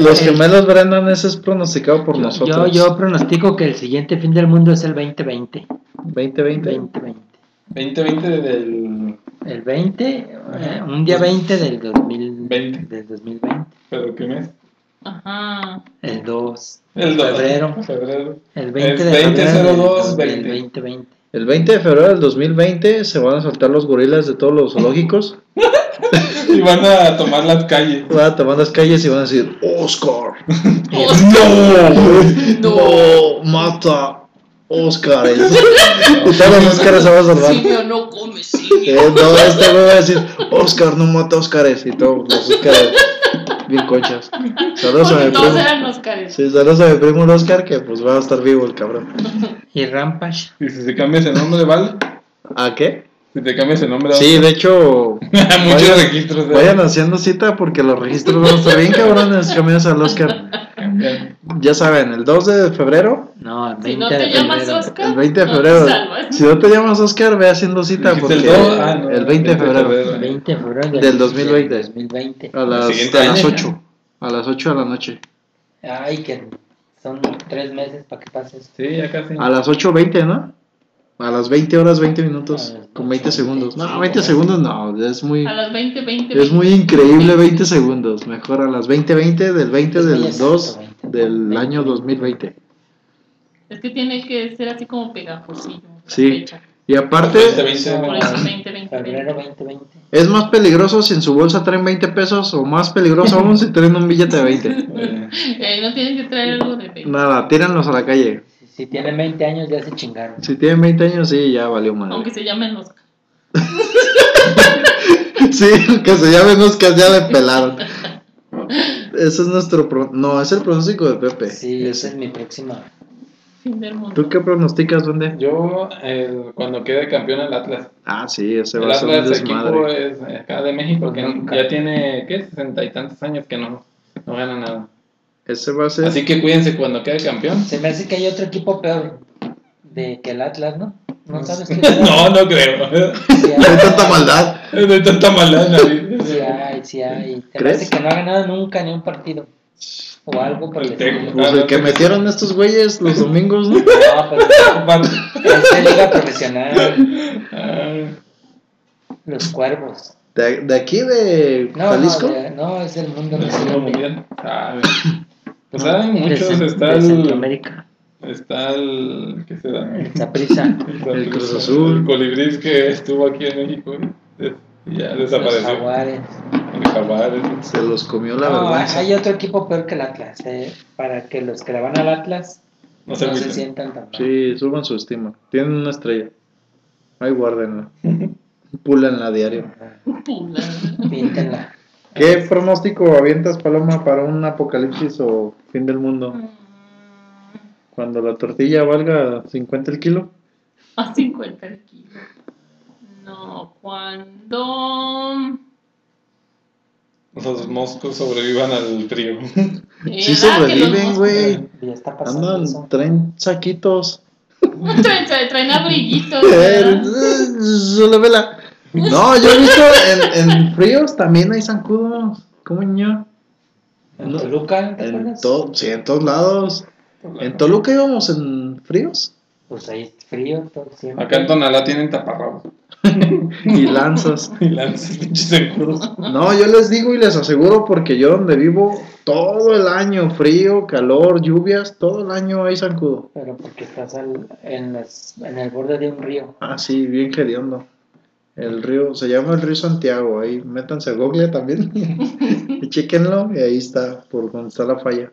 Speaker 4: los gemelos Brennan, ese es pronosticado por
Speaker 5: Yo,
Speaker 4: nosotros.
Speaker 5: yo pronostico que el siguiente fin del mundo es el 2020.
Speaker 4: 2020.
Speaker 5: 2020.
Speaker 2: 2020 del.
Speaker 5: El 20, eh, un día 20 del, 2000,
Speaker 2: 20.
Speaker 5: del 2020.
Speaker 2: ¿Pero qué mes?
Speaker 6: Ajá.
Speaker 5: El 2.
Speaker 2: El
Speaker 5: de
Speaker 2: 2.
Speaker 5: febrero.
Speaker 2: Febrero.
Speaker 5: El 20
Speaker 2: Es
Speaker 5: de febrero
Speaker 2: 20,
Speaker 5: del- del
Speaker 2: 20.
Speaker 5: 2020.
Speaker 4: El 20 de febrero del 2020 se van a soltar los gorilas de todos los zoológicos.
Speaker 2: Y van a tomar las calles.
Speaker 4: Van a tomar las calles y van a decir, Oscar. No,
Speaker 6: Pues, No.
Speaker 4: mata Óscares. Y todos los Óscares se van a salvar.
Speaker 6: Simio no come simio.
Speaker 4: Eh, no, este güey va a decir, Óscar no mata Óscares. Y todos los Óscares bien conchas. Saludos a
Speaker 6: Porque
Speaker 4: mi
Speaker 6: todos
Speaker 4: primo.
Speaker 6: eran Óscares.
Speaker 4: Sí, saludos a mi primo el Óscar, que pues va a estar vivo el cabrón.
Speaker 5: Y Rampage.
Speaker 2: Y si se cambias el nombre, ¿vale?
Speaker 4: ¿A qué?
Speaker 2: Si te cambias el nombre,
Speaker 4: Sí, de hecho,
Speaker 2: Muchos
Speaker 4: Vayan-
Speaker 2: registros. de-
Speaker 4: vayan haciendo cita porque los registros van a estar bien cabrones cambiados al Óscar. Ya saben, el 2 de febrero,
Speaker 5: No, el 20
Speaker 6: Si no
Speaker 5: de
Speaker 6: te llamas
Speaker 5: febrero.
Speaker 6: Oscar.
Speaker 4: el 20 de
Speaker 6: no te
Speaker 4: febrero.
Speaker 6: salvas.
Speaker 4: Si no te llamas Óscar, ve haciendo cita
Speaker 2: Dijiste
Speaker 4: porque
Speaker 2: el 2, ah, no,
Speaker 4: el 20 de febrero.
Speaker 5: El 20 de febrero
Speaker 4: Del 2020.
Speaker 5: 2020.
Speaker 4: A las,
Speaker 2: siguiente
Speaker 4: a
Speaker 2: año
Speaker 4: las
Speaker 2: ya.
Speaker 4: 8. A las 8 de la noche.
Speaker 5: Ay, que son tres meses para que pases.
Speaker 2: Sí, ya casi.
Speaker 4: A las 8.20, ¿no? A las 20 horas, 20 minutos. Con 20 segundos. No, 20 segundos no. Es muy,
Speaker 6: A las 20, 20.
Speaker 4: es muy increíble 20 segundos. Mejor a las 20.20 del 20
Speaker 5: Es muy
Speaker 4: del
Speaker 5: exacto,
Speaker 4: 2
Speaker 5: 20.
Speaker 4: del año 2020.
Speaker 6: Es que tiene que ser así como pegajosillo. la
Speaker 4: Sí.
Speaker 6: fecha.
Speaker 4: Y aparte,
Speaker 2: Veinte, veinte,
Speaker 6: Por eso 20, 20, 20.
Speaker 5: Febrero 2020.
Speaker 4: es más peligroso si en su bolsa traen 20 pesos o más peligroso aún si traen un billete de 20.
Speaker 2: Eh,
Speaker 6: Eh, no tienen que traer algo de 20.
Speaker 4: Nada, tíranlos a la calle.
Speaker 5: Si, si tienen 20 años ya se chingaron.
Speaker 4: Si tienen 20 años, sí, ya valió
Speaker 6: Aunque
Speaker 4: madre.
Speaker 6: se llamen Oscar.
Speaker 4: Sí, que se llamen Oscar, ya le pelaron. Ese es nuestro. pro- No, es el pronóstico de Pepe.
Speaker 5: Sí, esa es
Speaker 4: Ese.
Speaker 5: mi próxima.
Speaker 6: Fin del mundo.
Speaker 4: ¿Tú qué pronosticas, Duende?
Speaker 2: yo, eh, cuando quede campeón el Atlas.
Speaker 4: Ah, sí, ese
Speaker 2: El
Speaker 4: va a ser un
Speaker 2: Atlas, equipo
Speaker 4: desmadre.
Speaker 2: es eh, acá de México, que
Speaker 5: Nunca.
Speaker 2: ya tiene, ¿qué? Sesenta y tantos años que no, no gana nada.
Speaker 4: Ese va a ser.
Speaker 2: Así que cuídense cuando quede campeón.
Speaker 5: Se me hace que hay otro equipo peor de que el Atlas, ¿no? No sabes qué.
Speaker 2: No, no creo.
Speaker 5: Sí
Speaker 4: No hay
Speaker 5: hay,
Speaker 4: tanta maldad.
Speaker 2: No hay tanta maldad en la vida.
Speaker 5: sí hay, sí hay. Se me
Speaker 4: ¿Crees?
Speaker 5: hace que no ha ganado nunca ni un partido. O algo por el
Speaker 2: Mm, El Tejo.
Speaker 5: estilo.
Speaker 4: Pues el que metieron estos güeyes los domingos, ¿no?
Speaker 5: No, pero es de liga profesional.
Speaker 2: Ah,
Speaker 5: Los cuervos.
Speaker 4: De, de aquí, de
Speaker 5: No,
Speaker 4: Jalisco.
Speaker 5: No, de- no, es del mundo.
Speaker 2: el
Speaker 5: No sé
Speaker 2: mundo
Speaker 5: dónde.
Speaker 2: mundial. Sabe. Pues saben muchos,
Speaker 5: de,
Speaker 2: está
Speaker 5: de
Speaker 2: el,
Speaker 5: Centroamérica.
Speaker 2: está el, ¿qué se da?
Speaker 5: Zaprisa.
Speaker 2: El
Speaker 4: Cruz Azul.
Speaker 2: El colibrís que estuvo aquí en México eh, y ya
Speaker 5: Los
Speaker 2: desapareció.
Speaker 5: jaguares.
Speaker 2: El jaguar. ese.
Speaker 4: Se los comió la
Speaker 5: No,
Speaker 4: vergüenza.
Speaker 5: hay otro equipo peor que el Atlas. eh, Para que los que le van al Atlas
Speaker 2: No
Speaker 5: no
Speaker 2: se
Speaker 5: se,
Speaker 2: agüiten.
Speaker 5: sientan tan mal.
Speaker 4: Sí, suban su estima. Tienen una estrella. Ahí guárdenla. Púlenla a diario.
Speaker 6: Pula.
Speaker 5: Píntenla.
Speaker 4: ¿Qué pronóstico avientas, Paloma, para un apocalipsis o fin del mundo? Cuando la tortilla valga 50 el kilo.
Speaker 6: A 50 el kilo. No, cuando.
Speaker 2: Los moscos sobrevivan al frío.
Speaker 6: Eh,
Speaker 4: Sí
Speaker 6: ah, que
Speaker 4: sobreviven,
Speaker 6: los
Speaker 4: güey.
Speaker 5: Ya está pasando
Speaker 4: Andan,
Speaker 5: eso.
Speaker 4: traen saquitos.
Speaker 6: moscos- Traen, traen abrillitos.
Speaker 4: Eh,
Speaker 6: ¿verdad?
Speaker 4: Solo vela. No, yo he visto en, en fríos también hay zancudos. ¿Cómo ño?
Speaker 5: En
Speaker 4: No,
Speaker 5: Toluca, ¿te
Speaker 4: En,
Speaker 5: acuerdas?
Speaker 4: to- sí, en todos lados. En Toluca íbamos en fríos
Speaker 5: Pues ahí es frío todo siempre.
Speaker 2: Acá en Tonalá tienen taparrabos
Speaker 4: y lanzas.
Speaker 2: y lanzas pinches escudos.
Speaker 4: No, yo les digo y les aseguro porque yo donde vivo todo el año, frío, calor, lluvias, todo el año hay zancudo.
Speaker 5: Pero porque estás al- en, las, en el borde de un río.
Speaker 4: Ah, sí, bien hediondo. El río, se llama el río Santiago, ahí métanse a Google también y chequenlo y ahí está, por donde está la falla.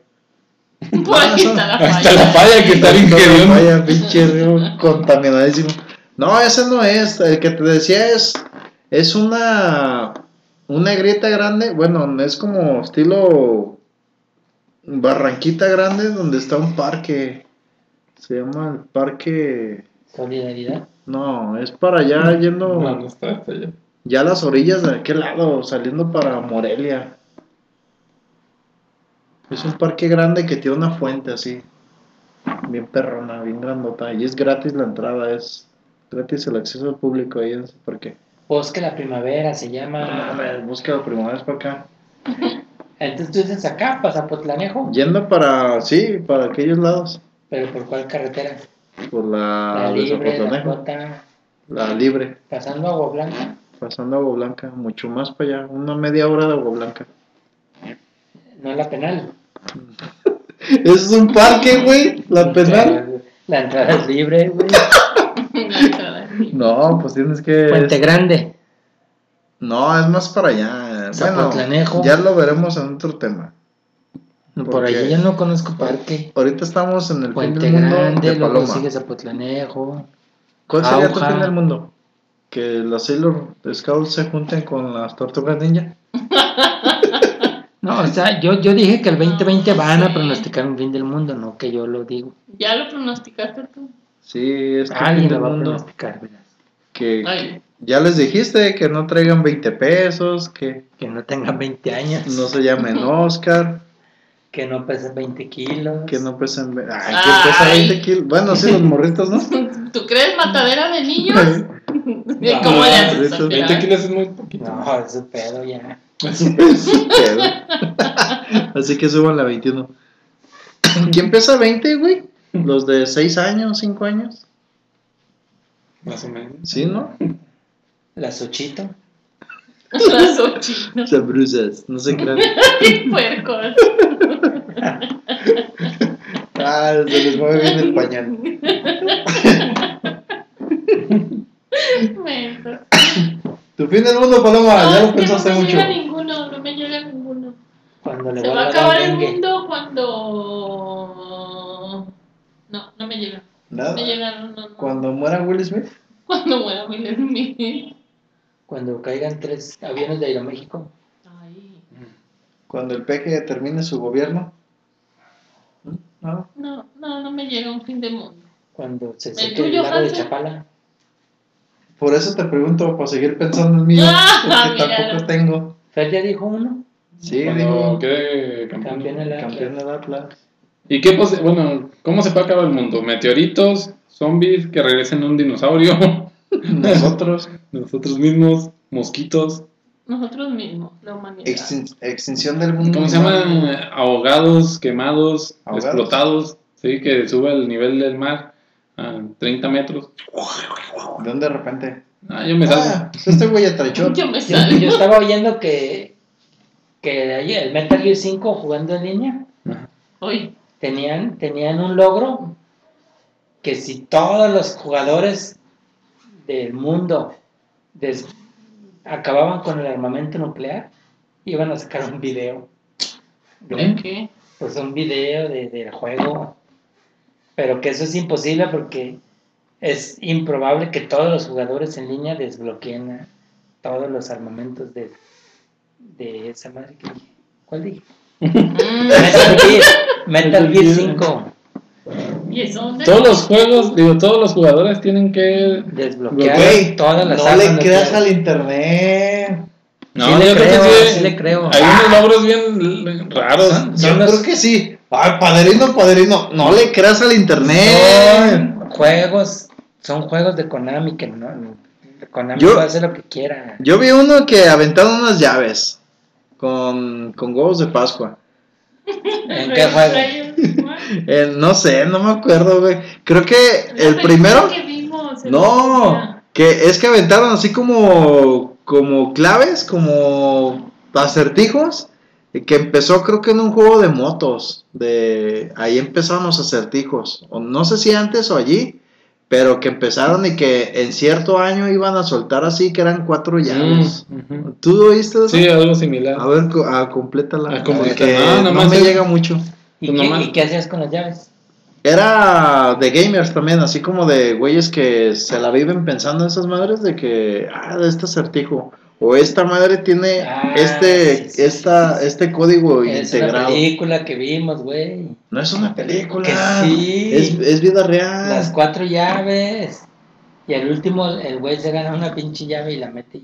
Speaker 6: Por ahí está la
Speaker 2: Ahí está la
Speaker 6: falla.
Speaker 2: falla que está bien
Speaker 4: Está la
Speaker 2: querido.
Speaker 4: falla, pinche río contaminadísimo. No, ese no es, el que te decía es, es una, una grieta grande, bueno, es como estilo barranquita grande donde está un parque, se llama el parque,
Speaker 5: Solidaridad.
Speaker 4: no, es para allá yendo...
Speaker 2: No, no está, está allá.
Speaker 4: Ya las orillas de aquel lado, saliendo para Morelia. Es un parque grande que tiene una fuente así. Bien perrona, bien grandota. Y es gratis la entrada, es gratis el acceso al público ahí en ese parque.
Speaker 5: Bosque la primavera se
Speaker 4: Ah,
Speaker 5: llama.
Speaker 4: me busca la primera vez para acá.
Speaker 5: Entonces tú dices acá, Pozapotlanejo.
Speaker 4: Yendo para, sí, para aquellos lados.
Speaker 5: Pero por cuál carretera?
Speaker 4: Por
Speaker 5: La
Speaker 4: la, de
Speaker 5: libre, la
Speaker 4: Zapotlanejo,
Speaker 5: Cota,
Speaker 4: la libre.
Speaker 5: pasando Agua Blanca.
Speaker 4: Pasando a Agua Blanca, mucho más para allá. Una media hora de Agua Blanca.
Speaker 5: No la penal.
Speaker 4: Es un parque, güey. La penal.
Speaker 5: La entrada es libre, güey.
Speaker 4: Pues,
Speaker 6: La entrada es libre.
Speaker 4: No, pues tienes que.
Speaker 5: Puente Grande.
Speaker 4: No, es más para allá.
Speaker 5: Zapotlanejo.
Speaker 4: Bueno, ya lo veremos en otro tema.
Speaker 5: Por,
Speaker 4: ¿Por qué?
Speaker 5: allí yo no conozco parque.
Speaker 4: Ahorita estamos en el
Speaker 5: Puente
Speaker 4: fin del mundo
Speaker 5: Grande,
Speaker 4: de
Speaker 5: luego
Speaker 4: Paloma.
Speaker 5: sigue Zapotlanejo.
Speaker 4: ¿Cuál sería tu
Speaker 5: Jauja.
Speaker 4: fin del mundo? Que los Sailor Scouts se junten con las Tortugas Ninja.
Speaker 5: No, o sea, yo, yo dije que el
Speaker 4: Ah,
Speaker 5: 2020 van
Speaker 6: Sí.
Speaker 5: a pronosticar un fin del mundo, no que yo lo digo.
Speaker 6: Ya lo pronosticaste tú.
Speaker 4: Sí, este fin
Speaker 5: Alguien
Speaker 4: del
Speaker 5: lo va a
Speaker 4: mundo.
Speaker 5: pronosticar, verás.
Speaker 4: Que,
Speaker 6: Ay.
Speaker 4: ya les dijiste que no traigan 20 pesos, que
Speaker 5: Que no tengan 20 años,
Speaker 4: no se llamen Oscar,
Speaker 5: que no pesen 20 kilos.
Speaker 4: que no pesen. ve- Ay, que
Speaker 6: Ay.
Speaker 4: pesa 20 kilos. Bueno, sí, los morritos, ¿no?
Speaker 6: ¿Tú crees matadera de niños? Eh, ¿Cómo le
Speaker 2: Ah,
Speaker 6: haces?
Speaker 2: 20
Speaker 6: Sofía?
Speaker 2: kilos es muy poquito.
Speaker 5: No, es un pedo ya.
Speaker 4: Sí, pedo. Así que suban la 21. ¿Quién pesa 20, güey? ¿Los de 6 años, 5 años?
Speaker 2: Más o menos.
Speaker 4: ¿Sí, no?
Speaker 5: La Sochito.
Speaker 6: Las ochinas.
Speaker 4: Sabrosas, no se crean.
Speaker 6: Qué puercos.
Speaker 4: Ah, se les mueve bien el pañal.
Speaker 6: Mensos.
Speaker 4: Tu fin del mundo, Paloma, ya
Speaker 6: No,
Speaker 4: lo
Speaker 6: es que
Speaker 4: pensaste
Speaker 6: no me
Speaker 4: mucho.
Speaker 6: llega ninguno, no me llega ninguno.
Speaker 5: Cuando le
Speaker 6: Se va a
Speaker 5: vuelva dar
Speaker 6: acabar el
Speaker 5: dengue.
Speaker 6: mundo cuando... No, no me llega. No
Speaker 4: Nada.
Speaker 6: me llegaron, no, no.
Speaker 4: Cuando muera Will Smith.
Speaker 6: Cuando muera Will Smith.
Speaker 5: Cuando caigan tres aviones de Aeroméxico.
Speaker 6: Ay,
Speaker 4: Cuando el peje termine su gobierno. ¿Mm? No.
Speaker 6: no, no, no me llega un fin de mundo.
Speaker 5: Cuando se
Speaker 6: ¿El
Speaker 5: seque el
Speaker 6: tuyo,
Speaker 5: lago de
Speaker 6: Hansel?
Speaker 5: Chapala.
Speaker 4: Por eso te pregunto, para seguir pensando en mí.
Speaker 6: Ah,
Speaker 4: porque
Speaker 6: mira.
Speaker 4: tampoco tengo.
Speaker 5: Fer ya dijo uno.
Speaker 4: Sí,
Speaker 2: Cuando
Speaker 4: digo,
Speaker 2: quede campeón.
Speaker 5: Campeón el
Speaker 4: campeón
Speaker 5: Atlas.
Speaker 4: del Atlas.
Speaker 2: ¿Y qué pos- Bueno, ¿cómo se puede acabar el mundo? ¿Meteoritos? ¿Zombies? ¿Que regresen un dinosaurio?
Speaker 4: Nosotros,
Speaker 2: ¿Nosotros mismos? ¿Mosquitos?
Speaker 6: Nosotros mismos, la humanidad.
Speaker 4: extin- extinción del mundo.
Speaker 2: ¿Cómo se llama? Ahogados, quemados,
Speaker 4: Ahogados.
Speaker 2: explotados. Sí, que suba el nivel del mar a 30 metros.
Speaker 4: ¿De dónde de repente?
Speaker 2: Ah, yo me salgo.
Speaker 4: Ah, este güey atrechó.
Speaker 6: Yo me
Speaker 5: Yo,
Speaker 6: salgo.
Speaker 5: yo estaba oyendo que, que ahí el Metal Gear 5 jugando en línea
Speaker 6: Hoy.
Speaker 5: tenían, tenían un logro que si todos los jugadores del mundo des- acababan con el armamento nuclear, iban a sacar un video.
Speaker 6: ¿De qué?
Speaker 5: Pues un video de- del juego. Pero que eso es imposible porque es improbable que todos los jugadores en línea desbloqueen a todos los armamentos de, de esa madre que dije. ¿Cuál dije?
Speaker 6: Mm,
Speaker 5: Metal Gear, Metal Gear 5.
Speaker 6: ¿Y eso dónde?
Speaker 2: Todos los juegos, digo, todos los jugadores tienen que.
Speaker 5: Desbloquear
Speaker 4: Güey,
Speaker 5: todas las
Speaker 4: no
Speaker 5: armas
Speaker 4: le creas
Speaker 5: nucleares.
Speaker 4: al internet.
Speaker 2: No,
Speaker 5: Sí le
Speaker 2: yo creo
Speaker 5: creo,
Speaker 2: que sí.
Speaker 5: sí le creo.
Speaker 2: Hay unos logros bien raros.
Speaker 5: Son-
Speaker 4: Yo
Speaker 5: son los-
Speaker 4: creo que sí. Ay, padrino, padrino, no le creas al internet.
Speaker 5: son juegos, son juegos de Konami que no. Konami
Speaker 4: Yo-
Speaker 5: puede hacer lo que quiera.
Speaker 4: Yo vi uno que aventaron unas llaves con, con huevos de Pascua.
Speaker 5: ¿En qué juego?
Speaker 4: Eh, no sé, no me acuerdo, güey. Creo que
Speaker 6: La
Speaker 4: el
Speaker 6: película
Speaker 4: primero.
Speaker 6: que vimos, el otro
Speaker 4: No,
Speaker 6: día.
Speaker 4: que es que aventaron así como, como claves, como acertijos. eh, Que empezó, creo que en un juego de motos. De, ahí empezaron los acertijos. o no sé si antes o allí. Pero que empezaron y que en cierto año iban a soltar así, que eran cuatro llaves.
Speaker 2: Mm, ujú.
Speaker 4: ¿Tú oíste eso?
Speaker 2: Sí, algo similar.
Speaker 4: A ver, co- ah, complétala.
Speaker 2: Ah, completa.
Speaker 4: Porque
Speaker 2: No,
Speaker 4: no,
Speaker 2: nomás
Speaker 4: me
Speaker 2: es-
Speaker 4: llega mucho.
Speaker 5: ¿Y,
Speaker 2: Pues
Speaker 5: qué,
Speaker 2: nomás-
Speaker 5: ¿Y qué hacías con las llaves?
Speaker 4: Era de gamers también, así como de güeyes que se la viven pensando esas madres de que, ah, este acertijo. O esta madre tiene
Speaker 5: Ah,
Speaker 4: este,
Speaker 5: sí, sí,
Speaker 4: esta,
Speaker 5: sí, sí.
Speaker 4: este código
Speaker 5: Es una
Speaker 4: integrado.
Speaker 5: película que vimos, güey.
Speaker 4: no es una película.
Speaker 5: Que sí.
Speaker 4: Es, es vida real.
Speaker 5: Las cuatro llaves. Y al último, el güey se gana una pinche llave y la mete.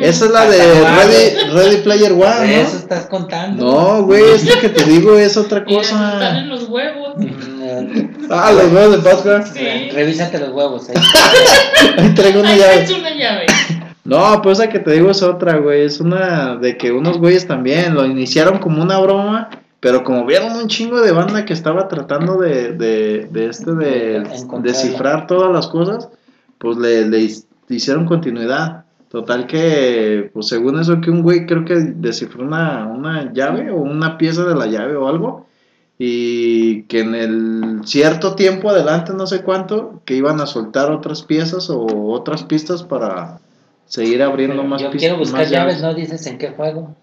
Speaker 4: Esa es la de
Speaker 5: Ah,
Speaker 4: Ready, Ready Player
Speaker 5: De
Speaker 4: One,
Speaker 5: Eso estás contando.
Speaker 4: ¿no? No, güey, es lo que te digo, es otra
Speaker 6: Y eso están en
Speaker 4: cosa.
Speaker 6: los huevos.
Speaker 5: Mm,
Speaker 4: Ah, los huevos de Pascua.
Speaker 6: Sí.
Speaker 5: Revísate los huevos eh. ahí.
Speaker 4: Ahí traigo una
Speaker 6: Ahí
Speaker 4: llave.
Speaker 6: es una llave.
Speaker 4: No, pues esa que te digo es otra, güey. Es una de que unos güeyes también lo iniciaron como una broma, pero como vieron un chingo de banda que estaba tratando de, de, de este, de
Speaker 5: Encontrarla.
Speaker 4: descifrar todas las cosas, pues le, le his- hicieron continuidad. Total que, pues según eso, que un güey creo que descifró una, una llave o una pieza de la llave o algo, y que en el cierto tiempo adelante, no sé cuánto, que iban a soltar otras piezas o otras pistas para seguir abriendo más
Speaker 5: Yo
Speaker 4: pistas.
Speaker 5: quiero buscar
Speaker 4: más
Speaker 5: llaves, no dices en qué juego.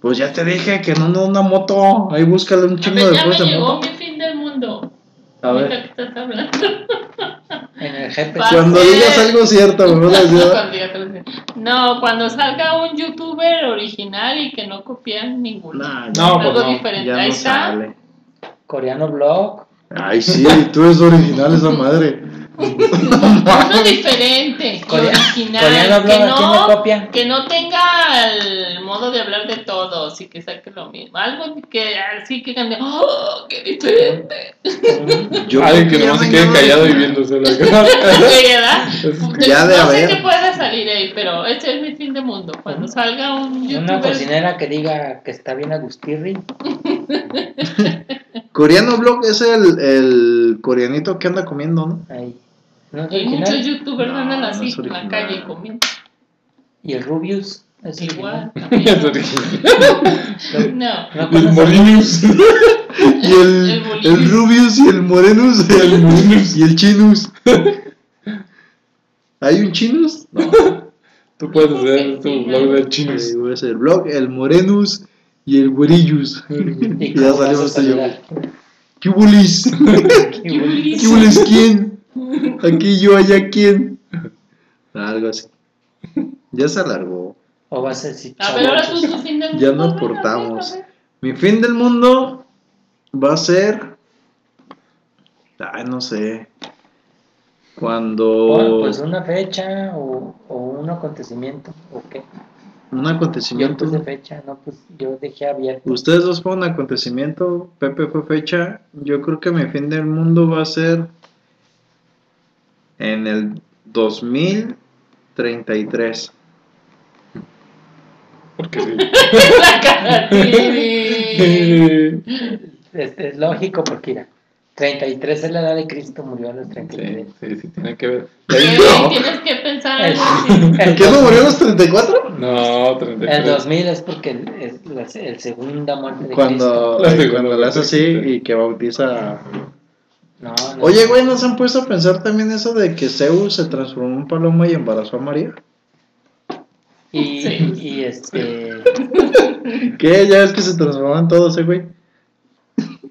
Speaker 4: Pues ya te dije que no, no, una moto. Ahí búscale un
Speaker 6: A
Speaker 4: chingo
Speaker 6: ver,
Speaker 4: de
Speaker 6: ya me
Speaker 4: cosas de
Speaker 6: llegó
Speaker 4: moto.
Speaker 6: mi fin del mundo.
Speaker 4: A
Speaker 6: Ahorita
Speaker 4: ver.
Speaker 6: que estás hablando.
Speaker 5: En el jefe.
Speaker 6: Va.
Speaker 4: Cuando
Speaker 6: Sí.
Speaker 4: digas algo cierto, me voy a decir.
Speaker 6: Cuando ya te lo sé. No, cuando salga un youtuber original y que no copian ninguno.
Speaker 4: Nah,
Speaker 2: No,
Speaker 6: Algo
Speaker 2: pues no,
Speaker 6: diferente.
Speaker 4: ya
Speaker 6: Ahí
Speaker 4: no
Speaker 6: está.
Speaker 4: sale.
Speaker 5: Coreano blog.
Speaker 4: Ay, sí, tú eres original esa madre.
Speaker 6: Uno diferente, y
Speaker 5: Corea-
Speaker 6: original.
Speaker 5: coreano
Speaker 6: que,
Speaker 5: hablaba, ¿quién
Speaker 6: no,
Speaker 5: le copia?
Speaker 6: que no tenga el modo de hablar de todos y que saque lo mismo. Algo que así que cambie. ¡Oh, qué diferente!
Speaker 4: Yo
Speaker 2: Alguien
Speaker 4: creo
Speaker 2: que
Speaker 4: ya
Speaker 2: nomás se
Speaker 4: mañana-
Speaker 2: quede callado y viéndose la cara.
Speaker 6: ¿Verdad? Pues,
Speaker 4: Ya de
Speaker 6: no
Speaker 4: haber.
Speaker 6: sé qué pueda salir ahí, pero este es mi fin de mundo. Cuando salga un
Speaker 5: Una
Speaker 6: youtuber.
Speaker 5: cocinera que diga que está bien Agustirri.
Speaker 4: Coreano Blog es el, el coreanito que anda comiendo, ¿no?
Speaker 5: Ahí. No es
Speaker 6: Y muchos
Speaker 5: original.
Speaker 6: youtubers
Speaker 4: No,
Speaker 6: andan
Speaker 4: no
Speaker 6: así
Speaker 4: es
Speaker 6: en la
Speaker 4: original.
Speaker 6: calle comiendo.
Speaker 5: Y el Rubius. Es
Speaker 6: Igual.
Speaker 3: Eso
Speaker 6: también.
Speaker 3: dije.
Speaker 6: No.
Speaker 5: No
Speaker 2: El
Speaker 5: conoces-
Speaker 2: Molinus.
Speaker 4: Y el,
Speaker 6: El
Speaker 4: el,
Speaker 6: Molinus.
Speaker 4: Rubius y el Morenus y el, y el Chinus. ¿Hay un Chinus? No.
Speaker 2: Tú puedes hacer tu blog de chinos.
Speaker 4: Eh, voy a hacer blog, el Morenus y el Guerillus.
Speaker 5: ¿Y
Speaker 4: Y
Speaker 5: cómo
Speaker 4: ya este
Speaker 5: vas a
Speaker 4: salimos tú y yo.
Speaker 5: saludar?
Speaker 4: ¿Qué bulis?
Speaker 6: ¿Qué bulis?
Speaker 4: ¿Qué bulis quién? Aquí yo, allá quién. Algo así. Ya se alargó.
Speaker 5: O vas a decir.
Speaker 6: A ver, Ah, ahora tú
Speaker 5: chavochos.
Speaker 6: tu fin de
Speaker 4: Ya
Speaker 6: mundo,
Speaker 4: nos
Speaker 6: venga,
Speaker 4: portamos.
Speaker 6: venga,
Speaker 4: Mi fin del mundo va a ser. Ay, no sé.
Speaker 5: O,
Speaker 4: Cuando.
Speaker 5: pues una fecha o, o un acontecimiento. ¿O qué?
Speaker 4: Un
Speaker 5: Yo
Speaker 4: acontecimiento. Pues,
Speaker 5: puse fecha, no, pues yo dejé abierto.
Speaker 4: Ustedes dos fueron acontecimiento, Pepe fue fecha. Yo creo que mi fin del mundo va a ser en el 2033.
Speaker 2: Porque sí.
Speaker 6: venga. La cara tiene.
Speaker 2: Eh,
Speaker 5: Es, es lógico porque mira, 33 es la edad de Cristo, murió a los 33.
Speaker 2: Sí, sí, sí, tiene que ver.
Speaker 6: Ey, Tienes que pensar algo así.
Speaker 5: El, el
Speaker 4: ¿Qué no
Speaker 5: dos-
Speaker 4: murió a los 34?
Speaker 2: No,
Speaker 5: el
Speaker 2: 33.
Speaker 5: 2000 es porque el- es la el segunda muerte de Cristo.
Speaker 4: Cuando,
Speaker 2: La
Speaker 4: eh,
Speaker 2: segunda
Speaker 4: cuando le hace así
Speaker 2: muerte.
Speaker 4: y que bautiza.
Speaker 5: No, no.
Speaker 4: Oye, güey, ¿no se han puesto a pensar también eso de que Zeus se transformó en paloma y embarazó a María?
Speaker 5: Y,
Speaker 6: Sí.
Speaker 5: y este,
Speaker 4: ¿Qué? Ya ves que se transformaban todos, eh, güey.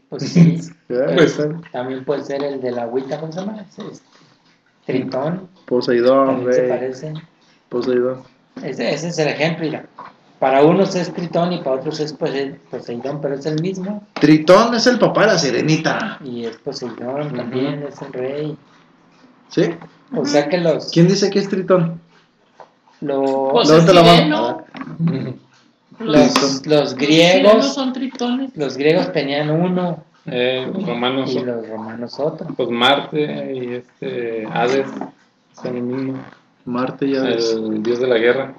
Speaker 5: pues sí,
Speaker 4: Ya,
Speaker 2: Pues-
Speaker 4: está.
Speaker 5: también puede ser el de la agüita, ¿cómo se llama? Este, Tritón,
Speaker 4: Poseidón,
Speaker 5: también se
Speaker 4: güey.
Speaker 5: parece.
Speaker 4: Poseidón.
Speaker 5: Ese, ese es el ejemplo, mira. Para unos es Tritón y para otros es Pose- Poseidón, pero es el mismo.
Speaker 4: Tritón es el papá de la sirenita.
Speaker 5: Y es Poseidón también, es el rey.
Speaker 4: ¿Sí?
Speaker 5: O sea que los...
Speaker 4: ¿Quién dice que es Tritón?
Speaker 5: los
Speaker 6: Pues
Speaker 4: No
Speaker 6: es
Speaker 4: te la van-
Speaker 6: sireno.
Speaker 5: los, los
Speaker 6: sirenos
Speaker 5: griegos
Speaker 6: son tritones.
Speaker 5: los griegos tenían uno
Speaker 2: Eh, los romanos
Speaker 5: y
Speaker 2: son-
Speaker 5: los romanos otro
Speaker 2: Pues Marte y este Hades son el mismo.
Speaker 4: Marte ya ves.
Speaker 2: El dios de la guerra.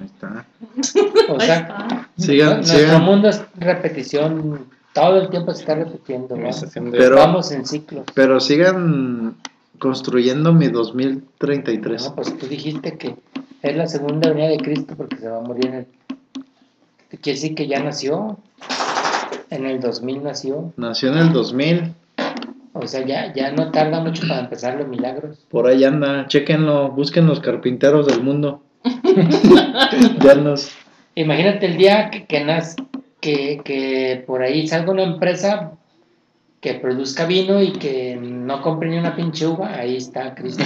Speaker 4: Ahí está.
Speaker 5: o
Speaker 6: Ahí
Speaker 5: sea
Speaker 6: está.
Speaker 4: Sigan,
Speaker 5: nuestro
Speaker 4: sigan.
Speaker 5: mundo es repetición todo el tiempo se está repitiendo ¿no?
Speaker 2: Administración de-
Speaker 4: Pero-
Speaker 5: vamos en ciclos
Speaker 4: Pero sigan construyendo mi 2033.
Speaker 5: ¿no? pues tú dijiste que es la segunda venida de Cristo porque se va a morir en el quiere decir que ya nació en el 2000 nació
Speaker 4: Nació en el 2000.
Speaker 5: o sea ya ya no tarda mucho para empezar los milagros
Speaker 4: Por ahí anda. Chequenlo. Busquen los carpinteros del mundo. ya nos.
Speaker 5: Imagínate el día que, que, nas- que, que por ahí salga una empresa que produzca vino y que no compre ni una pinche uva, ahí está Cristo.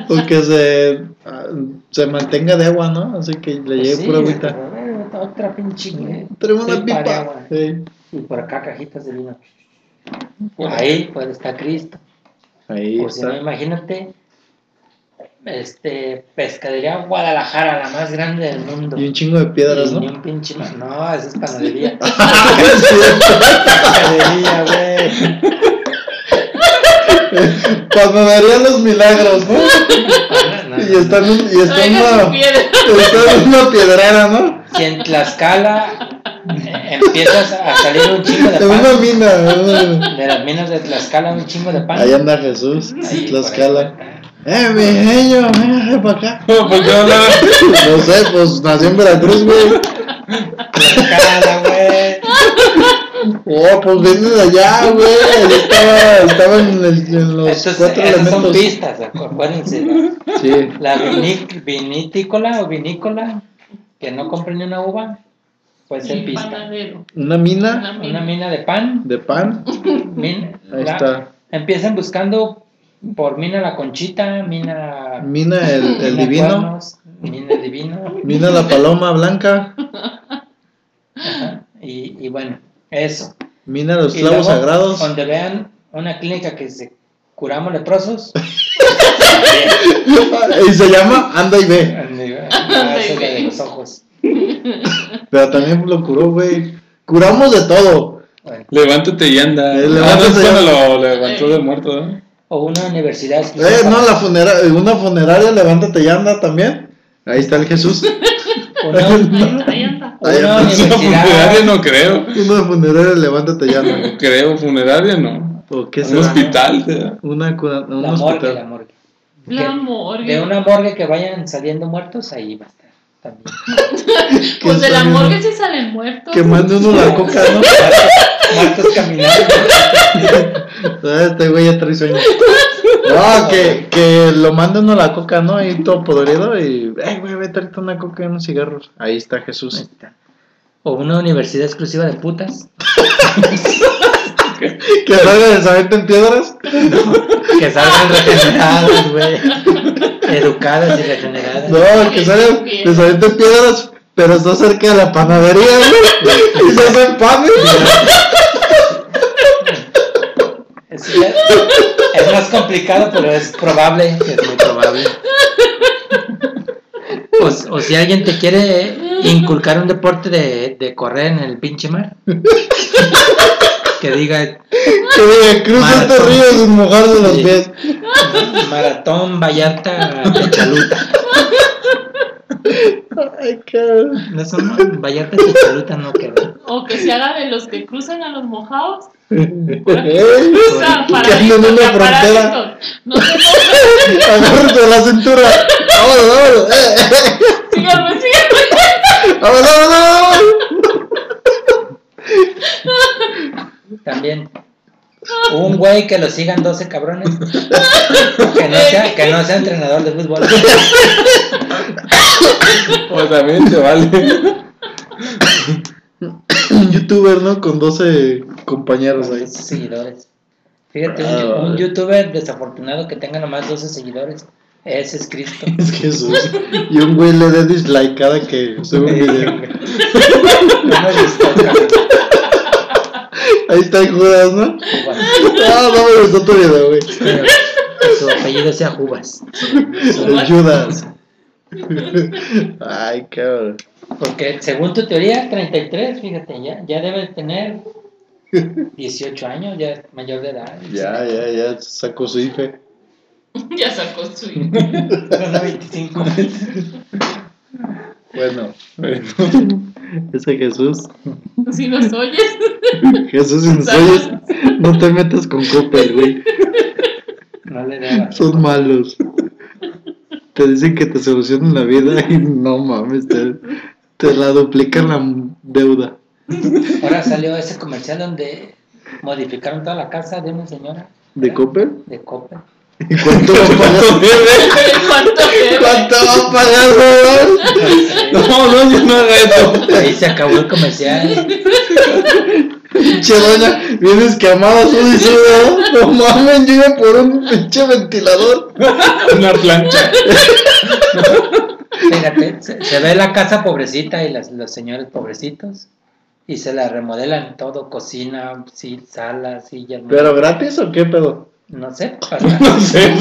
Speaker 4: O Pues que se, ah, se mantenga de agua, ¿no? Así que le llegue
Speaker 5: Pues Sí,
Speaker 4: pura agüita.
Speaker 5: eh, Otra pinche. eh,
Speaker 4: Traeme una
Speaker 5: pipa de agua.
Speaker 4: pipa. Ey.
Speaker 5: Y por acá cajitas de vino. Ahí puede estar Cristo.
Speaker 4: Ahí
Speaker 5: O si no,
Speaker 4: está.
Speaker 5: imagínate este pescadería Guadalajara, la más grande del mundo.
Speaker 4: Y un chingo de piedras,
Speaker 5: Y
Speaker 4: ¿no? Ah.
Speaker 5: ni un pinche ma- No, esa es panadería.
Speaker 4: Es cierto.
Speaker 5: panadería, güey.
Speaker 4: Panadería Pues los milagros, ¿no?
Speaker 5: No, no,
Speaker 4: Y está en, un, y está en
Speaker 6: Traigan su
Speaker 4: una,
Speaker 6: piedra.
Speaker 4: está en una piedrera, ¿no?
Speaker 5: Si en Tlaxcala eh, empiezas a salir un chingo de
Speaker 4: En una
Speaker 5: pan,
Speaker 4: mina.
Speaker 5: de las minas de Tlaxcala un chingo de pan.
Speaker 4: Ahí anda Jesús,
Speaker 5: Ahí,
Speaker 4: la
Speaker 5: por
Speaker 4: escala.
Speaker 5: ahí.
Speaker 4: Eh, mi genio, venga para acá.
Speaker 2: No, pues ¿por qué hablar?
Speaker 4: No sé, pues nació en Veracruz, güey.
Speaker 5: Tlaxcala, güey.
Speaker 4: Oh, pues viene de allá, güey. Ahí Estaba, estaba en, el- en los
Speaker 5: Estos-
Speaker 4: cuatro
Speaker 5: Esas son
Speaker 4: elementos.
Speaker 5: pistas, acu- acuérdense. ¿no?
Speaker 4: Sí.
Speaker 5: La vinic- vinícola o vinícola que no compre ni una uva puede ser
Speaker 6: Y
Speaker 5: pista.
Speaker 6: panadero.
Speaker 4: Una mina
Speaker 5: Una mina de pan.
Speaker 4: de pan.
Speaker 5: min-
Speaker 4: Ahí
Speaker 5: la-
Speaker 4: está.
Speaker 5: Empiezan buscando por mina la conchita, mina.
Speaker 4: Mina el, el
Speaker 5: mina
Speaker 4: divino.
Speaker 5: cuernos, mina el divino.
Speaker 4: Mina la paloma blanca.
Speaker 5: Ajá, Y, y bueno, eso.
Speaker 4: Mina los
Speaker 5: Y
Speaker 4: clavos
Speaker 5: luego,
Speaker 4: sagrados.
Speaker 5: Donde vean una clínica que se curamos leprosos.
Speaker 4: Y se llama Anda y Ve.
Speaker 5: Donde- ah, esa es la de los ojos.
Speaker 4: Pero también lo curó, güey. Curamos de todo.
Speaker 5: Bueno,
Speaker 2: Levántate y anda.
Speaker 4: Eh,
Speaker 2: Ah, no,
Speaker 4: levántate
Speaker 2: es
Speaker 4: y
Speaker 2: cuando
Speaker 4: anda.
Speaker 2: lo levantó del muerto, ¿no?
Speaker 5: o una universidad. exclusiva
Speaker 4: Eh, no,
Speaker 5: para-
Speaker 4: la funera- eh, una funeraria, levántate y anda también. Ahí está el Jesús.
Speaker 5: una,
Speaker 6: Ahí- Ahí anda.
Speaker 4: Ahí está.
Speaker 5: una
Speaker 2: No,
Speaker 5: universidad.
Speaker 2: funeraria no creo.
Speaker 4: Una funeraria, levántate y anda.
Speaker 2: No creo, funeraria no.
Speaker 4: ¿O qué
Speaker 2: Un
Speaker 4: será?
Speaker 2: hospital. ¿sí?
Speaker 4: Una cura- un
Speaker 5: La morgue, la
Speaker 4: hospital.
Speaker 5: morgue.
Speaker 6: La
Speaker 5: de-
Speaker 6: morgue.
Speaker 5: De una morgue que vayan saliendo muertos, ahí va a estar también.
Speaker 6: Pues de la
Speaker 4: salen-
Speaker 6: morgue sí salen muertos.
Speaker 4: Que mande uno la coca, ¿no?
Speaker 5: Muertos caminando.
Speaker 4: Ah, Este güey ya trae sueño. No, que, que lo mande uno la coca, ¿no? Ahí todo podrido y... Eh, güey, ve, tráete una coca y unos cigarros. Ahí está
Speaker 5: Ahí
Speaker 4: Jesús.
Speaker 5: está. O una universidad exclusiva de putas
Speaker 4: Que ahora de saberte en piedras.
Speaker 5: que salgan regeneradas, güey. Educadas y regeneradas.
Speaker 4: No, que salen de saberte en piedras, pero está cerca de la panadería, güey. Y se hacen panes.
Speaker 5: Es, es más complicado, pero es probable. Es muy probable. O, s- o si alguien te quiere inculcar un deporte de, de correr en el pinche mar, que diga
Speaker 4: Que diga, cruza este
Speaker 5: Maratón.
Speaker 4: río sin mojarse los
Speaker 5: Sí.
Speaker 4: pies.
Speaker 5: maratón Vallarta de Chaluta.
Speaker 4: Ay, cabrón.
Speaker 5: No son Vallarta de Chaluta, no queda.
Speaker 6: O que se haga de los que cruzan a los mojados.
Speaker 4: Eh,
Speaker 6: Cruzan
Speaker 4: que anden en una frontera.
Speaker 6: No sé
Speaker 4: Agárrate de la cintura. Vámonos, vámonos. eh, eh.
Speaker 6: cómo. Síganme, síganme.
Speaker 4: Vámonos, vámonos.
Speaker 5: También. Un güey que lo sigan 12 cabrones. Que no sea, que no sea entrenador de fútbol.
Speaker 2: Pues también se vale.
Speaker 4: un youtuber, ¿no? Con 12 compañeros ahí.
Speaker 5: 12 seguidores. Fíjate, un,
Speaker 4: Ah,
Speaker 5: yo- un
Speaker 4: vale.
Speaker 5: youtuber desafortunado que tenga nomás 12 seguidores. Ese es Cristo.
Speaker 4: Es Jesús. Y un güey le dé dislike cada que sube un video.
Speaker 5: No me gustó, cabrón.
Speaker 4: Ahí está Judas, ¿no?
Speaker 5: Jubas.
Speaker 4: Ah, no me gustó tu video, güey.
Speaker 5: Pero que su apellido sea Jubas.
Speaker 4: El Judas. Ay, cabrón.
Speaker 5: Porque según tu teoría, 33, fíjate, ya, ya debe tener 18 años, ya es mayor de edad.
Speaker 4: Ya, ya, ya sacó su IFE.
Speaker 6: Ya sacó su hijo.
Speaker 5: Gana 25.
Speaker 4: Bueno, ese Jesús.
Speaker 6: Si nos oyes.
Speaker 4: Jesús, si nos oyes, no te metas con Cooper, güey.
Speaker 5: No le daba.
Speaker 4: Son malos. Te dicen que te solucionan la vida y no mames, te, te la duplican la deuda.
Speaker 5: Ahora salió ese comercial donde modificaron toda la casa de una señora
Speaker 4: ¿De Cooper?
Speaker 5: de Copa.
Speaker 4: ¿Y ¿Eh? cuánto va a pagar?
Speaker 6: ¿Cuánto debe?
Speaker 4: ¿Cuánto va a pagar, güey?
Speaker 2: No, no, yo no hago eso.
Speaker 5: Ahí se acabó el comercial.
Speaker 4: Pinche doña, vienes que amabas un y sube, ¿no? No mames, llega por un pinche ventilador.
Speaker 2: Una plancha.
Speaker 5: Fíjate, se, se ve la casa pobrecita y las, los señores pobrecitos. Y se la remodelan todo, cocina, sí, sala, sillas.
Speaker 4: ¿Pero gratis o qué pedo?
Speaker 5: no sé, hasta-
Speaker 2: No sé,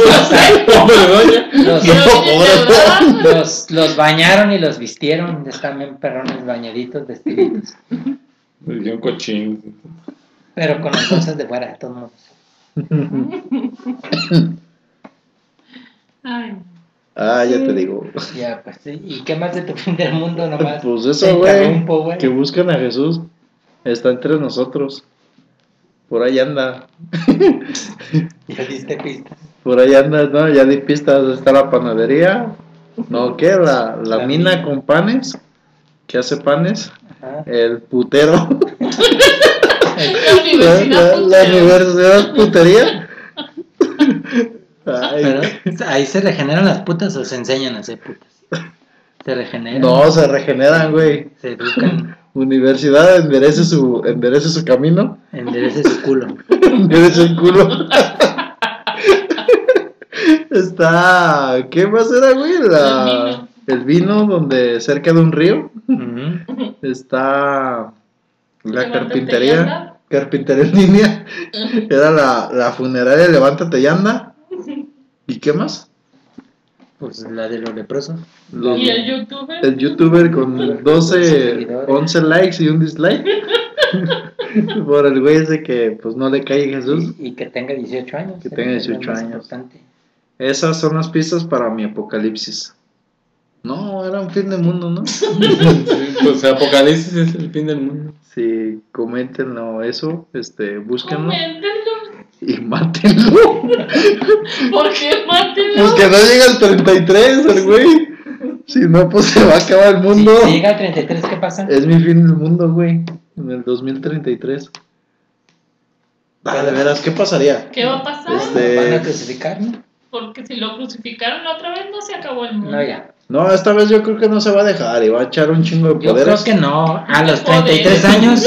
Speaker 2: pues, pobre doña.
Speaker 5: los,
Speaker 6: ¿Qué no tiene verdad?
Speaker 5: los, los bañaron y los vistieron. Están bien perrones bañaditos, vestiditos.
Speaker 2: Me dio Pues un cochino.
Speaker 5: Pero con las cosas de fuera, de todos modos.
Speaker 6: Ay, no.
Speaker 4: Ah, ya te digo.
Speaker 5: Ya, pues, sí. ¿y qué más de tu fin del mundo nomás?
Speaker 4: Pues
Speaker 5: Te
Speaker 4: eso, güey.
Speaker 5: interrumpo, güey.
Speaker 4: Que buscan a Jesús. Está entre nosotros. Por ahí anda.
Speaker 5: Ya diste pistas.
Speaker 4: Por ahí anda, ¿no? Ya di pistas. Está la panadería. No, ¿qué? La, la,
Speaker 5: La
Speaker 4: mina
Speaker 5: mina.
Speaker 4: con panes. Que hace panes.
Speaker 5: Ajá.
Speaker 4: El putero.
Speaker 6: La
Speaker 4: La, la- la
Speaker 6: universidad. puteó.
Speaker 4: universidad putería. Ay,
Speaker 5: Pero ahí se regeneran las putas o se enseñan a ser putas. Se regeneran.
Speaker 4: no, se regeneran, güey.
Speaker 5: Se educan.
Speaker 4: Universidad enderece su, enderece su camino,
Speaker 5: Enderece su culo.
Speaker 4: enderece el culo. Está, ¿qué más era, güey? La- el vino donde cerca de un río
Speaker 5: Ujú.
Speaker 4: está la
Speaker 6: Levántate y
Speaker 4: carpintería,
Speaker 6: anda.
Speaker 4: carpintería en línea. Era la, la funeraria Levántate y anda. ¿Y qué más?
Speaker 5: Pues la de los leprosos.
Speaker 4: Los-
Speaker 6: Y el youtuber.
Speaker 4: el youtuber con 12,
Speaker 5: seguidores.
Speaker 4: 11 likes y un dislike. Por el güey ese que pues no le cae Jesús.
Speaker 5: Y, y que tenga 18 años.
Speaker 4: Que tenga
Speaker 5: Es lo
Speaker 4: 18
Speaker 5: más
Speaker 4: años.
Speaker 5: importante.
Speaker 4: Esas son las pistas para mi apocalipsis. No, era un fin de mundo, ¿no?
Speaker 2: Pues Apocalipsis es el fin del mundo.
Speaker 4: Sí, coméntenlo eso, este, búsquenlo.
Speaker 6: Coméntenlo.
Speaker 4: y mátenlo.
Speaker 6: ¿Por qué mátenlo?
Speaker 4: Pues que no llega al 33, el güey. Si no, pues se va a acabar el
Speaker 5: Si,
Speaker 4: mundo.
Speaker 5: si llega a 33, ¿qué pasa?
Speaker 4: Es mi fin del mundo, güey. En el 2033. Ah, de veras, ¿qué pasaría?
Speaker 6: ¿Qué va a pasar?
Speaker 4: Este-
Speaker 5: ¿Van a crucificar? no?
Speaker 6: Porque si lo crucificaron la otra vez, no se acabó el mundo.
Speaker 5: No, ya.
Speaker 4: No, esta vez yo creo que no se va a dejar y va a echar un chingo de
Speaker 5: Yo creo
Speaker 4: poderes.
Speaker 5: que no. A los
Speaker 6: Poderes.
Speaker 5: 33 años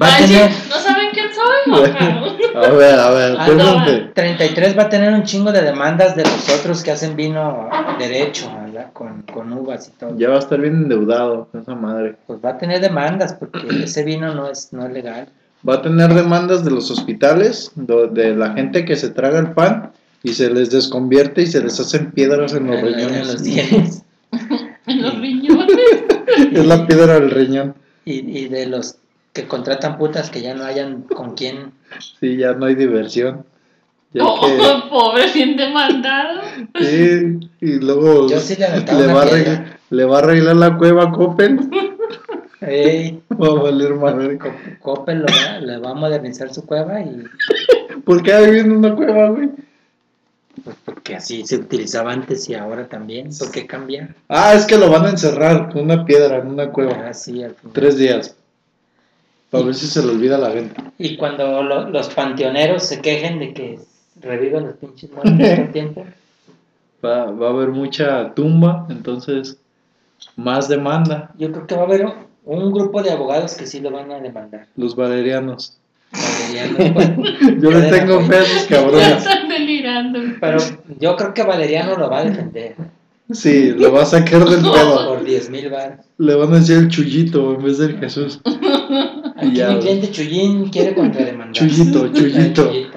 Speaker 5: va a
Speaker 6: Ay,
Speaker 5: tener.
Speaker 6: ¿No saben quién soy? Ojalá.
Speaker 4: A ver, a ver,
Speaker 5: Ah,
Speaker 4: tú
Speaker 5: no,
Speaker 4: ponte.
Speaker 5: 33 va a tener un chingo de demandas de los otros que hacen vino derecho, ¿verdad? Con, con uvas y todo.
Speaker 4: Ya va a estar bien endeudado, esa madre.
Speaker 5: Pues va a tener demandas porque ese vino no es, no es legal.
Speaker 4: Va a tener demandas de los hospitales, do- de la gente que se traga el pan y se les desconvierte y se les hacen piedras en los
Speaker 5: En- en los
Speaker 4: riñones.
Speaker 5: dientes.
Speaker 6: En los riñones.
Speaker 4: Es la piedra del riñón.
Speaker 5: Y, y de los que contratan putas que ya no hayan con quién.
Speaker 4: Sí, ya no hay diversión. Ya que-
Speaker 6: Oh, pobre, bien demandado.
Speaker 4: Sí, y luego
Speaker 5: Yo sí le aventaba
Speaker 4: le
Speaker 5: una
Speaker 4: va, a
Speaker 5: piedra.
Speaker 4: arreglar, le va a arreglar la cueva a Coppel.
Speaker 5: Ey,
Speaker 4: Va a valer madre.
Speaker 5: Co- Coppel lo va- le va a modernizar su cueva y
Speaker 4: ¿Por qué hay en una cueva, güey?
Speaker 5: pues porque así se utilizaba antes y ahora también. ¿Por qué cambiar?
Speaker 4: Ah, es que lo van a encerrar con una piedra en una cueva.
Speaker 5: Así al final.
Speaker 4: Tres días. Para ver si se le olvida a la gente.
Speaker 5: Y cuando lo- los panteoneros se quejen de que reviven los pinches muertos todo el tiempo,
Speaker 4: Va, va a haber mucha tumba, entonces más demanda.
Speaker 5: yo creo que va a haber un grupo de abogados que sí lo van a demandar.
Speaker 4: Los valerianos.
Speaker 5: Valeriano, pues,
Speaker 4: Yo le
Speaker 5: Cadena,
Speaker 4: tengo
Speaker 5: güey.
Speaker 4: fe a esos
Speaker 6: Ya
Speaker 4: cabrones.
Speaker 6: están delirando.
Speaker 5: pero yo creo que Valeriano lo va a defender
Speaker 4: Sí, lo va a sacar del pedo.
Speaker 5: por 10 mil bar.
Speaker 4: Le van a decir el chullito en vez del Jesús.
Speaker 5: Aquí
Speaker 4: Ya,
Speaker 5: mi
Speaker 4: güey.
Speaker 5: cliente Chuyín quiere contrademandar.
Speaker 4: Chuyito, Chuyito.
Speaker 5: Ah, Chuyito.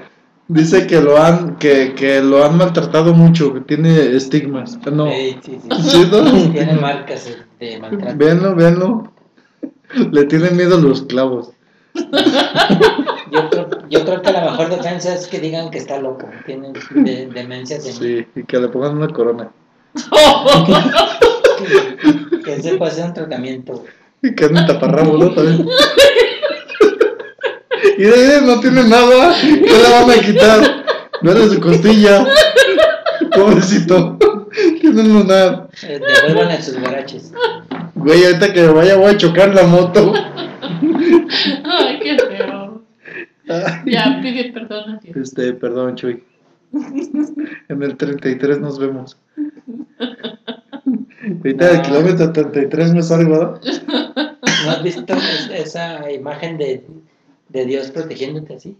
Speaker 4: Dice que lo han, que, que lo han maltratado mucho, que tiene estigmas. Ah, No.
Speaker 5: Ey, sí, sí.
Speaker 4: ¿Sí, no?
Speaker 5: Tiene marcas de maltrato.
Speaker 4: Véanlo, véanlo. Le tienen miedo a los clavos.
Speaker 5: Yo creo, yo creo que la mejor defensa es que digan que está loco. Tiene de- demencia senil.
Speaker 4: Sí, y que le pongan una corona.
Speaker 5: Que se puede hacer un tratamiento.
Speaker 4: Y que anden taparrabos, ¿no? También. Y de ahí no tiene nada. ¿Qué le van a quitar? No era su costilla. Pobrecito. Tiene lunar.
Speaker 5: Eh, Devuelvan a sus garaches.
Speaker 4: Güey, ahorita que me vaya voy a chocar la moto.
Speaker 6: Ay, qué feo. Ya pide perdón a Dios.
Speaker 4: Este, perdón, Chuy. En el 33 nos vemos. Ahorita del
Speaker 5: No.
Speaker 4: kilómetro 33 me salgo, ¿no?
Speaker 5: ¿No has visto es- esa imagen de, de Dios protegiéndote así?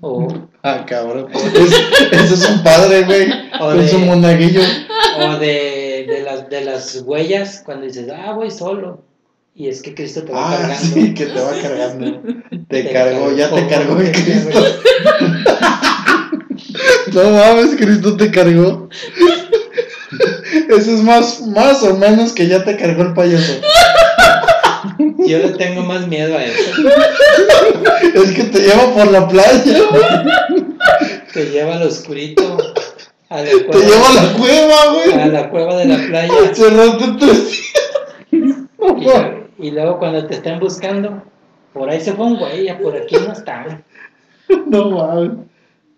Speaker 5: O,
Speaker 4: Ah, cabrón. Es- ese es un padre, güey.
Speaker 5: O
Speaker 4: Es
Speaker 5: de-
Speaker 4: un monaguillo.
Speaker 5: o de, de, las, de las huellas cuando dices, ah, voy solo. Y es que Cristo te va
Speaker 4: Ah,
Speaker 5: cargando.
Speaker 4: sí, que te va cargando. Te,
Speaker 5: Te
Speaker 4: cargó, ya te
Speaker 5: cargó.
Speaker 4: cargó el Cristo. No mames, Cristo te cargó. Eso es más, más o menos que ya te cargó el payaso.
Speaker 5: Yo le tengo más miedo a eso.
Speaker 4: Es que te lleva por la playa.
Speaker 5: Te lleva al oscurito. A la
Speaker 4: Te lleva a
Speaker 5: cueva,
Speaker 4: la cueva, güey.
Speaker 5: a la cueva de la playa.
Speaker 4: Cerraste tres
Speaker 5: Y, lo- y luego cuando te están buscando, por ahí se fue un güey, ya por aquí no está.
Speaker 4: No mames.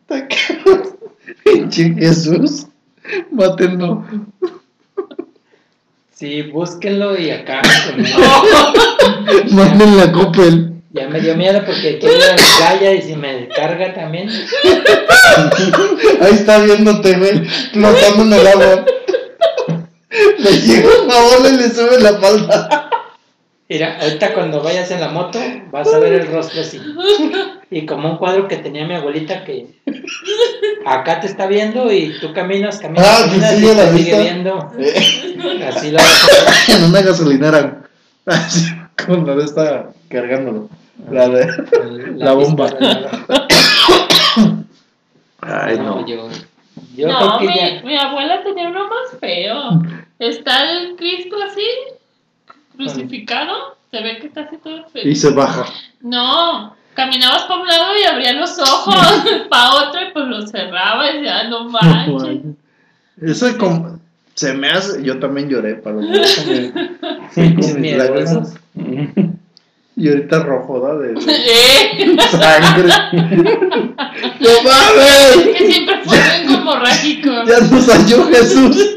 Speaker 4: Está cabrón. Pinche Jesús. Mátenlo.
Speaker 5: Sí, búsquenlo y acá. con él.
Speaker 4: Mándenle a Coppel.
Speaker 5: Ya me dio miedo porque quiero ir a la playa y si me carga también.
Speaker 4: Ahí está viéndote, güey. Flotando en el agua. Le llega una ola y le sube la falda.
Speaker 5: Mira, ahorita cuando vayas en la moto vas a ver el rostro así. Y como un cuadro que tenía mi abuelita que acá te está viendo y tú caminas, caminas,
Speaker 4: Ah, que
Speaker 5: caminas
Speaker 4: sigue
Speaker 5: y
Speaker 4: la
Speaker 5: te sigue
Speaker 4: vista.
Speaker 5: viendo. Así lo vas a ver.
Speaker 4: En una gasolinera. Así, Cuando le está cargándolo. La de. La bomba.
Speaker 5: pistola.
Speaker 4: Ay, no.
Speaker 5: No, yo, yo
Speaker 6: No,
Speaker 5: creo
Speaker 6: mi,
Speaker 5: que ya.
Speaker 6: mi abuela tenía uno más feo. Está el Cristo así, crucificado. Se ve que está así todo feo.
Speaker 4: Y se baja.
Speaker 6: No, caminabas para un lado y abría los ojos, para otro y pues los cerraba y decía, "Ah, no manches.
Speaker 4: Eso como se me hace, yo también lloré para los
Speaker 5: Pinches miedosos.
Speaker 4: Y ahorita rojo, ¿no? De de
Speaker 6: ¡Eh!
Speaker 4: sangre. ¡No
Speaker 6: Es
Speaker 4: mames!
Speaker 6: que siempre fue algo hemorrágico.
Speaker 4: ¡Ya nos halló Jesús!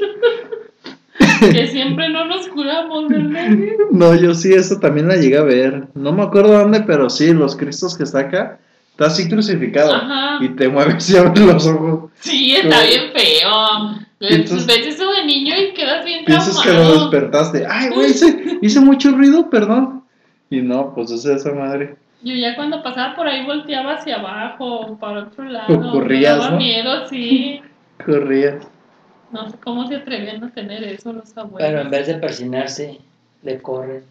Speaker 6: Que siempre no nos curamos, ¿verdad?
Speaker 4: No, yo sí, eso también la llegué a ver. No me acuerdo dónde, pero sí, los cristos que saca, está así crucificado.
Speaker 6: Ajá.
Speaker 4: Y te mueves y abres los ojos.
Speaker 6: Sí, está
Speaker 4: No.
Speaker 6: bien feo. Pues
Speaker 4: Piensas-
Speaker 6: Ves eso de niño y quedas bien
Speaker 4: Piensas que lo
Speaker 6: traumado.
Speaker 4: despertaste. Ay, güey, hice, hice mucho ruido, perdón. Y no, pues es esa madre.
Speaker 6: Yo ya cuando pasaba por ahí volteaba hacia abajo, para otro lado.
Speaker 4: Te corrías,
Speaker 6: me daba
Speaker 4: ¿no?
Speaker 6: miedo, sí.
Speaker 4: Corría.
Speaker 6: No sé cómo se atrevían a tener eso los abuelos.
Speaker 7: Pero en vez de persinarse, le corren.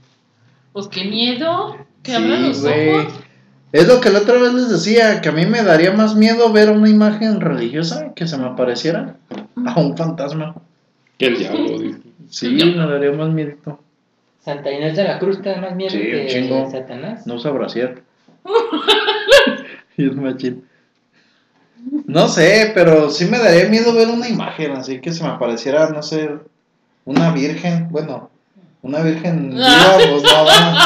Speaker 6: Pues qué miedo. Que
Speaker 4: Sí,
Speaker 6: abran los
Speaker 4: güey.
Speaker 6: ojos.
Speaker 4: Es lo que la otra vez les decía, que a mí me daría más miedo ver una imagen religiosa que se me apareciera a un fantasma.
Speaker 2: Que el diablo, dice.
Speaker 4: Sí, me daría más miedito.
Speaker 7: Santa Inés de la Cruz te da más miedo
Speaker 4: Sí, un
Speaker 7: que
Speaker 4: chingo.
Speaker 7: Satanás.
Speaker 4: No sabrá cierto. y es machín. No sé, pero sí me daría miedo ver una imagen así que se me apareciera, no sé, una virgen. Bueno, una virgen viva, pues no, no,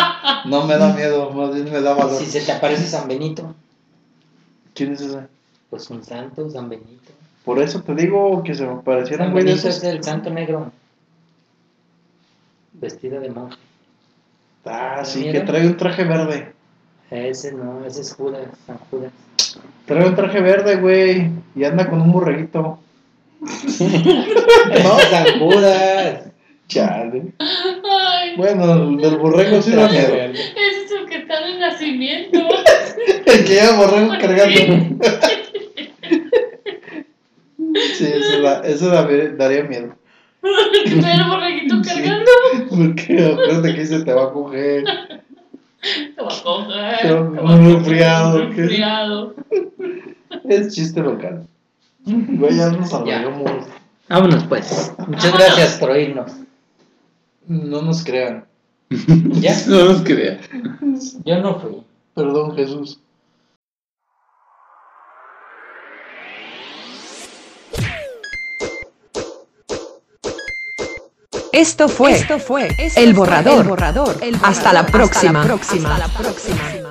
Speaker 4: no me da miedo, más bien me da valor.
Speaker 7: Si se te aparece San Benito,
Speaker 4: ¿Quién es esa?
Speaker 7: pues un santo, San Benito.
Speaker 4: Por eso te digo que se me apareciera un
Speaker 7: San
Speaker 4: güey de
Speaker 7: Benito
Speaker 4: esos.
Speaker 7: es el santo negro. Vestido de monje.
Speaker 4: Ah, sí,
Speaker 7: Miedo.
Speaker 4: que trae un traje verde.
Speaker 7: Ese no, ese es Judas, San Judas.
Speaker 4: Trae un traje verde, güey, y anda con un borreguito.
Speaker 7: ¡No, San Judas!
Speaker 4: Chale.
Speaker 6: Ay,
Speaker 4: Bueno, el del borrego sí da miedo.
Speaker 6: ese es el que está en el nacimiento.
Speaker 4: El que lleva el borrego cargando. Sí, eso, da, eso da- daría miedo.
Speaker 6: el que está el borreguito
Speaker 4: Sí.
Speaker 6: cargando.
Speaker 4: Porque acuérdate que se te va a coger.
Speaker 6: Te va a coger.
Speaker 4: Te va a coger un
Speaker 6: te coger,
Speaker 4: resfriado,
Speaker 6: un
Speaker 4: ¿qué?
Speaker 6: resfriado.
Speaker 4: Es chiste local. Güey, ya nos
Speaker 7: Ya.
Speaker 4: alargamos.
Speaker 5: Vámonos pues.
Speaker 7: Muchas gracias por oírnos.
Speaker 4: No nos crean.
Speaker 7: ¿Ya?
Speaker 3: No los crea.
Speaker 7: Yo no fui.
Speaker 4: Perdón, Jesús.
Speaker 1: Esto fue, esto fue el borrador. El borrador. Hasta la próxima. Hasta la próxima.